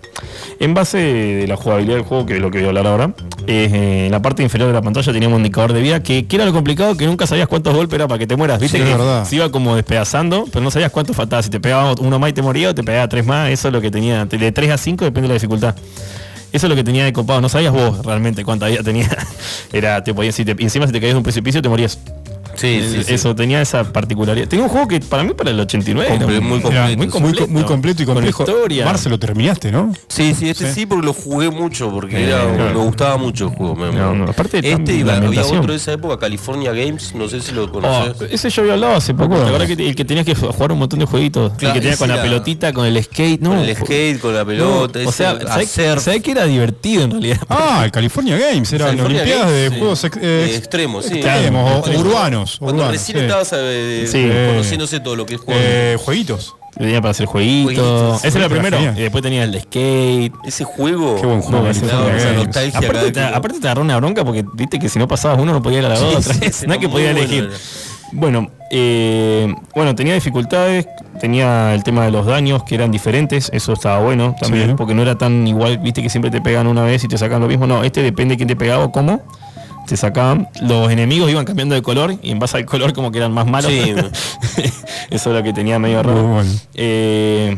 S24: En base de la jugabilidad del juego, que es lo que voy a hablar ahora, es, eh, en la parte inferior de la pantalla teníamos un indicador de vida, que, que era lo complicado, que nunca sabías cuántos golpes era para que te mueras. Viste
S2: Sí, es
S24: que
S2: verdad.
S24: se iba como despedazando, pero no sabías cuántos faltaba. Si te pegaba uno más y te moría o te pegaba tres más, eso es lo que tenía. De 3 a 5 depende de la dificultad. Eso es lo que tenía de copado. No sabías vos realmente cuánta vida tenía. Era, te podías, si te- encima si te caías de un precipicio te morías.
S3: Sí, sí, sí.
S24: Eso tenía esa particularidad. Tenía un juego que para mí para el 89 era
S3: Comple-
S24: un-
S3: muy
S24: era
S3: completo,
S24: muy
S3: sí.
S24: completo.
S2: Muy, muy completo y
S24: Con
S2: complejo.
S24: historia.
S2: Marce, lo terminaste, ¿no?
S3: Sí, sí, este sí, porque lo jugué mucho, porque
S2: Eh,
S3: era-
S2: claro.
S3: me gustaba mucho el juego. me-
S24: No,
S3: me-
S24: no, aparte
S3: este
S24: también
S3: y
S24: la
S3: la- había
S24: ambientación.
S3: otro de esa época, California Games, no sé si lo
S24: Oh,
S3: conoces.
S24: ese yo había hablado hace poco. ¿Te acordás que el que tenías que jugar un montón de jueguitos?
S3: Claro,
S24: el que tenía
S3: ese
S24: con la
S3: era-
S24: pelotita, con el skate, no.
S3: Con el skate, con la pelota,
S24: No, o
S3: ese
S24: sea, ¿sabés,
S3: hacer-
S24: sabés que era divertido en realidad?
S2: Ah, el California Games, eran
S3: California
S2: Olimpiadas
S3: Games,
S2: de
S3: sí.
S2: Juegos ex-
S3: Eh,
S2: ex-
S3: extremos, sí.
S2: extremos, o- o
S3: Cuando-
S2: urbanos.
S3: Cuando
S2: urbanos,
S3: recién
S2: sí.
S3: estabas eh,
S2: Sí.
S3: conociéndose todo lo que es juego.
S2: Eh, jueguitos.
S24: Tenía para hacer jueguitos.
S3: Jueguitos.
S24: Ese era el primero.
S3: Fotografía.
S24: Y después tenía el de skate.
S3: Ese juego.
S24: Qué buen juego.
S3: No,
S24: ese
S3: me
S24: juego.
S3: daba esa
S24: Games.
S3: nostalgia cada
S24: aparte,
S3: vez
S24: te,
S3: que lo-
S24: aparte te agarró una bronca porque viste que si no pasabas uno no podía ir a la
S3: Sí,
S24: otra.
S3: sí, sí,
S24: Nada que
S3: muy
S24: podía
S3: bueno
S24: elegir.
S3: era.
S24: Bueno, eh, bueno, tenía dificultades, tenía el tema de los daños que eran diferentes, eso estaba bueno también,
S2: Sí.
S24: porque no era tan igual, viste que siempre te pegan una vez y te sacan lo mismo, no, este depende de quién te pegaba o cómo. Te sacaban, los enemigos iban cambiando de color y en base al color como que eran más malos.
S3: Sí.
S24: Eso es lo que tenía medio raro.
S2: Muy bueno.
S24: Eh,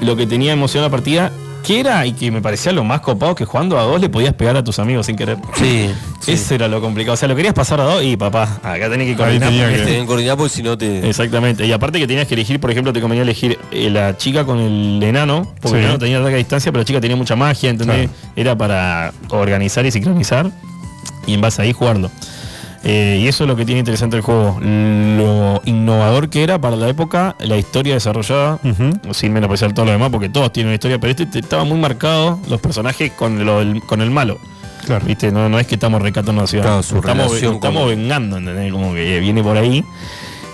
S24: lo que tenía emoción la partida, que era y que me parecía lo más copado que jugando a dos le podías pegar a tus amigos sin querer.
S3: Sí.
S24: Eso era lo complicado. O sea, lo querías pasar a dos y papá, acá tenés que
S3: Ahí
S24: coordinar.
S3: tenía
S24: porque
S3: que-
S24: este-
S3: Tenés que coordinar porque Pues si no te.
S24: Exactamente. Y aparte que tenías que elegir, por ejemplo, te convenía elegir eh, la chica con el enano, porque
S2: Sí.
S24: el enano tenía ataque a distancia, pero la chica tenía mucha magia, ¿entendés? Era para organizar y sincronizar y en base ahí jugarlo. Eh, y eso es lo que tiene interesante el juego. Lo innovador que era para la época, la historia desarrollada, sin menospreciar todo lo demás, porque todos tienen una historia, pero este te- estaba muy marcado los personajes con, lo del- con el malo.
S2: Claro.
S24: ¿Viste? No, no es que estamos rescatando la ciudad.
S3: Claro, su
S24: estamos
S3: relación
S24: estamos
S3: con-
S24: vengando, ¿entendés? Como que viene por ahí.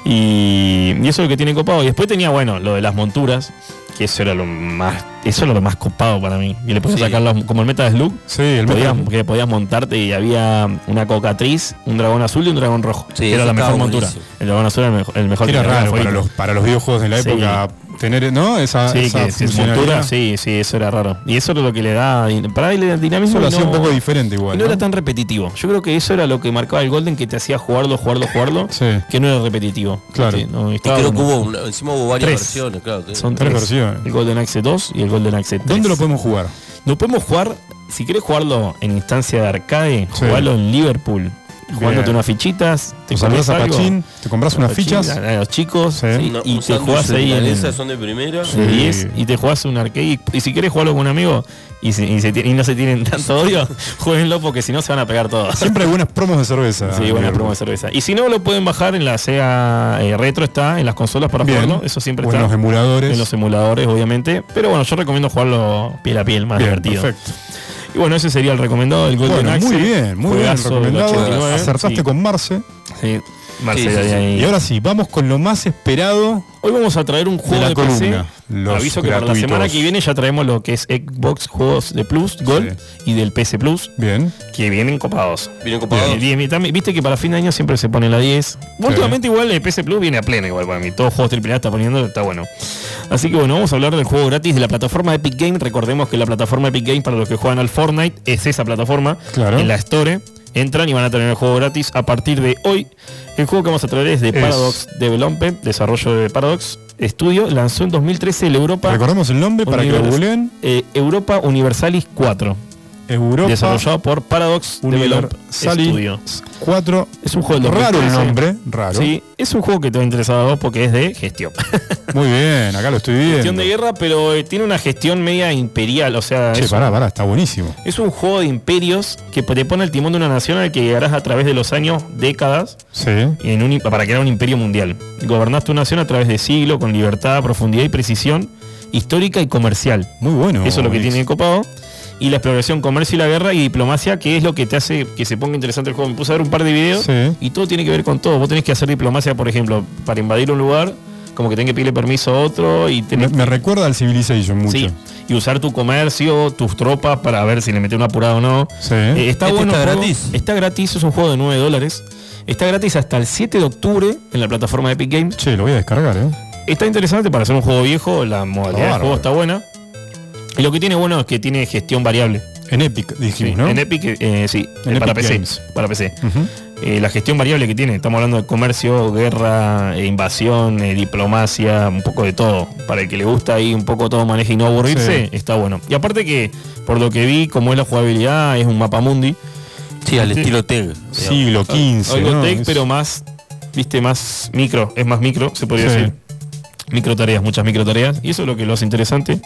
S24: Y, y eso es lo que tiene copado. Y después tenía, bueno, lo de las monturas, que eso era lo más, eso era lo más copado para mí. Y le podías
S2: Sí.
S24: sacar las- como el Meta Slug.
S2: Sí, el
S24: podías,
S2: Meta.
S24: Que podías montarte y había una cocatriz, un dragón azul y un dragón rojo.
S2: Sí,
S24: que
S2: eso
S24: era la mejor
S2: estaba
S24: montura.
S2: buenísimo.
S24: El dragón azul era el mejor. El mejor
S2: Era
S24: que tenía,
S2: raro para
S24: favorito.
S2: los, para los videojuegos de la
S24: Sí.
S2: época tener, ¿no? Esa,
S24: Sí,
S2: esa
S24: que se
S2: funcionalidad.
S24: montura, sí, sí, eso era raro. Y eso era lo que le da din- para él era dinamismo.
S2: Eso
S24: y
S2: lo hacía
S24: no-
S2: un poco diferente igual.
S24: y no, era tan repetitivo. Yo creo que eso era lo que marcaba el Golden, que te hacía jugarlo, jugarlo, jugarlo, que no era repetitivo.
S2: Claro.
S24: Sí, este, no,
S2: Y
S24: estaba
S3: creo
S24: bueno.
S3: que hubo una- encima hubo varias
S24: Tres.
S3: versiones, claro, que-
S24: Son
S3: Tres
S24: tres,
S2: versiones.
S24: El Golden Axe 2 y el Golden Axe 3.
S2: eh. ¿Dónde lo podemos jugar?
S24: Lo podemos jugar, si querés jugarlo en instancia de arcade,
S2: Sí.
S24: jugarlo en Liverpool. jugándote unas fichitas.
S2: Te saludás a
S24: algo.
S2: Pachín, te compras unas fichas.
S24: A a los chicos. sí,
S3: No,
S24: y
S3: un
S24: te
S3: sándwich
S24: jugás
S3: de
S24: ahí en
S3: milanesa son de primera.
S24: de 10 y te jugás un arcade. Y, y si querés jugarlo con un amigo y, se- y se tiene- y no se tienen tanto odio, jueguenlo porque si no se van a pegar todos.
S2: Siempre hay buenas promos de cerveza.
S24: Sí, buena promo de cerveza. Y si no, lo pueden bajar en la Sega eh, Retro, está en las consolas para
S2: Bien.
S24: jugarlo. Eso siempre
S2: O en
S24: está.
S2: los emuladores.
S24: En los emuladores, obviamente. Pero bueno, yo recomiendo jugarlo piel a piel, más
S2: Bien,
S24: divertido.
S2: perfecto.
S24: Y bueno, ese sería el recomendado del Golden
S2: Bueno,
S24: Axe.
S2: muy bien, muy bien
S24: Juegazo del
S2: recomendado.
S24: 89,
S2: Acertaste
S24: sí.
S2: con Marce.
S24: Sí, Marcela
S2: Sí, sí, sí.
S24: ahí.
S2: Y ahora sí, vamos con lo más esperado.
S24: Hoy vamos a traer un juego
S2: de la
S24: de PC.
S2: columna. Los
S24: Aviso que para la
S2: gratuitos.
S24: semana que viene ya traemos lo que es Xbox Juegos de Plus, Gold y del PC Plus.
S2: Bien.
S24: Que vienen copados.
S3: Vienen copados.
S24: Bien, bien, bien. También, Viste que para fin de año siempre se pone la 10. Últimamente igual el PC Plus viene a pleno igual para mí. Todos juegos AAA está poniendo, está bueno. Así que bueno, vamos a hablar del juego gratis de la plataforma Epic Games. Recordemos que la plataforma Epic Games para los que juegan al Fortnite es esa plataforma.
S2: Claro.
S24: En la Store. Entran y van a tener el juego gratis a partir de hoy. El juego que vamos a traer es de
S2: Es-
S24: Paradox Development, desarrollo de Paradox Studio. Lanzó en 2013 el Europa.
S2: Recordemos el nombre para que lo
S24: Univers-
S2: googleen.
S24: eh, Europa Universalis 4.
S2: Europa
S24: Desarrollado por Paradox Development
S2: Universalis
S24: Studio.
S2: 4.
S24: Es un juego del
S2: Raro el
S24: 2013.
S2: nombre, raro.
S24: Sí, es un juego que te va a interesar a vos porque es de gestión.
S2: Muy bien, acá lo estoy
S24: gestión
S2: viendo.
S24: de guerra, pero eh, tiene una gestión media imperial. O sea,
S2: Che,
S24: es
S2: pará,
S24: un-
S2: pará, está buenísimo.
S24: es un juego de imperios que te pone el timón de una nación al que llegarás a través de los años, décadas,
S2: Sí.
S24: ¿eh? y en un- para crear un imperio mundial. Gobernaste una nación a través de siglo, con libertad, profundidad y precisión histórica y comercial.
S2: Muy bueno.
S24: Eso es lo que
S2: Luis.
S24: tiene copado. Y la exploración, comercio y la guerra y diplomacia, que es lo que te hace que se ponga interesante el juego. Me puse a ver un par de videos
S2: Sí.
S24: y todo tiene que ver con todo. Vos tenés que hacer diplomacia, por ejemplo, para invadir un lugar, como que tenés que pedirle permiso a otro y
S2: Me,
S24: tenés
S2: me recuerda al Civilization mucho.
S24: Sí, y usar tu comercio, tus tropas para ver si le meten una apurada o no.
S2: Sí.
S24: Eh, está
S3: Este
S24: bueno.
S3: está
S24: el juego.
S3: gratis.
S24: Está gratis, es un juego de 9 dólares. Está gratis hasta el 7 de octubre en la plataforma de Epic Games.
S2: Che, lo voy a descargar, ¿eh?
S24: Está interesante para hacer un juego viejo, la modalidad del
S2: bárbaro.
S24: juego está buena. Y lo que tiene bueno es que tiene gestión variable.
S2: En Epic, dijimos,
S24: Sí,
S2: ¿no?
S24: En Epic, eh, sí,
S2: En
S24: eh, para,
S2: Epic
S24: PC,
S2: Games.
S24: para PC.
S2: Ujú.
S24: Eh, la gestión variable que tiene, estamos hablando de comercio, guerra, eh, invasión, eh, diplomacia, un poco de todo. Para el que le gusta ahí un poco todo maneje y no aburrirse,
S3: Sí.
S24: está bueno. Y aparte que, por lo que vi, como es la jugabilidad, es un mapa mundi.
S3: Sí, al
S24: Sí.
S3: estilo TEG.
S2: Siglo XV.
S24: Algo
S2: ¿no?
S24: tech,
S2: Es-
S24: pero más, viste, más micro, es más micro, se podría
S2: Sí.
S24: decir. Micro tareas, muchas micro tareas, y eso es lo que lo hace interesante.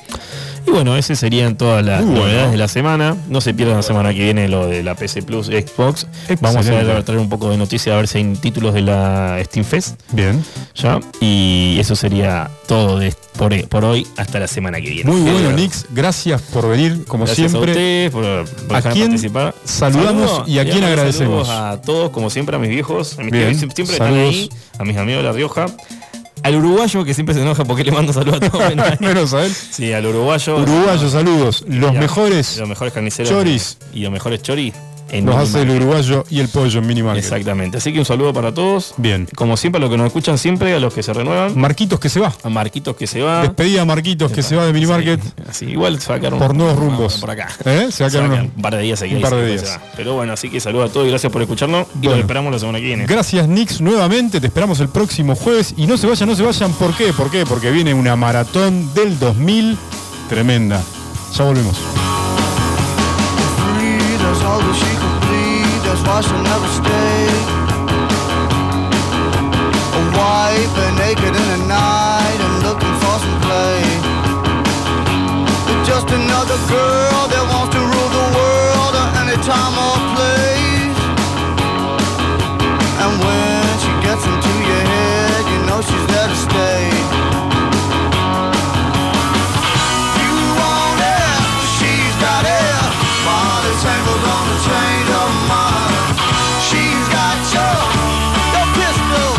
S24: Y bueno, esas serían todas las
S2: Muy bueno.
S24: novedades de la semana. No se pierdan la semana que viene lo de la PC Plus Xbox. Vamos a,
S2: Excelente.
S24: ver- a pues, traer un poco de noticias, a ver si hay títulos de la Steam Fest.
S2: Bien.
S24: ¿ya? Y eso sería todo de- por, por hoy hasta la semana que viene.
S2: Muy bueno,
S24: Gracias
S2: Nix. Gracias por venir, como
S24: Gracias
S2: siempre.
S24: a ustedes por, por
S2: ¿A
S24: dejarme
S2: quién
S24: participar.
S2: saludamos y a
S24: le
S2: quién
S24: mando
S2: agradecemos?
S24: saludos A todos, como siempre, a mis viejos, a mis
S2: Bien,
S24: que siempre están
S2: saludos.
S24: ahí, a mis amigos de La Rioja. Al uruguayo que siempre se enoja porque le mando saludos a todos.
S2: Menos a él.
S24: Sí, al uruguayo.
S2: Uruguayo, saludos. Los
S24: Y a-
S2: mejores
S24: Los mejores carniceros.
S2: choris.
S24: Y los mejores choris. en
S2: los
S24: Minimarket.
S2: hace el uruguayo y el pollo en Minimarket.
S24: Exactamente. Así que un saludo para todos.
S2: Bien.
S24: Como siempre, a los que nos escuchan siempre, a los que se renuevan,
S2: Marquitos que se va.
S24: a Marquitos que se va.
S2: Despedida a Marquitos que se va de Minimarket.
S24: Así, igual se va a quedar un-
S2: Por nuevos rumbos.
S24: Por acá.
S2: ¿Eh? Se va a quedar unos-
S24: un par de días aquí.
S2: un par de
S24: después
S2: días.
S24: se va. Pero bueno, así que saludos a todos y gracias por escucharnos. Y
S2: Bueno.
S24: los esperamos la semana que viene.
S2: Gracias Nix nuevamente, te esperamos el próximo jueves y no se vayan, no se vayan, ¿por qué? ¿Por qué? Porque viene una maratón del 2000 tremenda. Ya volvemos.
S5: bleed us, all that she could bleed us, why she never stayed. A wife and naked in the night and looking for some play. But just another girl that wants to rule the world at any time or place. And when she gets into your head, you know she's there to stay. You want it, she's got it. Body tangled on the chain of mine. She's got your, your pistol.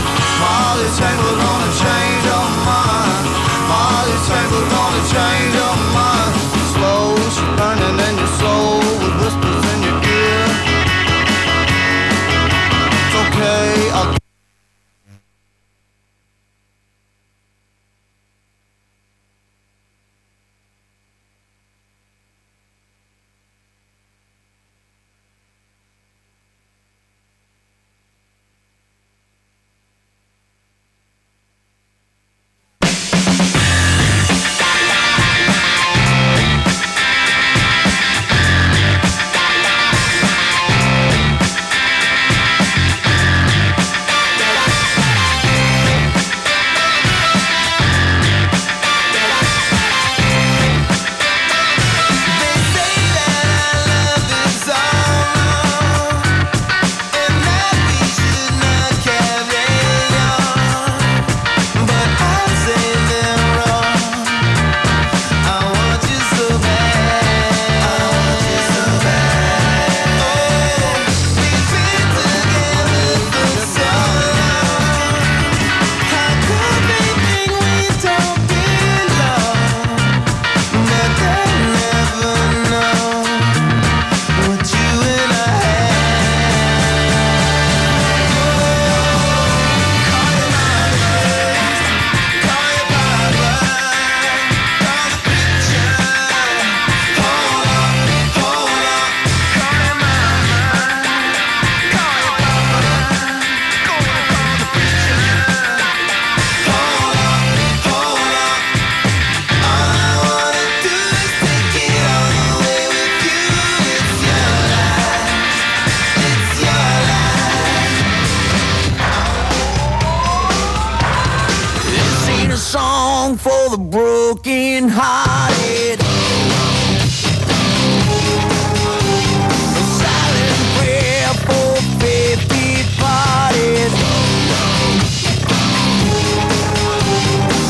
S5: Molly tangled on the chain of mine. Molly tangled on the chain of mine. Slow, she's burning in your soul with whispers in your ear. brokenhearted. A silent prayer for faith departed.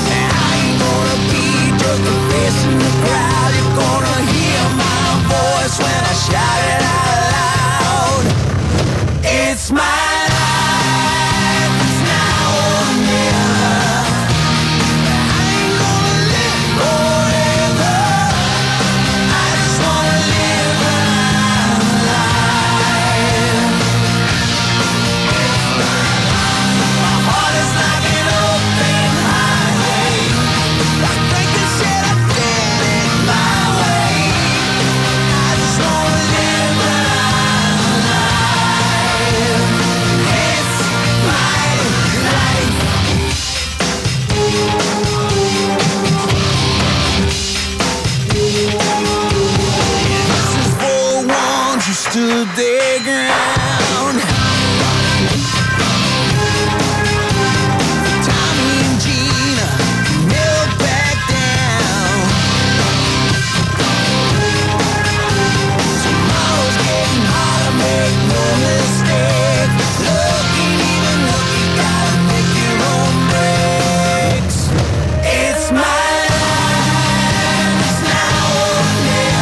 S5: I ain't gonna be just a face in the crowd. You're gonna hear my voice when I shout it out loud. It's my life. It's now or never. This is for ones who stood their ground. For Tommy and Gina, who never back down. Tomorrow's getting harder, make no mistake. Looking, even looking, gotta make your own breaks. It's my life, it's now or never.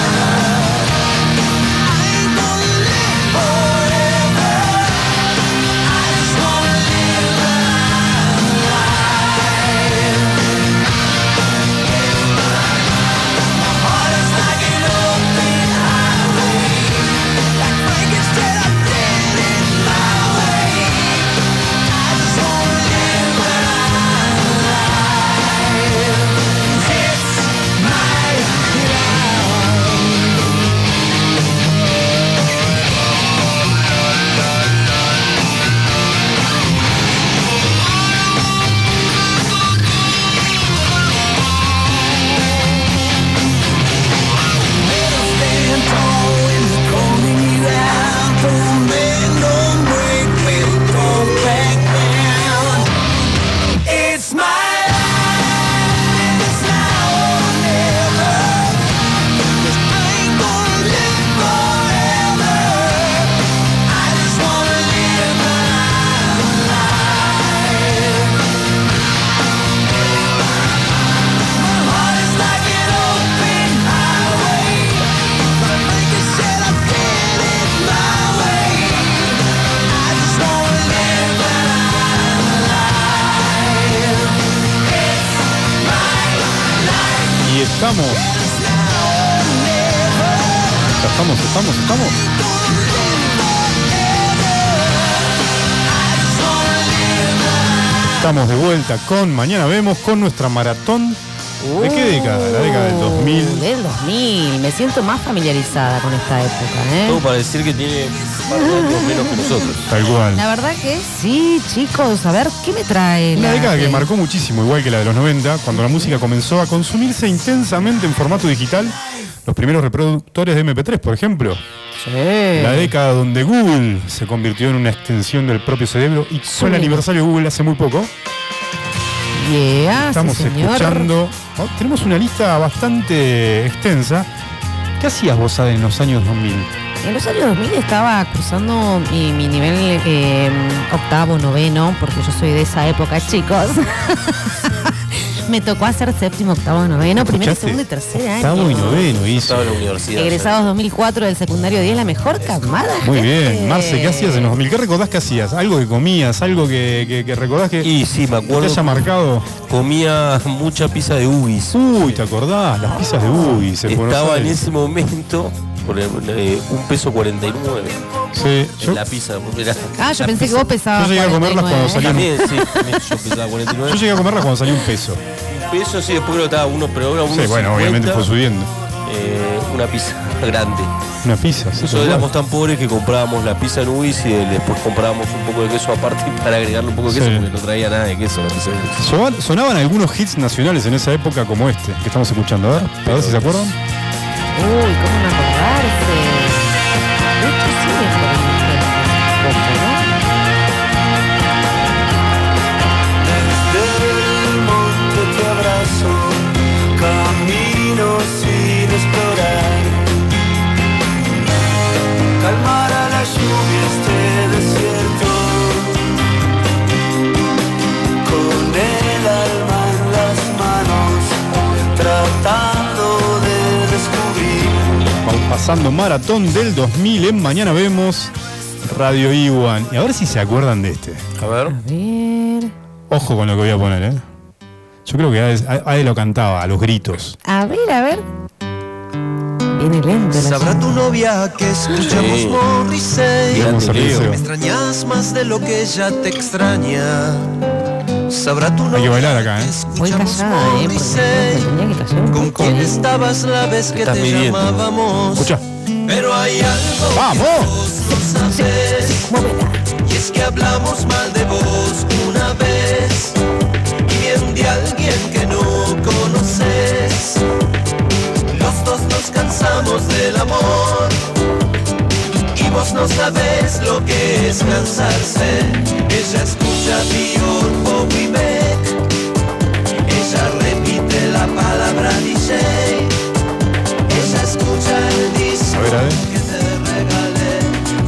S5: It's my
S2: Y estamos. Estamos, estamos, estamos. Estamos de vuelta con Mañana Vemos con nuestra maratón. ¿De qué década? La década del 2000.
S4: Uh, Del 2000. Me siento más familiarizada con esta época, ¿eh?
S3: Todo para decir que tiene más años menos que nosotros.
S2: Tal cual.
S4: La verdad que sí, chicos. A ver, ¿qué me trae?
S2: Una
S4: la-
S2: década que marcó muchísimo, igual que la de los 90, cuando la música comenzó a consumirse intensamente en formato digital. Los primeros reproductores de MP3, por ejemplo. La década donde Google se convirtió en una extensión del propio cerebro y fue el
S4: Sí.
S2: aniversario de Google hace muy poco.
S4: Yeah, sí,
S2: Estamos
S4: señor.
S2: escuchando. oh, tenemos una lista bastante extensa. ¿Qué hacías vos, Ade, en los años 2000?
S4: En los años 2000 estaba cruzando mi, mi nivel eh, octavo, noveno, porque yo soy de esa época, chicos. Me tocó hacer séptimo, octavo, noveno, primero,
S2: ¿Escuchaste?
S4: segundo y tercer
S2: Octavo
S4: año.
S2: y noveno hizo.
S3: Estaba en la universidad.
S4: Egresados 2004 del secundario 10, la mejor camada.
S2: Muy
S4: gente.
S2: bien, Marce, ¿qué hacías en los 2000? ¿Qué recordás que hacías? ¿Algo que comías? ¿Algo que, que- que recordás que
S3: Y sí, me acuerdo.
S2: te haya marcado?
S3: Comía mucha pizza de ubis.
S2: Uy, ¿te acordás? Las pizzas de Ubis. en Buenos
S3: Estaba en
S2: Aires.
S3: ese momento por el- eh, un peso 49.
S2: Sí,
S3: yo, la pizza. Era,
S4: Ah, yo pensé que vos pesabas.
S2: Yo llegué a comerlas
S4: 49,
S2: cuando
S4: ¿eh?
S2: salí.
S3: también, sí, también yo pesaba 49.
S2: Yo llegué a comerlas cuando salía un peso.
S3: Un peso, sí, después lo estaba uno, pero ahora uno.
S2: Sí, bueno, obviamente fue subiendo.
S3: Eh, una pizza grande.
S2: Una pizza. sí,
S3: Nosotros
S2: tal cual.
S3: éramos tan pobres que comprábamos la pizza en Ubis y después comprábamos un poco de queso aparte para agregarle un poco de queso,
S2: Sí.
S3: porque no traía nada de queso la pizza de Ubis.
S2: Sonaban, sonaban algunos hits nacionales en esa época como este que estamos escuchando. A ver, a ver si se acuerdan.
S4: Uy, cómo no acordarse. De hecho, sí me acuerdo un poco, ¿no?
S5: Desde el monte te abrazo, camino.
S2: pasando Maratón del 2000 en Mañana Vemos Radio Iwan. Y a ver si se acuerdan de este.
S3: A ver.
S2: Ojo con lo que voy a poner, ¿eh? Yo creo que Ade, Ade lo cantaba a los gritos.
S4: A ver, a ver. Viene lento. la
S6: Sabrá tu novia que escuchamos
S2: Sí.
S6: Morrissey.
S2: Grande lío.
S6: Me extrañas más de lo que ella te extraña. Sabrá tu
S2: Hay que
S6: novia
S2: bailar acá, ¿eh?
S4: Voy callada, eh, porque no, tenía que callar un poco. ¿eh?
S6: quién estabas la vez que
S2: Estás
S6: te
S2: midiendo.
S6: llamábamos.
S2: Escucha.
S6: Pero hay algo
S2: ¡Vamos!
S6: que vos no sabés. Y es que hablamos mal de vos una vez. Y bien de alguien que no conoces. Los dos nos cansamos del amor. Y vos no sabés lo que es cansarse. Ella escucha Dior, Bob y Beck. Ella repite la palabra DJ. Ella escucha el disco
S2: A ver, a ver.
S6: que te regalé.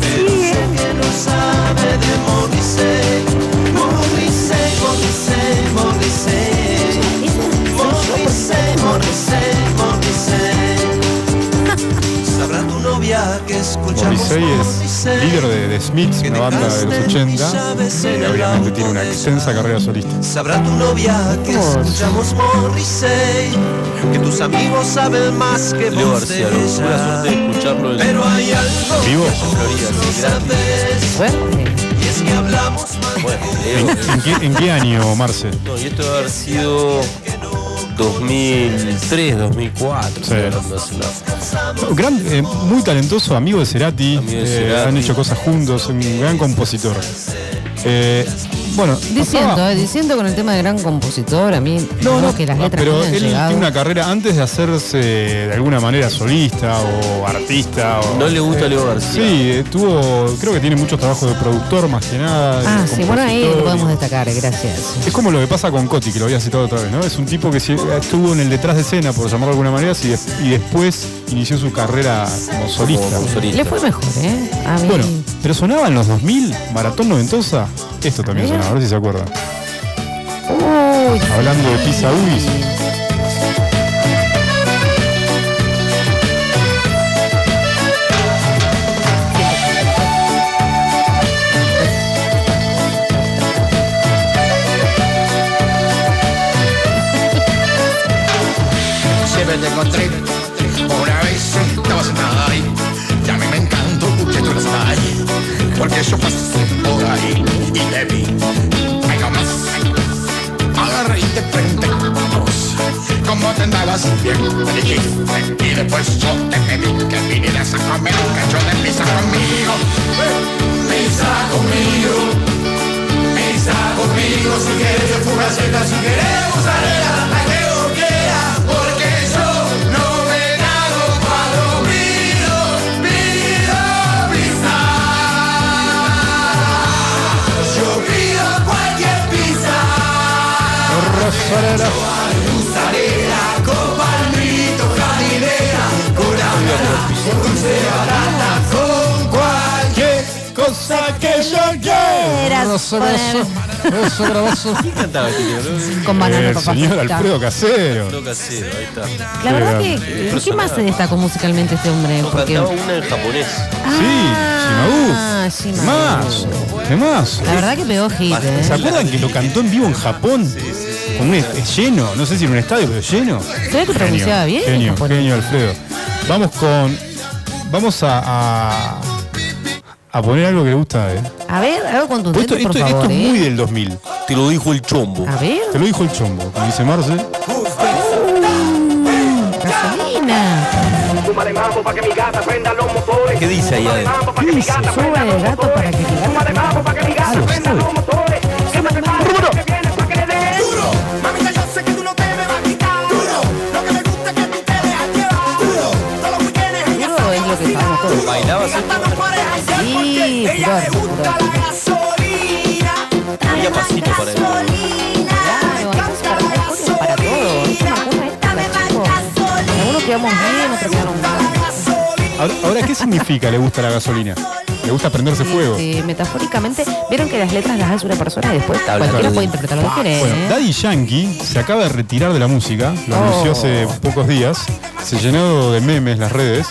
S6: Pero sé que no sabe de Morrissey. Morrissey, Morrissey, Morrissey. Morrissey, Morrissey, Morrissey. Sabrá tu novia que escuchamos
S2: Morrissey es líder de, de Smiths, una banda de los 80, y obviamente tiene una extensa carrera solista.
S6: Sabrá tu novia que escuchamos Morrissey Que tus amigos saben más que
S3: Leo
S6: vos de
S3: García, lo-
S6: ella
S3: buena suerte de escucharlo en
S6: Pero hay algo
S2: ¿Vivo?
S6: que vos no sabés Y es que hablamos más
S3: Bueno,
S2: ¿En,
S3: Leo.
S2: en qué, en qué año, Marce?
S3: No, y esto debe haber sido 2003, 2004.
S2: Sí.
S3: hablando hace una-
S2: Gran, eh, muy talentoso amigo de Cerati,
S3: de
S2: eh,
S3: Cerati.
S2: han hecho cosas juntos, un gran compositor. Eh, bueno,
S4: Diciendo, eh, diciendo con el tema de gran compositor, a mí no, que las letras
S2: Ah, pero
S4: me han
S2: él
S4: llegado.
S2: tiene una carrera antes de hacerse de alguna manera solista o artista. o-
S3: No le gusta Leo García.
S2: Sí, eh, tuvo, creo que tiene muchos trabajos de productor más que nada. de
S4: Ah, sí, bueno, ahí
S2: compositor
S4: lo
S2: y-
S4: podemos destacar, gracias.
S2: Es como lo que pasa con Coti, que lo había citado otra vez, ¿no? Es un tipo que si- estuvo en el detrás de escena, por llamarlo de alguna manera, si des- y después inició su carrera como solista.
S4: Le fue mejor, ¿eh? A mí.
S2: Bueno, pero sonaba en los 2000, Maratón Noventosa. Esto también
S4: Mira.
S2: sonaba, a ver si se acuerdan.
S4: Uy,
S2: Hablando de Pizza Ulis.
S5: Se me te encontré una vez estabas en ahí Y a mí me encantó que tú eras ahí Porque yo pasé por ahí y te vi Venga más Agarré y te prendí vos Como te andabas bien me dijiste Y después yo te pedí que vinieras a comer un cacho de pizza conmigo Pizza conmigo Pizza conmigo Si quieres yo fumo seta Si queremos arena La que vos quieras Porque yo no me cago cuando pido Pido pizza Yo pido cualquier pizza
S2: Mozzarella.
S5: Mozzarella Con palmito jardinera Con la dulce barata Con cualquier cosa que yo quiera
S3: ¿Quién cantaba aquí, boludo?
S4: Con banana,
S2: Eh, El
S4: papá
S2: señor
S4: frita.
S2: Alfredo Casero.
S3: Alfredo Casero, ahí está.
S4: La verdad
S2: eh,
S4: que,
S3: Pero
S4: ¿qué más se
S3: sonaba-
S4: destacó musicalmente este hombre?
S3: no,
S4: Porque,
S3: Cantaba una en japonés.
S4: Ah,
S2: Sí, Shimabu.
S4: Shimabu.
S2: Más. Más.
S4: la verdad que pegó hit, ¿eh?
S2: ¿Se acuerdan que lo cantó en vivo en Japón? Con un es- es lleno, no sé si en un estadio, pero lleno.
S4: ve que pronunciaba bien en
S2: Genio,
S4: japonés.
S2: genio Alfredo. Vamos con. Vamos a, a, a poner algo que le gusta. ¿eh?
S4: A ver, algo contundente,
S2: Esto, esto-
S4: por
S2: esto
S4: favor,
S2: es
S4: ¿eh?
S2: muy del 2000.
S3: Te lo dijo el chombo.
S4: A ver,
S2: Te lo dijo el chombo, como dice Marce.
S4: gasolina.
S3: ¿Qué dice ahí adentro?
S4: ¿Qué dice? Sube el gato para que te
S5: Mamita, yo sé que tú no te me vas a quitar. Duro. Lo que me gusta es que tú te dejas llevar. Duro. Todos los weekendes ella
S4: Duro es lo que estamos todos.
S3: Bailabas esto.
S5: gasta los pares al cien
S4: Sí,
S5: porque ella le
S4: furor,
S5: gusta la gasolina.
S3: Un diapasito para él.
S4: para todo. Es una cosa esta, chicos. Algunos quedamos bien, otros quedaron mal.
S2: Ahora, ahora, ¿qué significa le gusta la gasolina? Le gusta prenderse fuego.
S4: Este, metafóricamente, vieron que las letras las hace una persona y después
S2: Tabla
S4: cualquiera
S2: de-
S4: puede interpretar lo que quiere,
S2: Bueno,
S4: ¿eh?
S2: Daddy Yankee se acaba de retirar de la música, lo
S4: Oh.
S2: anunció hace pocos días, se llenó de memes las redes,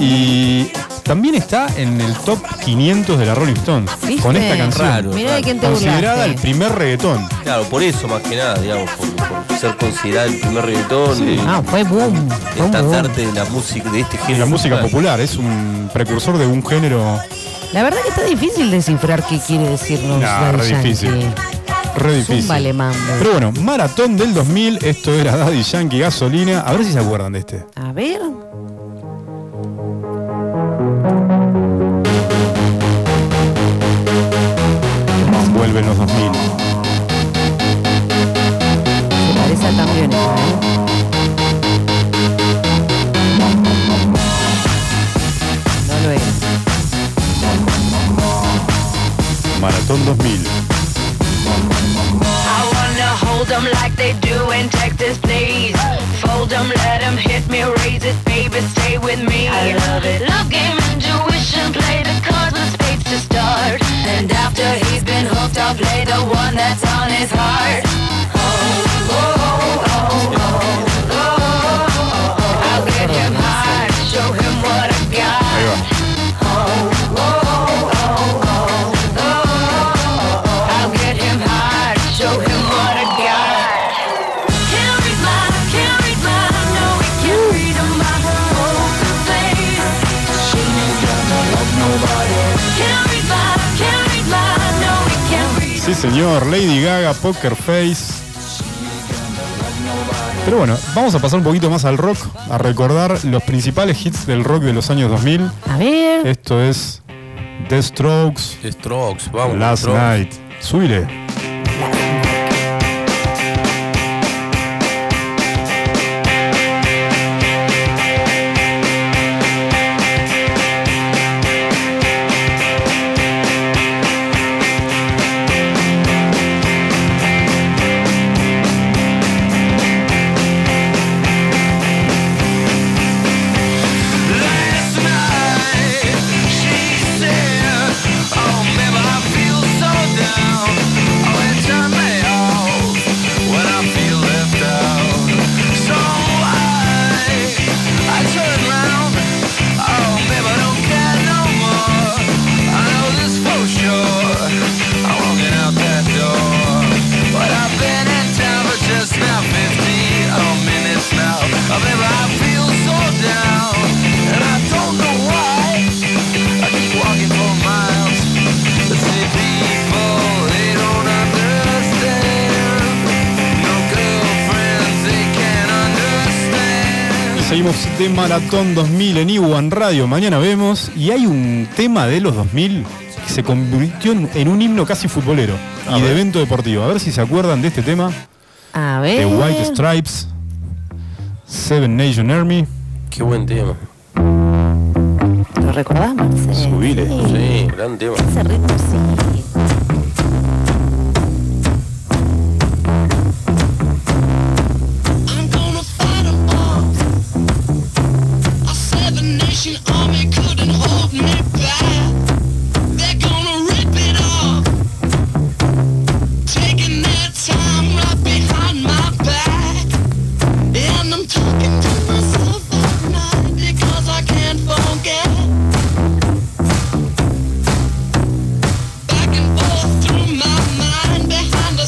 S2: Y también está en el top 500 de la Rolling Stones
S3: ¿Viste?
S2: con esta canción.
S3: Raro. Mirá de quién te
S2: Considerada
S3: burlaste.
S2: el primer reggaetón.
S3: Claro, por eso más que nada, digamos, por, por ser considerada el primer reggaetón. el-
S4: Ah, fue boom.
S3: el estandarte de la música, de este
S2: Y
S3: género.
S2: la música popular es un precursor de un género
S4: La verdad que está difícil descifrar qué quiere decirnos.
S2: Nah,
S4: Daddy
S2: re
S4: Yankee.
S2: difícil. re difícil.
S4: Zúmbale, mambo.
S2: Pero bueno, maratón del 2000, esto era Daddy Yankee Gasolina. A ver si se acuerdan de este.
S4: A ver.
S2: Vuelven los 2000.
S4: Se parece al también. ¿eh? No lo es.
S2: Maratón 2000.
S32: I wanna hold them like they do in Texas, please. Fold them, let them hit me, raise it, baby, stay with me. I love it. Love game, intuition, play the cards with spades to start. And after he's been hooked, I'll play the one that's on his heart. Oh, oh, oh, oh, oh, oh. I'll get him high, show him what I got.
S2: Ahí va.
S32: Oh, oh, oh, oh, oh. I'll get him hard, show him what I got. Can't read mine, can't read mine, no, he can't read a mind from poker face. She ain't gonna love nobody. Can't read mine, can't read mine, no, he can't read
S2: Sí, señor. Lady Gaga, Poker Face. Pero bueno, vamos a pasar un poquito más al rock, a recordar los principales hits del rock de los años 2000.
S4: A ver.
S2: Esto es The Strokes,
S3: The Strokes, vamos.
S2: Last
S3: Strokes.
S2: Night. Subile.
S5: Oh, Now 15 oh, minutes now. I remember I feel so down, and I don't know why. I keep walking for miles. But see, people, they don't understand. No girlfriends, they can't understand.
S2: Y seguimos de Maratón 2000 en Iwan Radio. Mañana vemos. Y hay un tema de los 2000 que se convirtió en, en un himno casi futbolero
S3: A
S2: y de
S3: ver.
S2: evento deportivo. A ver si se acuerdan de este tema.
S4: A ver.
S2: The White Stripes, Seven Nation Army.
S3: Qué buen tema.
S4: ¿Lo recordás, Marcelo?
S3: Subile. Sí, gran tema.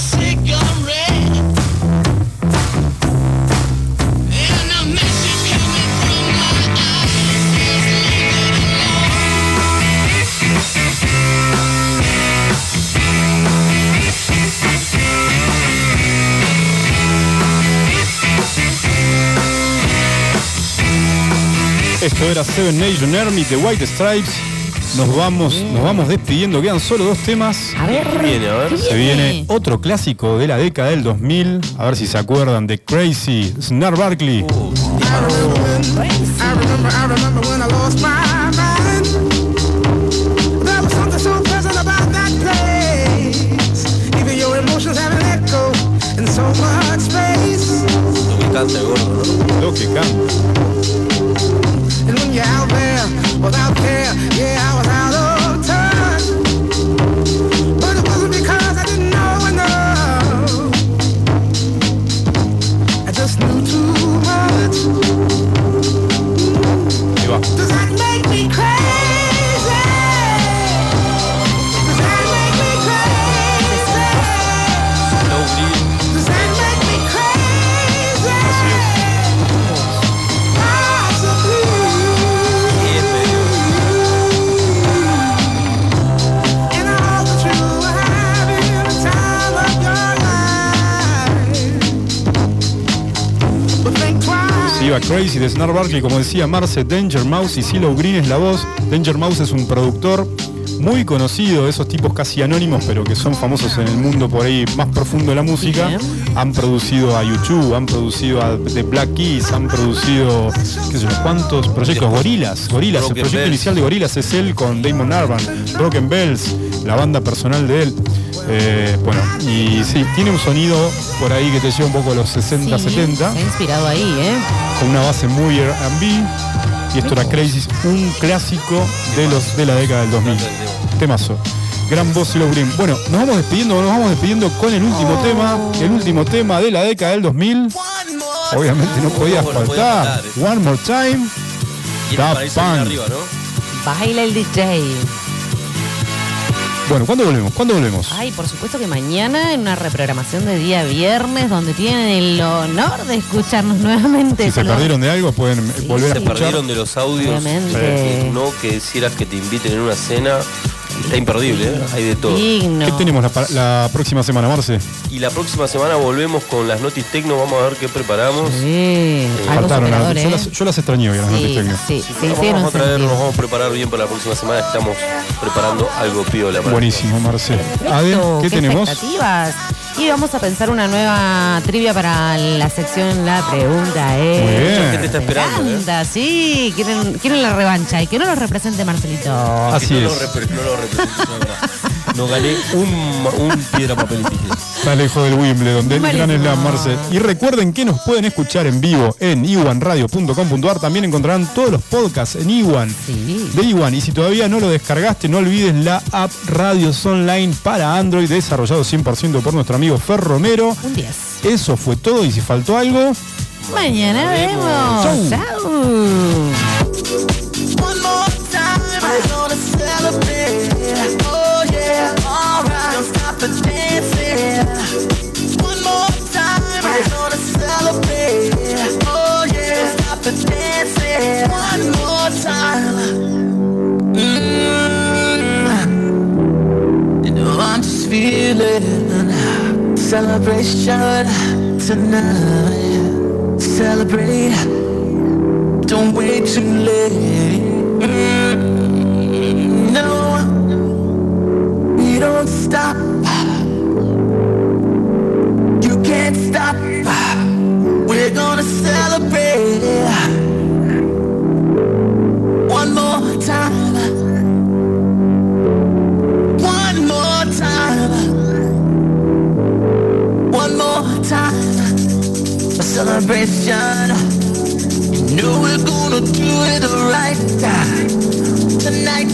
S5: Cigarette and a message coming from my
S2: Esto era Seven Nation Army, The White Stripes. Nos vamos, nos vamos despidiendo. Quedan solo dos temas.
S4: A ver.
S3: ¿Qué viene? A ver.
S2: Se viene otro clásico de la década del 2000. A ver si se acuerdan de Crazy, Snar Barkley.
S3: Uh,
S5: I remember, I remember when I lost my mind. There was something so pleasant about that place. Even your emotions have an echo in so much space.
S3: Lo que canta el gordo, ¿no?
S2: Lo que canta.
S5: And when you're out there without care, yeah, I was out of touch. But it wasn't because I didn't know enough. I just knew too much.
S2: Ahí va. arriba Crazy de Snar Barkley, como decía Marce, Danger Mouse y Silo Green es la voz. Danger Mouse es un productor muy conocido, de esos tipos casi anónimos, pero que son famosos en el mundo por ahí más profundo de la música. Han producido a YouTube, han producido a The Black Keys, han producido, qué sé yo, cuántos proyectos. Gorilas, Gorilas, el
S3: Broken
S2: proyecto
S3: Bells.
S2: inicial de Gorilas es él con Damon Arban, Broken Bells, la banda personal de él. Eh, bueno, y sí, tiene un sonido por ahí que te lleva un poco a los 60,
S4: Sí,
S2: 70
S4: Se ha inspirado ahí, ¿eh?
S2: con una base muy R&B y esto era Crazy, un clásico de los de la década del 2000. Temazo. Gran voz y los green. Bueno, nos vamos despidiendo, nos vamos despidiendo con el último
S4: Oh.
S2: tema, el último tema de la década del 2000. Obviamente no podía
S4: No, no podía
S2: faltar. One more time.
S3: este
S2: Da Punk.
S4: Baila el DJ.
S2: Bueno, ¿cuándo volvemos? ¿Cuándo volvemos?
S4: Ay, por supuesto que mañana en una reprogramación de día viernes donde tienen el honor de escucharnos nuevamente.
S2: Si se
S4: Perdón.
S2: perdieron de algo, pueden eh, volver a
S3: se
S2: escuchar.
S3: perdieron de los audios.
S4: Obviamente.
S3: que No que quisieras que te inviten en una cena. Está imperdible, ¿eh? hay de todo.
S2: ¿Qué tenemos la, pa- la próxima semana, Marce?
S3: Y la próxima semana volvemos con las notis tecno, vamos a ver qué preparamos. Eh,
S4: Sí, ¿eh?
S2: Faltaron, las- yo, las, yo las extrañé hoy, a las
S3: Sí,
S2: noticias técnicas.
S4: sí,
S3: Bueno, vamos a traer, nos vamos a preparar bien para la próxima semana. Estamos preparando algo piola. para-
S2: Buenísimo, Marce. Adel, ¿qué, tenemos?
S4: expectativas? Y vamos a pensar una nueva trivia para la sección La Pregunta ¿eh?
S2: Muy
S4: es.
S2: bien. Mucha gente está esperando, ¿eh?
S4: Anda, sí, quieren, quieren la revancha y que no los represente Marcelito.
S2: Ah, Así
S3: no
S2: es.
S3: Lo repre- no lo represento, no, no. No gané un, ma- un piedra, papel y tijera.
S2: Está lejos del Wimbledon, del Gran Slam, Marce. Y recuerden que nos pueden escuchar en vivo en iwanradio.com.ar. También encontrarán todos los podcasts en Iwan, de Iwan. Y si todavía no lo descargaste, no olvides la app Radios Online para Android, desarrollado 100% por nuestro amigo Fer Romero.
S4: Un 10.
S2: Eso fue todo. Y si faltó algo,
S4: Mañana vemos. Chau.
S5: One more time, I'm gonna celebrate. Oh yeah, alright, don't stop the dancing. One more time, I'm gonna celebrate. Oh yeah, don't stop the dancing. One more time. Mm. You know I'm just feeling celebration tonight. Celebrate. Don't wait too late. Mm, No, you don't stop. You can't stop. We're gonna celebrate one more time. One more time. One more time. A celebration. Know we're gonna do it right tonight.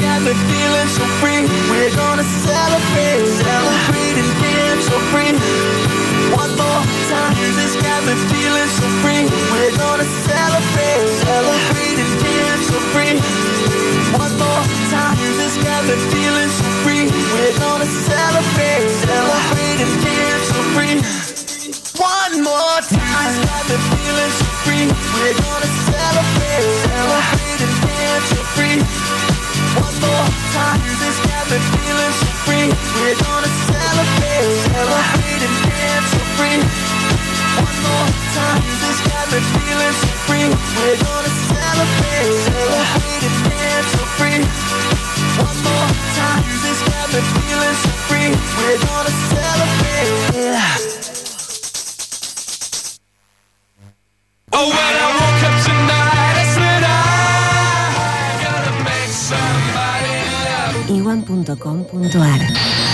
S5: got me feeling so free. We're gonna celebrate, celebrate and dance so free. One more time. Music's got me feeling so free. We're gonna celebrate, celebrate and dance so free. One more time, you just got me feeling so free. We're gonna celebrate, celebrate and dance so free. One more time, you got me feeling so free. We're gonna celebrate, celebrate and dance so free. One more time, you just got me feeling so free. We're gonna celebrate, celebrate and dance so free. One more time, you just got me feeling so free. We're gonna celebrate, celebrate and dance so free. One more time, you just got me feeling so free. We're gonna celebrate.
S6: Oh, when I woke up tonight, I said I gotta make somebody love.
S33: Iwan.com.ar